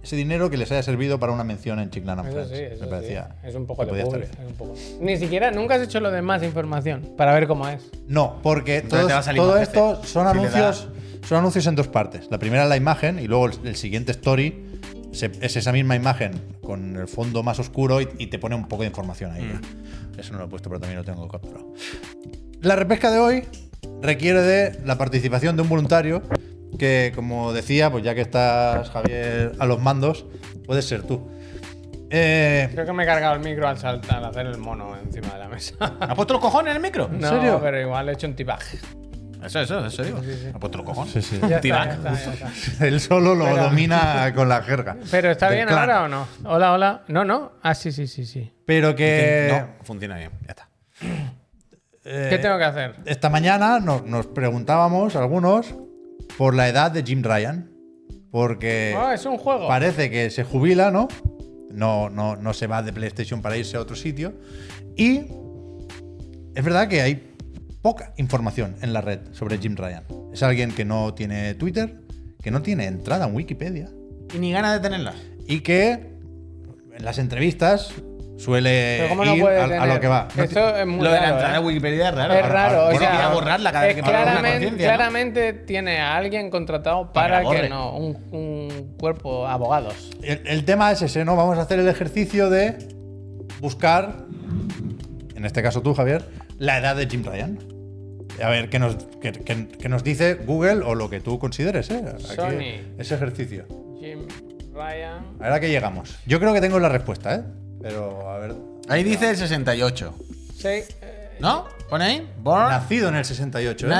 C: ese dinero que les haya servido para una mención en Chiclana
B: Eso sí,
C: me
B: eso sí.
C: parecía.
B: Es un
C: que
B: poco de
C: podía estar
B: publi,
C: bien.
B: es un poco. Ni siquiera, nunca has hecho lo de más información para ver cómo es.
C: No, porque
D: Entonces
C: todos-
D: te va a salir
C: todo
D: más
C: esto
D: jefe.
C: son
D: Si le
C: anuncios. Son anuncios en dos partes. La primera es la imagen y luego el, el siguiente story se- es esa misma imagen con el fondo más oscuro y, y te pone un poco de información ahí. Eso no lo he puesto, pero también lo tengo capturado. La repesca de hoy requiere de la participación de un voluntario que, como decía, pues ya que estás, Javier, a los mandos, puedes ser tú. Eh,
B: Creo que me he cargado el micro al, saltar, al hacer el mono encima de la mesa.
A: ¿Has puesto los cojones en el micro?
B: No,
C: serio?
B: pero igual he hecho un tipaje.
A: Eso, eso, eso digo. ¿Has puesto los cojones?
C: Sí, sí.
B: Ya está,
A: Tipaje.
B: ya está, ya está.
C: él solo lo
B: Pero-
C: domina con la jerga.
B: Pero está
C: del
B: bien
C: clan.
B: ahora o no? Hola, hola. No, no. Ah, sí, sí, sí, sí.
C: Pero
D: Eh,
C: que.
A: No, funciona bien, ya está.
C: eh,
B: ¿Qué tengo que hacer?
C: Esta mañana nos, nos preguntábamos algunos por la edad de Jim Ryan. Porque
B: Ah, es un juego.
C: parece que se jubila, ¿no? No, no, no se va de PlayStation para irse a otro sitio. Y es verdad que hay poca información en la red sobre Jim Ryan. Es alguien que no tiene Twitter, que no tiene entrada en Wikipedia
D: Y ni ganas de tenerla.
C: y que en las entrevistas suele
B: Pero
C: ir
B: cómo no puede
C: a, a
B: tener?
C: lo que va. No ti-
B: Eso es muy
D: lo de la
B: raro,
D: entrada
B: ¿eh?
D: a Wikipedia es raro.
B: Es raro,
D: Ahora
B: o sea,
D: voy a borrarla cada vez que
B: es
D: pongo una
B: claramente,
D: conciencia, ¿no?
B: claramente tiene a alguien contratado
D: Para
B: para,
D: que la
B: que
D: borre.
B: no, un, un cuerpo abogados.
C: El, el tema es ese, ¿no? Vamos a hacer el ejercicio de buscar, en este caso tú, Javier, la edad de Jim Ryan. A ver qué nos, qué, qué- qué nos dice Google o lo que tú consideres, ¿eh? Aquí,
B: Sony.
C: Ese ejercicio.
B: Jim Ryan.
C: A ver a qué llegamos. Yo creo que tengo la respuesta, ¿eh? Pero, a ver.
D: Ahí dice el 68.
B: Sí, eh,
D: ¿No? ¿Pone ahí? Born
C: Nacido en el 68, ¿eh?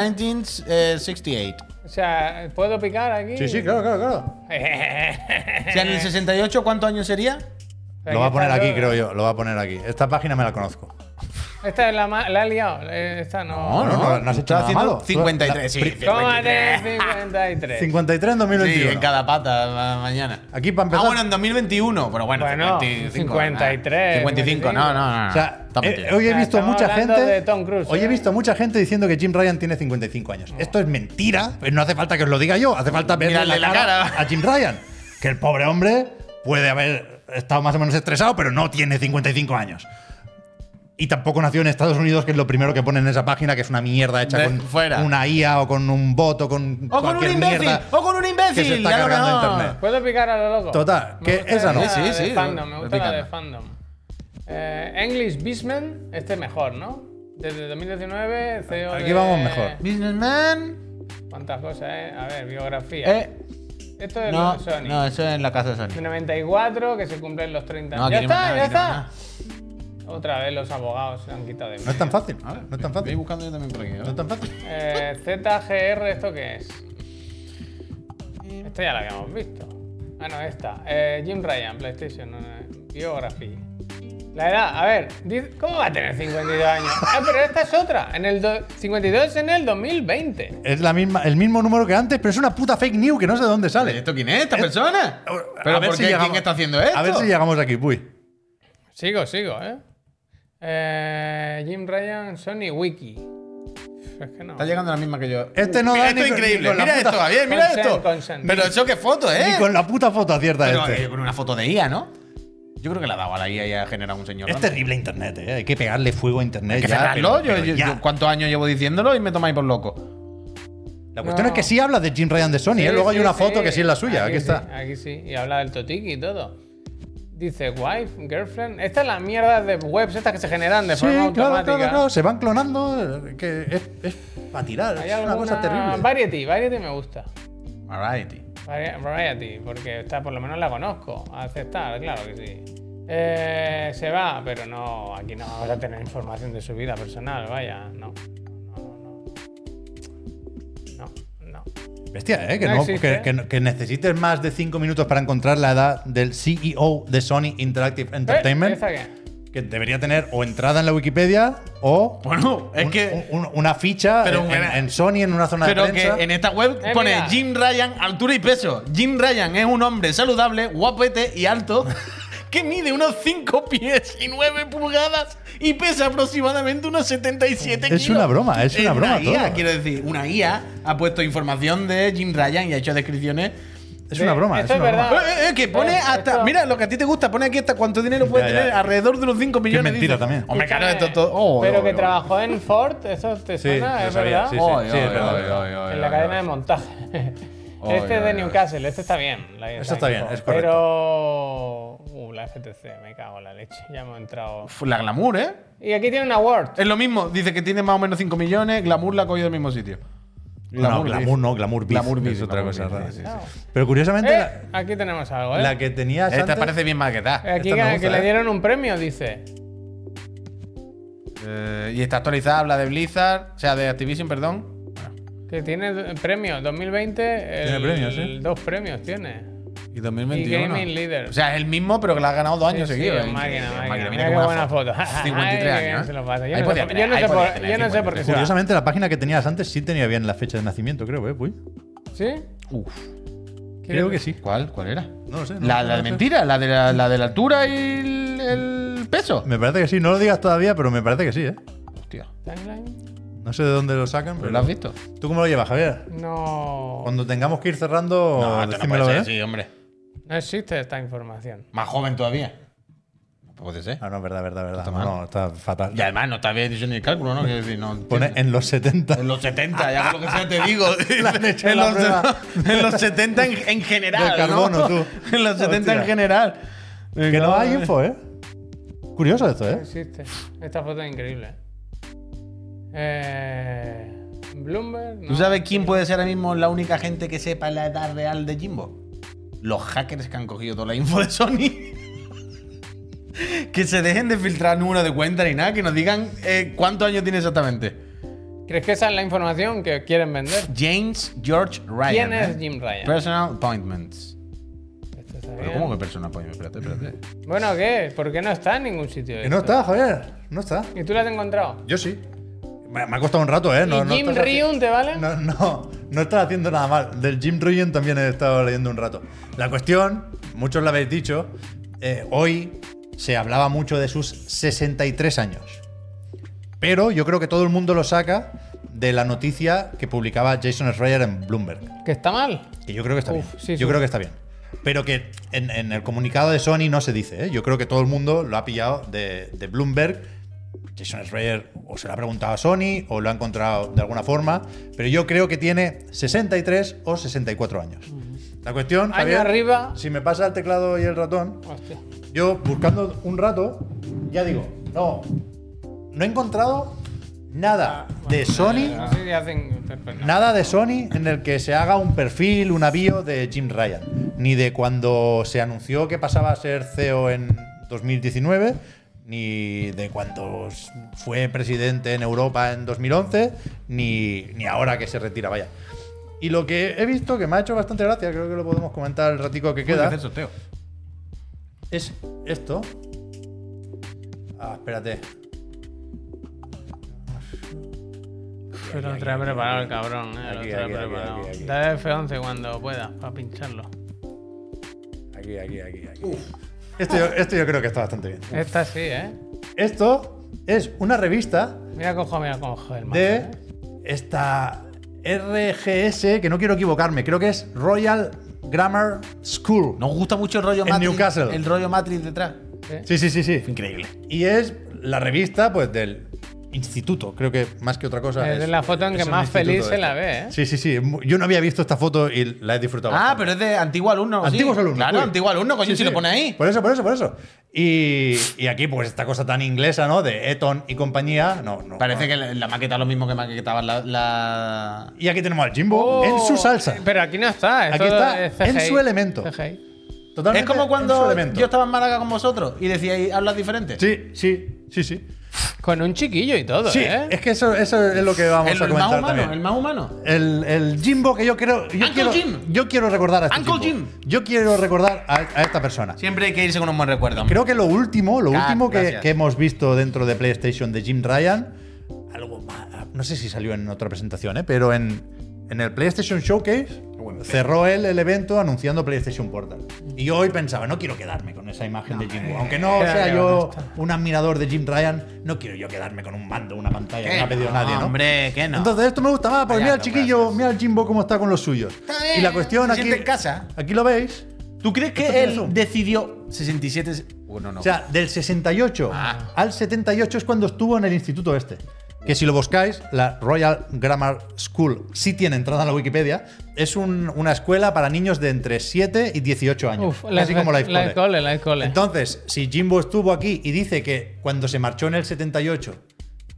D: 1968.
B: o sea, ¿puedo picar aquí?
C: Sí, sí, claro, claro, claro.
D: O sea, en el 68, ¿cuántos años sería?
C: Lo va a poner aquí, creo yo. Lo va a poner aquí. Esta página me la conozco.
B: Esta es la, ma- la he liado. eh, Esta no.
C: No, no, no, no has hecho
D: Ah, Estaba
C: nada
D: haciendo
C: malo.
D: 53, sí.
C: Pri-
D: 53.
B: Tómate 53.
C: 53 en
D: Sí,
C: 2021.
D: en cada pata ma- mañana.
C: Aquí para empezar.
D: Ah, bueno, en 2021, pero bueno,
B: Bueno,
D: 55,
B: 53,
D: 55, no, no, no. no.
C: O sea,
D: Ah, Está
C: eh,
D: metido.
C: hoy he
B: Ah,
C: visto
B: estamos
C: mucha
B: hablando
C: gente.
B: de Tom Cruise,
C: hoy
B: ¿eh?
C: he visto mucha gente diciendo que Jim Ryan tiene 55 años. Esto es mentira, pero no hace falta que os lo diga yo. Hace falta verle
D: Miradle
C: la,
D: la
C: cara
D: cara.
C: a Jim Ryan. Que el pobre hombre puede haber estado más o menos estresado, pero no tiene 55 años. Y tampoco nació en Estados Unidos, que es lo primero que ponen en esa página, que es una mierda hecha
D: De
C: con
D: fuera.
C: una IA o con un bot o con.
D: o con un
C: cualquier
D: imbécil,
C: mierda
D: o con un imbécil.
C: que se está
D: ya lo
C: cargando en
D: ganó.
C: internet.
B: ¿Puedo picar a lo loco?
C: Total,
B: Me
C: que
B: gusta
C: esa no.
B: la
D: Sí, sí,
B: de
D: sí,
B: fandom, me
D: voy
B: gusta la de
D: picando.
B: fandom. Eh, English Beastman, este es mejor, ¿no? Desde 2019, CEO
C: Aquí
B: E de-
C: vamos mejor.
D: Businessman.
B: ¿Cuántas cosas, eh? A ver, biografía.
D: Eh,
B: Esto es
D: no,
B: lo de Sony.
D: no, eso es en la casa de Sony.
B: De 94, que se cumplen los 30
D: No,
B: años. ¡Ya
D: aquí no hay
B: está, ya
D: nada,
B: está! Otra vez los abogados se han quitado de mí.
C: No es tan fácil. No es tan
A: Voy
C: fácil.
A: buscando yo también por aquí.
C: No es tan fácil.
B: Eh, ZGR, ¿esto qué es? Esta ya la que hemos visto. Ah, no, esta. Eh, Jim Ryan, PlayStation, eh, Biography. La edad, a ver, dice- ¿cómo va a tener 52 años? Ah, pero esta es otra. En el do- 52 es en el 2020.
C: Es la misma, el mismo número que antes, pero es una puta fake news que no sé de dónde
D: ¿Pero
C: sale. Oh,
D: ¿Esto quién es? ¿Esta persona?
C: A
D: ¿Pero
C: ver
D: por
C: si
D: qué? ¿Quién
C: llegamos-
D: está haciendo esto?
C: A ver si llegamos aquí, uy.
B: Sigo, sigo, ¿eh? eh Jim Ryan, Sony Wiki. Es que no.
D: Está llegando la misma que yo.
C: Este no da
D: Esto
C: ni
D: es
C: con- ni
D: increíble.
C: con la
D: Mira
C: puta-
D: esto, Javier, mira
B: Consent,
D: esto.
B: consent.
D: Pero eso qué foto, ¿eh?
C: Ni con la puta foto acierta
D: Pero,
C: este.
D: eh, con una foto de IA, ¿no? Yo creo que la ha dado a la IA y ha generado un señor.
C: Es
D: random.
C: terrible internet, eh. Hay que pegarle fuego a internet.
D: Este Hay que
C: ya,
D: cerrarlo.
C: pero-
D: Yo-
C: pero
D: yo-
C: ya.
D: yo ¿Cuántos años llevo diciéndolo y me tomáis por loco?
C: la cuestión
B: No.
C: es que sí habla de Jim Ryan de Sony,
B: Sí,
C: eh. Luego hay
B: sí,
C: una foto que sí es la suya. Aquí,
B: sí,
C: está.
B: Aquí sí. Y habla del totique y todo. Dice wife, girlfriend. Esta es la mierda de webs estas que se generan de
C: Sí,
B: forma
C: claro, claro,
B: automática.
C: claro. Se van clonando. eh, Que es, es para tirar.
B: Hay
C: Es una cosa
B: alguna-
C: terrible.
B: Variety, Variety me gusta.
D: Variety.
B: Vari- Variety, porque esta por lo menos la conozco. A Aceptar, claro que sí. Eh, se va, pero no, aquí no vas a tener información de su vida personal, vaya, no. No, no, no. No,
C: Bestia, eh. Que,
B: No
C: no-
B: existe.
C: que- que no- que necesites más de 5 minutos para encontrar la edad del CEO de Sony Interactive
B: Eh,
C: Entertainment.
B: ¿esta qué?
C: que debería tener o entrada en la Wikipedia o.
D: Bueno, es
C: un-
D: que.
C: un- un- una ficha
D: Pero
C: en,
D: un gran-
C: en Sony en una zona de
D: Pero que
C: prensa.
D: en esta web
B: Eh,
D: pone
B: mira.
D: Jim Ryan, altura y peso. Jim Ryan es un hombre saludable, guapete y alto que mide unos 5 pies y 9 pulgadas y pesa aproximadamente unos 77
C: Es
D: kilos.
C: una broma, es una broma
D: Una IA,
C: todo.
D: quiero decir, una IA ha puesto información de Jim Ryan y ha hecho descripciones.
C: es una broma.
B: Esto es
C: una broma.
B: verdad.
D: Eh, eh, eh, que pone
B: Eh,
D: hasta.
B: esto-
D: Mira, lo que a ti te gusta, pone aquí hasta cuánto dinero puede
C: Ya, ya.
D: tener, alrededor de unos 5 millones.
C: mentira
D: dice.
C: también.
D: Hombre, claro, esto
B: Escúchame,
D: todo. oh,
B: pero
D: oh,
B: que
D: oh.
B: trabajó en Ford, ¿eso te
C: Sí,
B: suena?
C: lo
B: ¿Es
C: sabía,
B: verdad?
C: sí,
D: Oh,
C: sí,
D: oh,
C: es verdad.
D: oh, oh, oh,
B: en la
D: oh,
B: cadena
D: oh.
B: de montaje.
D: Oy,
B: este es de
D: oy, oy.
B: Newcastle, este está bien. la-
C: Este está bien, es
B: Pero. Uh, la FTC, me cago en la leche. Ya hemos entrado.
D: Uf, La glamour, ¿eh?
B: Y aquí tiene un award.
D: Es lo mismo, dice que tiene más o menos 5 millones, glamour la ha cogido del mismo sitio.
C: No,
D: dice.
C: glamour no, glamour beef.
D: Glamour beef,
C: es otra
D: glamour
C: cosa
D: beef,
C: rara.
D: sí, sí,
C: Pero curiosamente,
B: Eh,
C: la,
B: aquí tenemos algo, ¿eh?
C: la que tenías
D: Esta
C: antes, eh,
D: parece bien maquetada.
B: aquí
C: esta
B: que,
C: me gusta,
B: que le
C: eh.
B: dieron un premio, dice.
D: Eh, y está actualizada, habla de Blizzard, o sea, de Activision, perdón.
B: Que tiene do- premio 2020. el-
C: premios, ¿eh?
B: Dos premios tiene.
D: Y
B: Y
D: 2021.
B: Gaming Leader.
D: O sea, es el mismo, pero que la ha ganado dos
B: Sí,
D: años
B: sí,
D: seguidos. ¿eh?
B: máquina,
D: Increíble,
B: máquina. Mira
D: Mira
B: qué
D: cómo
B: buena
D: es la
B: foto.
D: 53
B: Ay, qué bien
D: años.
B: se
D: ¿eh?
B: lo pasa. Yo
D: Ahí
B: no
D: podía
B: sé-
D: tener,
B: yo no
D: ahí
B: sé
D: podía
B: por-
D: tener
B: yo no sé por qué
D: 53.
B: se va.
C: curiosamente la página que tenías antes sí tenía bien la fecha de nacimiento, creo, ¿eh? Puy?
B: ¿Sí?
D: Uf.
C: Creo que sí.
D: ¿Cuál? ¿Cuál era?
C: No lo sé. no
D: La,
C: lo
D: la de
C: sé.
D: mentira, la de la, la de la altura y el, el peso.
C: Me parece que sí. No lo digas todavía, pero me parece que sí, ¿eh?
D: Hostia,
B: ¿Timeline?
C: No sé de dónde lo sacan, pero.
D: ¿pero lo has visto?
C: ¿Tú cómo lo llevas, Javier?
B: No.
C: Cuando tengamos que ir cerrando, decídmelo, ¿eh?
D: sí, hombre.
B: No existe esta información.
D: Más joven todavía. No puede ser.
C: Ah, no, verdad, verdad, verdad.
D: Está
C: No,
D: mal.
C: no, está fatal.
D: Y además no está bien hecho ni el cálculo, ¿no? Quiero decir, no.
C: Pone en los 70.
D: En los 70, ya con lo que sea te digo.
C: hecho
D: en,
C: la
D: los,
C: prueba.
D: en los 70 en, en general.
C: Del carbono,
D: ¿no?
C: tú.
D: En los 70
C: Hostia.
D: en general.
C: Que no hay info, ¿eh? Curioso esto,
B: No
C: ¿eh?
B: existe. Esta foto es increíble. Eh, Bloomberg. no.
D: ¿Tú sabes quién puede ser ahora mismo la única gente que sepa la edad real de Jimbo? Los hackers que han cogido toda la info de Sony. que se dejen de filtrar número de cuenta ni nada, que nos digan eh, cuántos años tiene exactamente.
B: ¿Crees que esa es la información que quieren vender?
D: James George Ryan.
B: ¿Quién es
D: ¿eh?
B: Jim Ryan?
D: Personal appointments.
B: Esto está
D: ¿Pero
B: bien.
D: cómo que personal appointments? Espérate, espérate.
B: Bueno, ¿qué? ¿Por qué no está en ningún sitio?
C: Que no
B: esto?
C: está, Javier. No está.
B: ¿Y tú la has encontrado?
C: Yo sí. Me, me ha costado un rato, ¿eh? No,
B: ¿Y
C: no
B: Jim
C: estás haci-
B: Ryun te vale?
C: No, no, no estás haciendo nada mal. Del Jim Ryan también he estado leyendo un rato. La cuestión, muchos lo habéis dicho, eh, hoy se hablaba mucho de sus 63 años. Pero yo creo que todo el mundo lo saca de la noticia que publicaba Jason Schreier en Bloomberg.
B: ¿Que está mal?
C: Que yo creo que está
B: Uf,
C: bien.
B: sí, sí.
C: yo creo que está bien. Pero que en, en el comunicado de Sony no se dice. ¿eh? Yo creo que todo el mundo lo ha pillado de, de Bloomberg. Jason Schreier o se lo ha preguntado a Sony o lo ha encontrado de alguna forma. Pero yo creo que tiene 63 o 64 años. La cuestión,
B: Año
C: Javier,
B: arriba.
C: si me pasa el teclado y el ratón,
B: Hostia.
C: yo buscando un rato, ya digo, no, no he encontrado nada
B: Ah,
C: de Sony
B: No sé si hacen. pues no.
C: Nada de Sony en el que se haga un perfil, un avío de Jim Ryan. Ni de cuando se anunció que pasaba a ser CEO en 2019, ni de cuando s- fue presidente en Europa en 2011, ni, ni ahora que se retira, vaya. Y lo que he visto, que me ha hecho bastante gracia, creo que lo podemos comentar el ratico que
D: Uy, que
C: queda,
D: hacer sorteo.
C: es esto. Ah, espérate.
B: Se lo trae preparado el cabrón, eh. Lo
C: Aquí,
B: trae
C: aquí, aquí,
B: preparado.
C: aquí, aquí.
B: Dale F11 cuando pueda, para pincharlo.
C: Aquí, aquí, aquí, aquí. Esto, yo, esto yo creo que está bastante bien.
B: Esta sí, ¿eh?
C: Esto es una revista
B: Mira cojo, mira cojo el mazo.
C: de
B: ¿eh?
C: esta RGS, que no quiero equivocarme, creo que es Royal Grammar School.
D: Nos gusta mucho el rollo
C: En
D: Matrix.
C: Newcastle.
D: El rollo Matrix detrás.
C: Sí, sí, sí, sí.
D: Increíble.
C: Y es la revista, pues, del instituto, creo que más que otra cosa.
B: Es de la foto en que
C: un
B: más
C: instituto
B: feliz
C: de
B: se
C: esto.
B: la ve, ¿eh?
C: Sí, sí, sí. Mu- Yo no había visto esta foto y la he disfrutado.
D: Ah,
C: bastante.
D: pero es de antiguo alumno. sí.
C: Antiguos alumnos.
D: Claro,
C: uy.
D: antiguo alumno, coño,
C: Sí,
D: si
C: sí.
D: lo pone ahí.
C: Por eso, por eso, por eso. Y, y aquí, pues, esta cosa tan inglesa, ¿no? De Eton y compañía. No, no. Ah.
D: Parece
C: no.
D: que la, la maqueta es lo mismo que maquetaban la, la-
C: Y aquí tenemos al Jimbo en su salsa.
B: Oh, Pero aquí no está.
C: Aquí
B: todo
C: está,
B: es CGI.
C: en su elemento.
B: CGI.
D: Es
C: Totalmente
D: como
C: en su
D: cuando
C: este elemento.
D: yo estaba en Málaga con vosotros y decíais, hablas diferente.
C: Sí, sí, sí, sí.
B: Con un chiquillo y todo,
C: Sí,
B: ¿eh?
C: es que eso, eso es lo que vamos
D: el,
C: a
D: el más
C: comentar
D: humano,
C: también.
D: el más humano.
C: El, el Jimbo que yo creo. Yo
D: Uncle
C: quiero,
D: Jim.
C: Yo quiero recordar a este
D: Uncle
C: Jimbo.
D: Jim.
C: Yo quiero recordar a, a esta persona.
D: Siempre hay que irse con un buen recuerdo. hombre.
C: Creo que lo último, lo
D: Cat,
C: último que,
D: gracias.
C: que hemos visto dentro de PlayStation de Jim Ryan, algo ma- no sé si salió en otra presentación, ¿eh? pero en, en el PlayStation Showcase cerró él el evento anunciando PlayStation Portal. Y yo hoy pensaba, no quiero quedarme con esa imagen de Jimbo. Aunque no
B: Claro,
C: sea
B: claro,
C: yo
B: está.
C: un admirador de Jim Ryan, no quiero yo quedarme con un mando, una pantalla,
D: ¿Qué?
C: que no ha pedido
D: No,
C: nadie, ¿no?
D: Hombre, que no.
C: Entonces esto me gusta más, porque
D: Vaya,
C: mira al
D: no,
C: chiquillo,
D: gracias.
C: mira al Jimbo cómo está con lo suyo.
D: bien,
C: Y la cuestión
D: se
C: aquí
D: siente en casa.
C: Aquí lo veis.
D: ¿Tú crees
C: Esto tiene
D: que él
C: zoom.
D: decidió 67? Bueno, no.
C: O sea, del 68
D: Ah.
C: al 78 es cuando estuvo en el instituto este. Que si lo buscáis, la Royal Grammar School sí tiene entrada en la Wikipedia. Es un- una escuela para niños de entre 7 y 18 años.
B: Uf,
C: así como la
B: Life Cole, Life Cole.
C: Entonces, si Jimbo estuvo aquí y dice que cuando se marchó en el 78,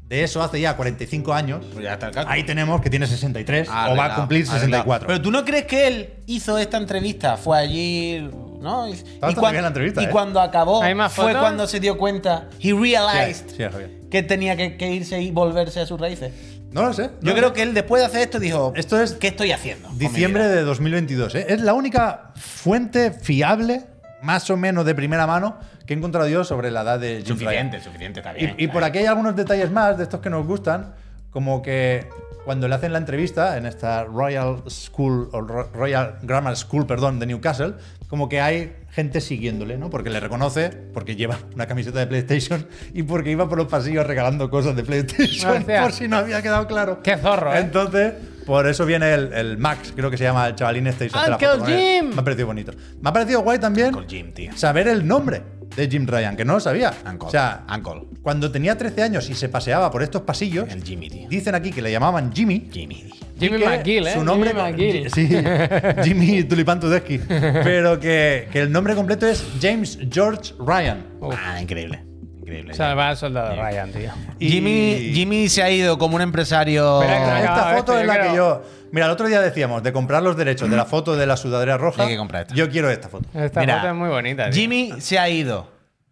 C: de eso hace ya 45 años,
D: Pues ya está el cálculo.
C: ahí tenemos que tiene 63 o va a
D: Arreglado,
C: cumplir
D: arreglado.
C: 64.
D: ah, Pero tú no crees que él hizo esta entrevista, fue allí, ¿no? Y,
C: bastante
D: cuan-
C: bien la entrevista,
D: y
C: ¿eh?
D: cuando acabó,
B: ¿Hay más
D: fue
B: fotos?
D: cuando se dio cuenta, he realized
C: Sí, sí, Javier.
D: que tenía que, que irse y volverse a sus raíces.
C: No lo sé.
D: Yo
C: no
D: creo
C: lo sé.
D: que él después de hacer esto dijo,
C: Esto es
D: ¿qué estoy haciendo? con mi
C: Diciembre
D: vida?
C: de 2022. ¿eh? Es la única fuente fiable, más o menos de primera mano, que he encontrado yo sobre la edad de Jim Ryan.
D: Suficiente, suficiente, está bien.
C: Y, y por aquí hay algunos detalles más de estos que nos gustan, como que cuando le hacen la entrevista en esta Royal School o Ro- Royal Grammar School, perdón, de Newcastle, como que hay gente siguiéndole, ¿no? Porque le reconoce, porque lleva una camiseta de PlayStation y porque iba por los pasillos regalando cosas de PlayStation,
B: Hostia.
C: por si no había quedado claro.
B: Qué zorro, ¿eh?
C: Entonces, por eso viene el, el Max, creo que se llama el chavalín este y se hace la
B: Uncle
C: foto con él.
B: Jim.
C: Me ha parecido bonito. Me ha parecido guay también
D: Uncle Jim, tío.
C: saber el nombre de Jim Ryan, que no lo sabía.
D: Uncle,
C: O sea,
D: Uncle.
C: cuando tenía 13 años y se paseaba por estos pasillos,
D: El Jimmy, tío.
C: dicen aquí que le llamaban Jimmy.
D: Jimmy, tío.
B: Jimmy
C: que
B: McGill, ¿eh?
C: Su nombre
B: Jimmy McGill.
C: Sí, Jimmy Tulipán Tudesky. Pero que, que el nombre completo es James George Ryan.
B: Uf.
D: Ah, increíble. Increíble.
B: Salvar al soldado Ryan, tío.
D: Jimmy,
C: Y-
D: Jimmy se ha ido como un empresario.
B: Espera, que me acaba-
C: Esta
B: esto
C: foto
B: yo
C: es la
B: este, creo-
C: que yo. Mira, el otro día decíamos de comprar los derechos de la foto de la sudadera roja.
D: Hay que comprar esta.
C: Yo quiero esta foto.
B: Esta
D: Mira,
B: foto es muy bonita, tío.
D: Jimmy se ha ido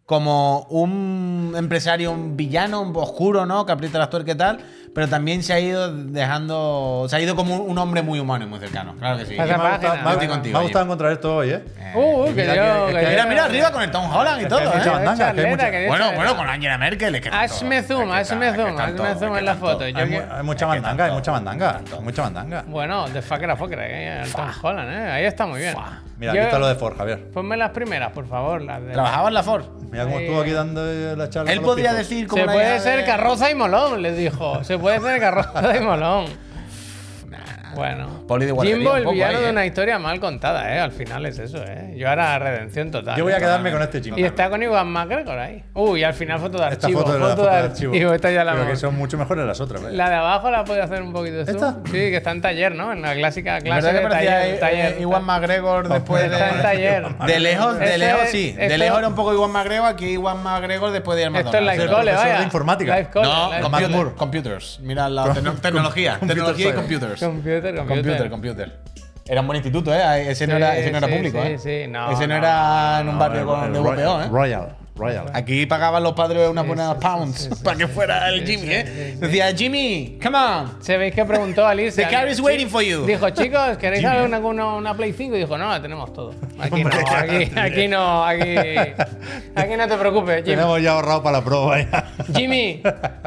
D: como un empresario, un villano, un oscuro, ¿no? Que aprieta las tuercas y tal. Pero también se ha ido dejando. Se ha ido como un hombre muy humano y muy cercano. Claro que sí.
B: Pasa
C: Me ha
B: página,
C: gustado- me ha-
B: estoy
C: me
D: contigo,
C: ha gustado encontrar esto hoy, ¿eh?
B: Uh, que
C: Mira,
B: yo-
C: que-
B: que
D: Mira,
B: yo-
D: mira arriba con el Tom Holland y todo,
C: Mucha
D: ¿eh?
C: bandanga,
B: Mucha
C: que hay
B: letra,
C: mucha-
B: que yo
D: Bueno,
B: sé-
D: bueno, con Angela Merkel. Es que están todos,
B: Hazme
D: es que
B: zoom,
D: están-
B: hazme
D: es que
B: zoom,
D: están
B: hazme
D: todos,
B: zoom
D: es
B: en
D: que
B: la
D: están
B: foto.
D: todos.
B: Yo-
C: Hay, mu- hay mucha mandanga, hay mucha mandanga. Hay mucha mandanga.
B: Bueno, de fucker a fucker, eh, el Tom Holland, eh. Ahí está muy bien.
C: Mira,
B: Yo-
C: aquí está lo de Ford, Javier.
B: Ponme las primeras, por favor. Las de
D: Trabajaba en la Ford.
C: Mira cómo
B: Ahí,
C: estuvo aquí
B: ahí.
C: dando eh, la charla.
D: Él
C: con los
D: podría
C: pijos.
D: decir como
B: Se
D: una
B: puede
D: hija
B: ser
D: de-
B: carroza y molón, les dijo. Se puede ser carroza y molón. Bueno,
D: Poli de guardería
B: Jimbo,
D: un
B: el
D: poco
B: villano
D: ahí,
B: de
D: eh.
B: una historia mal contada, ¿eh? Al final es eso, ¿eh? Yo ahora redención total.
C: Yo voy a
B: ¿eh?
C: quedarme con este Jimbo.
B: Y está con Iwan McGregor ahí. Uy, al final foto de
C: Esta
B: archivo.
C: foto de la foto de archivo.
B: Esta ya la
C: Pero que
B: hemos-
C: son mucho mejores las otras. ¿eh? vaya.
B: La de abajo la puede hacer un poquito zoom.
C: ¿Esta?
B: Sí, que está en taller, ¿no? En la clásica
D: La
B: clase
D: verdad que
B: de
D: parecía
B: taller. taller,
D: eh, Iwan McGregor después
B: Está en
D: de.
B: taller.
A: Ah,
D: De lejos, de
B: Ese-
D: lejos sí. De
B: esto-
D: lejos era un poco Iwan McGregor, aquí Iwan McGregor después de ir al
B: Esto es
D: McDonald's.
B: Life
C: el
B: Cole,
C: profesor de
B: vaya.
C: informática.
B: Life Cole,
D: no,
B: Life
D: computer-
C: Matt Moore.
D: computers. Mira la tecno- tecnología.
C: computer
D: tecnología y
C: science.
D: computers.
B: Computer, computer.
D: Computer, computer. Era un buen instituto, ¿eh? Ese no era,
B: Sí,
D: ese no era
B: sí,
D: público,
B: sí,
D: ¿eh?
B: sí. No,
D: ese no,
B: no,
D: era en un
C: No,
D: barrio
C: el-
D: con
C: el
D: de
C: Roy-
D: europeo, ¿eh?
C: Ah, Royal. Royal.
A: Aquí pagaban los padres unas
B: Sí,
A: buenas
B: sí, sí,
A: pounds
B: sí, sí,
A: para que
B: sí,
A: fuera
B: sí,
A: el
B: sí,
A: Jimmy,
B: sí,
A: ¿eh?
B: sí, sí.
A: Decía, Jimmy, come on.
B: ¿Sabéis que preguntó Alicia?
A: The car is
B: Sí.
A: waiting for you.
B: Dijo, chicos, ¿queréis alguna una, una Play 5? Y dijo, no, la tenemos todo. Aquí no,
C: Hombre, claro,
B: aquí,
C: tío.
B: aquí no, aquí, aquí no te preocupes, Jimmy.
C: Tenemos ya ahorrado para la prueba. ya.
B: Jimmy,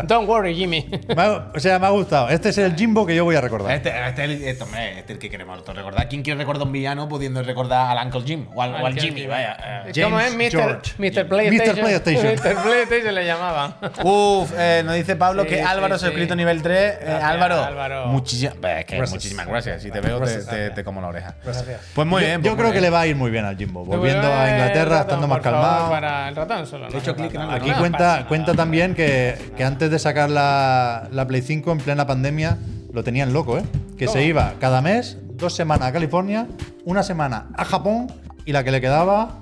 B: don't worry, Jimmy.
C: Me ha- o sea, me ha gustado. Este es el Jimbo que yo voy a recordar.
A: Este, este, es el- este, hombre, este es el que queremos nosotros recordar. ¿Quién quiere recordar a un villano pudiendo recordar al Uncle Jim? O al, o al Jimmy, vaya. eh.
B: ¿Cómo es?
C: James
B: Mr.
C: George.
B: Mr. PlayStation.
C: Mr. PlayStation.
B: Mr. PlayStation le llamaba.
A: Uf, eh, nos dice Pablo
B: Sí,
A: que
B: sí,
A: Álvaro se ha
B: sí.
A: escrito nivel 3.
B: Gracias,
A: Álvaro,
B: Álvaro.
A: muchísima- eh, que
C: Gracias.
A: muchísimas gracias. Si te veo, te,
C: Gracias.
A: te- te como la oreja.
C: Gracias.
A: Pues muy
C: yo,
A: bien.
C: Yo creo que le va a ir muy bien al Jimbo. Volviendo
B: Eh,
C: a Inglaterra,
B: ratón,
C: estando más
B: por favor,
C: calmado.
B: Para el ratón solo. ¿no?
A: hecho clic en algo,
B: No,
A: ¿no?
C: Aquí
B: no pasa
C: cuenta,
B: nada.
C: cuenta también que, que antes de sacar la, la Play 5 en plena pandemia lo tenían loco, ¿eh? Que se iba cada mes, dos semanas a California, una semana a Japón y la que le quedaba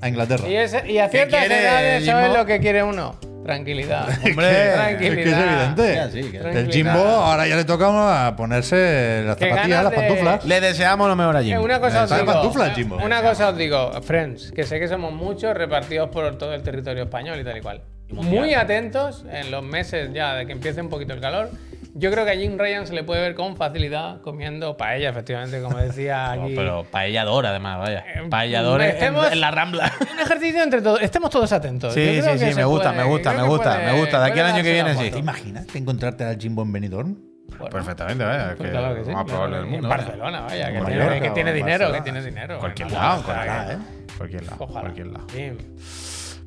C: a Inglaterra.
B: Y, ese- y a ciertas
A: quiere,
B: edades, ¿sabes
A: Jimbo?
B: lo que quiere uno? Tranquilidad.
C: Hombre, es que es
B: tranquilidad.
C: evidente.
A: Ya, sí, que-
C: el Jimbo ahora ya le toca a ponerse las
B: Que
C: zapatillas,
B: ganas
C: las
B: de-
C: pantuflas.
A: Le deseamos lo mejor a Jimmy.
B: Eh, una cosa os
C: Saca
B: digo,
C: pantuflas,
B: eh,
C: Jimbo.
B: una cosa os digo, friends, que sé que somos muchos repartidos por todo el territorio español y tal y cual. Muy atentos en los meses ya de que empiece un poquito el calor. Yo creo que a Jim Ryan se le puede ver con facilidad comiendo paella, efectivamente, como decía
G: No,
B: aquí.
G: pero paellador, además, vaya.
B: Eh,
G: Paellador en-
B: estemos-
G: en, la rambla.
B: Un ejercicio entre todos. Estemos todos atentos.
A: Sí,
B: Yo creo
A: sí,
B: que
A: sí,
B: se
A: me gusta,
B: puede-
A: me gusta,
B: creo
A: me
B: que
A: gusta,
B: puede-
A: me gusta. De aquí
B: puede
A: al año que
B: darse la
A: viene, sí.
B: vuelta.
C: ¿Te imaginas te encontrarte al Jimbo en Benidorm?
B: Bueno,
G: Perfectamente, vaya.
B: pues
G: que
B: claro que
G: lo
B: sí.
G: más probable del
A: ¿eh?
G: mundo.
B: En
G: vaya.
B: Barcelona, vaya. Que,
C: En
B: tiene-
C: Mallorca
B: que tiene
C: o en
B: dinero, que
C: Barcelona.
B: tiene dinero.
G: Cualquier
B: Ojalá,
G: lado,
B: ojalá,
G: cualquier lado,
C: ¿eh?
G: Cualquier lado,
B: Ojalá.
G: cualquier lado.
B: Bien.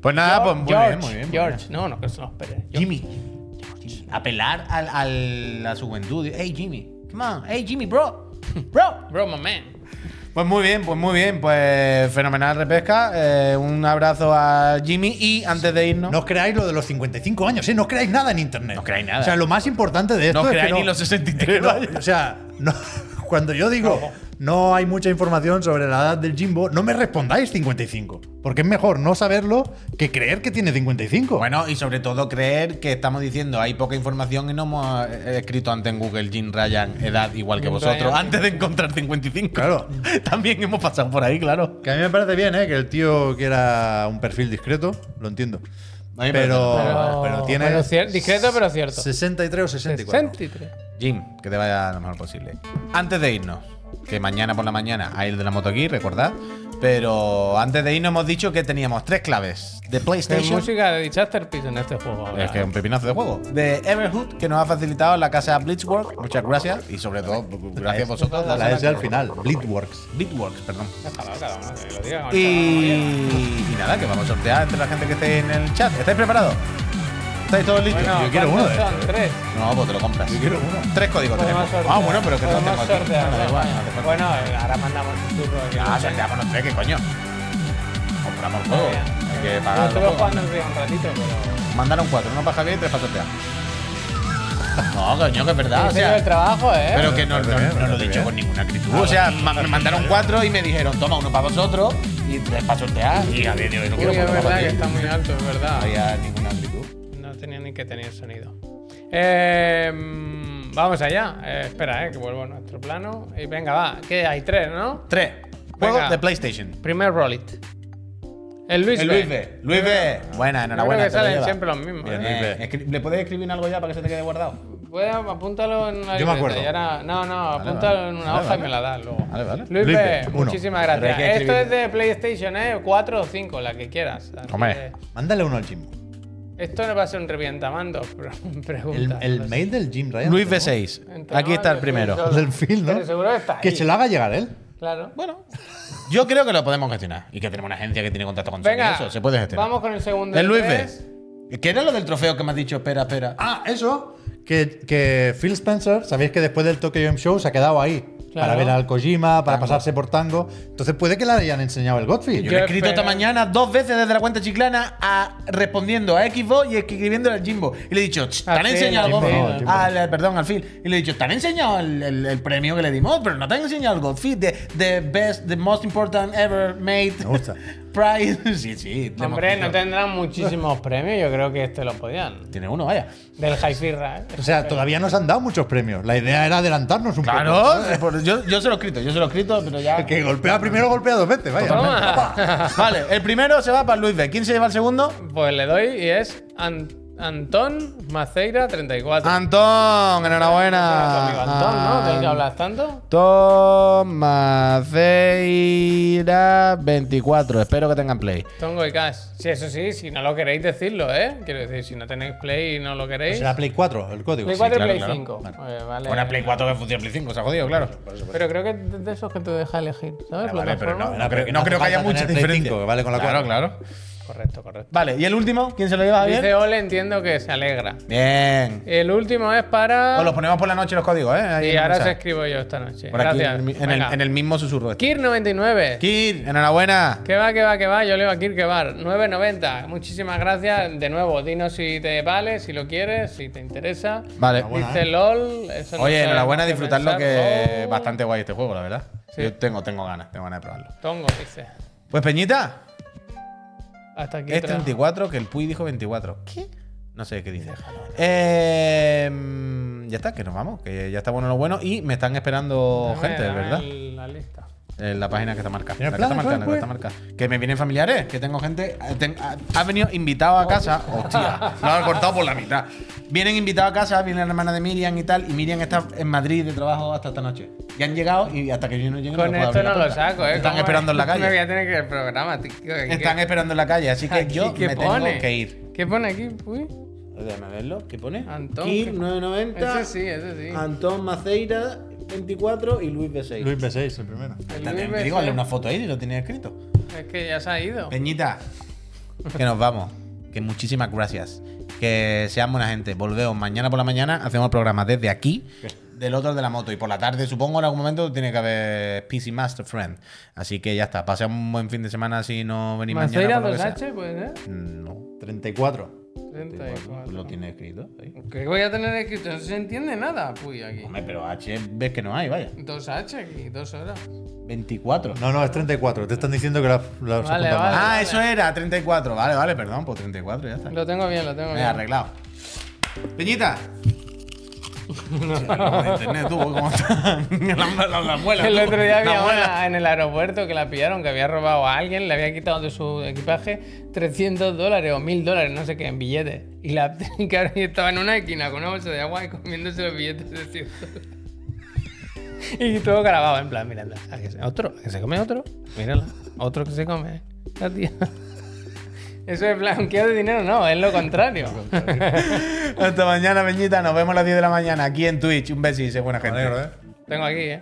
G: Pues
A: Ah,
G: nada, pues muy
B: George,
G: bien, muy bien. muy
B: George, no, no, que eso no, espera. Yo-
A: Jimmy. Apelar al, al- a su juventud. Hey, Jimmy. Come on. Hey, Jimmy, bro. Bro.
B: Bro, my man.
G: Pues muy bien, pues muy bien. Pues fenomenal repesca. Eh, un abrazo a Jimmy. Y antes de irnos.
C: No os creáis lo de los 55 años, ¿eh? No os creáis nada en internet.
G: No os creáis nada.
C: O sea, lo más importante de esto
G: no
C: es que
G: creáis
C: no,
G: ni los 63.
C: No,
G: vaya.
C: o sea, no- cuando yo digo no hay mucha información sobre la edad del Jimbo, no me respondáis 55. Porque es mejor no saberlo que creer que tiene 55.
A: Bueno, y sobre todo creer que estamos diciendo hay poca información y no hemos eh, escrito antes en Google Jim Ryan edad igual que
B: Jim
A: vosotros.
B: Ryan.
A: Antes de encontrar 55.
C: Claro.
A: También hemos pasado por ahí, claro.
C: que a mí me parece bien, ¿eh? Que el tío quiera un perfil discreto, lo entiendo.
A: A mí me
C: Pero,
A: parece
C: pero, tiene
B: pero cier- discreto, pero cierto.
C: 63 o 64.
B: 63.
A: Jim, que te vaya lo mejor posible. Antes de irnos, que mañana por la mañana hay el de la moto aquí, recordad. Pero antes de irnos hemos dicho que teníamos tres claves de
B: Hay
A: PlayStation.
B: música de Disaster Piece en este juego. ahora.
A: Es que es un pepinazo de juego. De Everhood, que nos ha facilitado la casa Blitzworks. Muchas gracias. Y sobre todo, gracias a vosotros.
C: La S al final, Bleedworks.
A: Blitzworks, perdón.
B: Déjalo, cada uno que lo diga.
A: Y, y nada, que vamos a sortear entre la gente que esté en el chat. ¿Estáis preparados? ¿Estáis todos listos?
B: Bueno,
C: yo quiero
B: ¿cuántos
C: uno de
B: Son tres.
A: No, pues te lo compras.
C: uno.
A: Tres códigos tenemos.
B: Podemos sortear.
A: Ah, bueno, pero que no
B: Podemos
A: tengo aquí.
B: sortear,
A: No, da
B: ¿no?
A: igual, no hace falta.
B: Bueno, ahora mandamos un turno. aquí.
A: Ah, sorteamos tres, ¿qué coño? Compramos el juego. Hay que
B: Yo
A: pagar. los
B: estuve
A: juegos.
B: jugando en Río un ratito, pero.
A: Mandaron cuatro, uno para Javier y tres para sortear. No, coño, que es verdad.
B: Ah,
A: o sea,
B: el trabajo, ¿eh?
A: Pero que no, no-
C: Parece bien,
A: no lo he
C: parece
A: dicho
C: bien.
A: con ninguna acritud. O sea, ma- me mandaron cuatro y me dijeron, toma uno para vosotros y tres para sortear. Y a ver, yo no
B: Uy,
A: quiero
B: es
A: uno para
B: verdad
A: ti.
B: que está muy alto, es
A: No
B: verdad.
A: había ninguna acritud.
B: No tenía ni que tener sonido. Eh, mm, vamos allá. Eh, espera, eh, que vuelvo a nuestro plano. Y venga, va. Que hay tres, ¿no?
A: Tres. Juego
B: Venga.
A: de PlayStation.
B: Primer Rollit. El Luis.
A: El
B: B.
A: Luis B. Luis B. Buena,
B: Yo creo
A: enhorabuena.
B: que
A: te lo
B: salen
A: llevas.
B: siempre los mismos.
A: Bien,
B: ¿eh?
A: Luis B. Escri- ¿Le podéis escribir algo ya para que se te quede guardado?
B: Puedes apúntalo en una
C: Yo me
B: libreta
C: acuerdo.
B: y ahora- no, no, apúntalo
A: vale.
B: en una
A: Vale,
B: hoja
A: vale.
B: y me la das luego.
A: Vale, vale.
B: Luis,
C: Luis
B: B,
C: B, uno.
B: muchísimas
A: Pero hay
B: gracias.
A: que
B: Esto es
A: escribir.
B: de PlayStation, ¿eh? 4 o 5, la que quieras. Así
G: Hombre.
B: que
C: Mándale uno al Jimbo.
B: Esto no va a ser un revientamando, pero
C: El,
B: pregunta.
C: el mail del Jim Ryan.
G: Luis
C: ¿no?
G: B6. Aquí está el primero.
C: Del Phil, ¿no?
B: Pero seguro que está
C: Que
B: ahí.
C: se lo haga llegar él.
B: Claro. Bueno,
A: Yo creo que lo podemos gestionar. Y que tenemos una agencia que tiene contacto con Sony.
B: venga.
A: pues Eso se puede gestionar.
B: Vamos con el segundo.
A: El
B: de
A: Luis
B: tres.
A: B. ¿Qué era lo del trofeo que me has dicho? Espera, espera.
C: Ah, eso. Que, que Phil Spencer, sabéis que después del Tokyo Game Show se ha quedado ahí.
B: Claro.
C: Para ver al Kojima, para pasarse por tango. Entonces puede que le hayan enseñado el Godfrey.
A: Yo
B: Yo
A: le he escrito
B: espero-
A: esta mañana dos veces desde la cuenta chiclana a, respondiendo a Xbox y escribiendo al Jimbo. Y le he dicho, "Ch, ¿te
B: Al
A: han
B: Phil,
A: enseñado
B: al
A: al Godfrey?
C: Jimbo, no, al Jimbo.
A: Al- al- perdón, al Phil. Y le he dicho, ¿te han enseñado el, el- el premio que le dimos? Pero no te han enseñado el Godfrey. The, the best, the most important ever made
C: Me gusta.
D: Prize. sí, sí. le hemos
B: Hombre, no
D: escuchado.
B: tendrán muchísimos premios. Yo creo que este lo podían.
A: Tiene uno, vaya.
B: Del High Firra.
C: O sea, todavía nos han dado muchos premios. La idea era adelantarnos un poco.
D: Claro, eh, por- yo, yo se lo he escrito, yo se lo he escrito, pero ya.
C: El que golpea primero golpea dos veces, vaya.
D: Vale, el primero se va para Luis B. ¿Quién se lleva el segundo?
B: Pues le doy y es An- Antón Maceira 34.
A: Antón,
B: Tu
A: enhorabuena.
B: amigo Antón, ¿no? ¿Del que hablas tanto?
A: Tomaceira 24. Espero que tengan play.
B: Tongo y Cash. Sí, eso sí, si no lo queréis, decirlo, ¿eh? Quiero decir, si no tenéis Play y no lo queréis.
C: Será Play 4, el código.
B: Play
C: sí.
B: 4 y
A: claro,
B: Play
A: claro.
B: 5. Vale. vale.
A: Una Play 4 que funciona Play 5, se ha jodido, claro.
B: Pero creo que es de de esos que te deja elegir, ¿sabes?
A: Vale, pero no,
B: Plataforma.
A: no creo,
C: que
A: no
C: no
A: creo que
C: hace
A: haya
C: falta
A: mucha
C: tener Play
A: diferencia.
C: 5, que vale con la
A: claro,
C: cuatro.
A: claro.
B: Correcto, correcto.
D: Vale, ¿y el último? ¿Quién se lo lleva?
B: Dice
D: Bien.
B: Ole, entiendo que se alegra.
D: Bien.
B: El último es para.
D: Os los ponemos por la noche los códigos, ¿eh? Ahí
B: y
D: en el
B: ahora se
D: mensaje.
B: escribo yo esta noche.
D: Por aquí,
B: Gracias.
D: en, el- en el,
B: Venga.
D: en el mismo susurro. este.
B: Kir 99.
A: Kir, enhorabuena.
B: Que va, que va, que va. Yo le voy a Kir que va. 990. Muchísimas gracias. De nuevo, dinos si te vale, si lo quieres, si te interesa.
A: Vale.
B: Dice LOL. eso no
A: ¿eh? Oye,
B: sabemos
A: enhorabuena,
B: qué
A: disfrutarlo
B: pensar.
A: que
B: Oh,
A: bastante guay este juego, la verdad.
B: Sí.
A: Yo tengo, tengo ganas, tengo ganas de probarlo.
B: Tongo, dice.
A: Pues Peñita,
B: Hasta aquí.
A: es
B: trabajo.
A: 34, que el Puy dijo 24. ¿Qué? No sé qué dice. Eh, mm, ya está, que nos vamos, que ya está bueno lo bueno. Y me están esperando
B: Dame-
A: gente,
B: dame
A: ¿verdad?
B: La lista.
A: En la página que está marcada.
C: ¿Tienes
A: La que está
C: planes,
A: marcada, la que
C: Puy?
A: está marcada. Que me vienen familiares, que tengo gente. eh, ten- ha- ha venido invitado a casa. Hostia, lo han cortado por la mitad. Vienen invitados a casa, viene la hermana de Miriam y tal. Y Miriam está en Madrid de trabajo hasta esta noche. Y han llegado y hasta que yo no llegue.
B: Con
A: puedo
B: esto
A: abrir la
B: no lo
A: puerta.
B: saco, ¿eh?
A: Están
B: ¿Cómo?
A: esperando en la
B: Me voy
A: calle.
B: a tener que ir al programa, tío. ¿Qué-
A: Están esperando en la calle, así que
B: aquí
A: yo
B: qué
A: me
B: pone?
A: tengo que ir.
B: ¿Qué pone aquí? Uy.
A: Déjame verlo. ¿Qué pone?
B: Antón,
A: Kir
B: ¿qué-
A: 990.
B: Ese sí, ese sí.
A: Antón Maceira 24 y Luis B6.
C: Luis B6, el primero.
B: El
D: Te-
B: Luis
D: te digo, hazle
B: Bessé.
D: una foto ahí, lo tenía escrito.
B: Es que ya se ha ido.
A: Peñita, que nos vamos. Que muchísimas gracias. Que sean buena gente. Volvemos mañana por la mañana. Hacemos el programa desde aquí, del otro de la moto. Y por la tarde, supongo, en algún momento tiene que haber PC Master Friend. Así que ya está. Pasea un buen fin de semana si no venís
B: Maceira
A: mañana. por lo que sea. Mm,
B: 2H, puede ser.
A: No,
C: 34.
B: 34.
A: lo tiene escrito. ahí.
B: ¿Qué voy a tener escrito? No se entiende nada, puy, aquí.
A: Hombre, pero H ves que no hay, vaya.
B: 2H aquí, dos horas.
A: 24.
C: No, no, es 34. Te están diciendo que la, la
B: Vale,
C: se
B: vale.
C: apuntan mal.
A: Ah, eso era, 34. Vale, vale, perdón, pues 34, ya está.
B: Lo tengo bien, lo tengo
A: Me he
B: bien.
A: arreglado. Peñita. Hostia, loco de internet, tú, ¿cómo estás? la, la- la muela.
B: El
A: tú.
B: otro día
A: La
B: había
A: muela.
B: una en el aeropuerto que la pillaron, que había robado a alguien, le había quitado de su equipaje 300 dólares o 1000 dólares, no sé qué, en billetes. Y la trincaron y estaba en una esquina con una bolsa de agua y comiéndose los billetes de 100 dólares. Y todo grabado, en plan, mirando. ¿a que se- Otro, ¿a que se come otro, mírala, otro que se come. La tía. Eso es blanqueo de dinero, no, es lo contrario.
A: Hasta mañana, Peñita. Nos vemos a las 10 de la mañana aquí en Twitch. Un besis, buena gente.
C: Me alegro, ¿eh?
B: Tengo aquí, eh.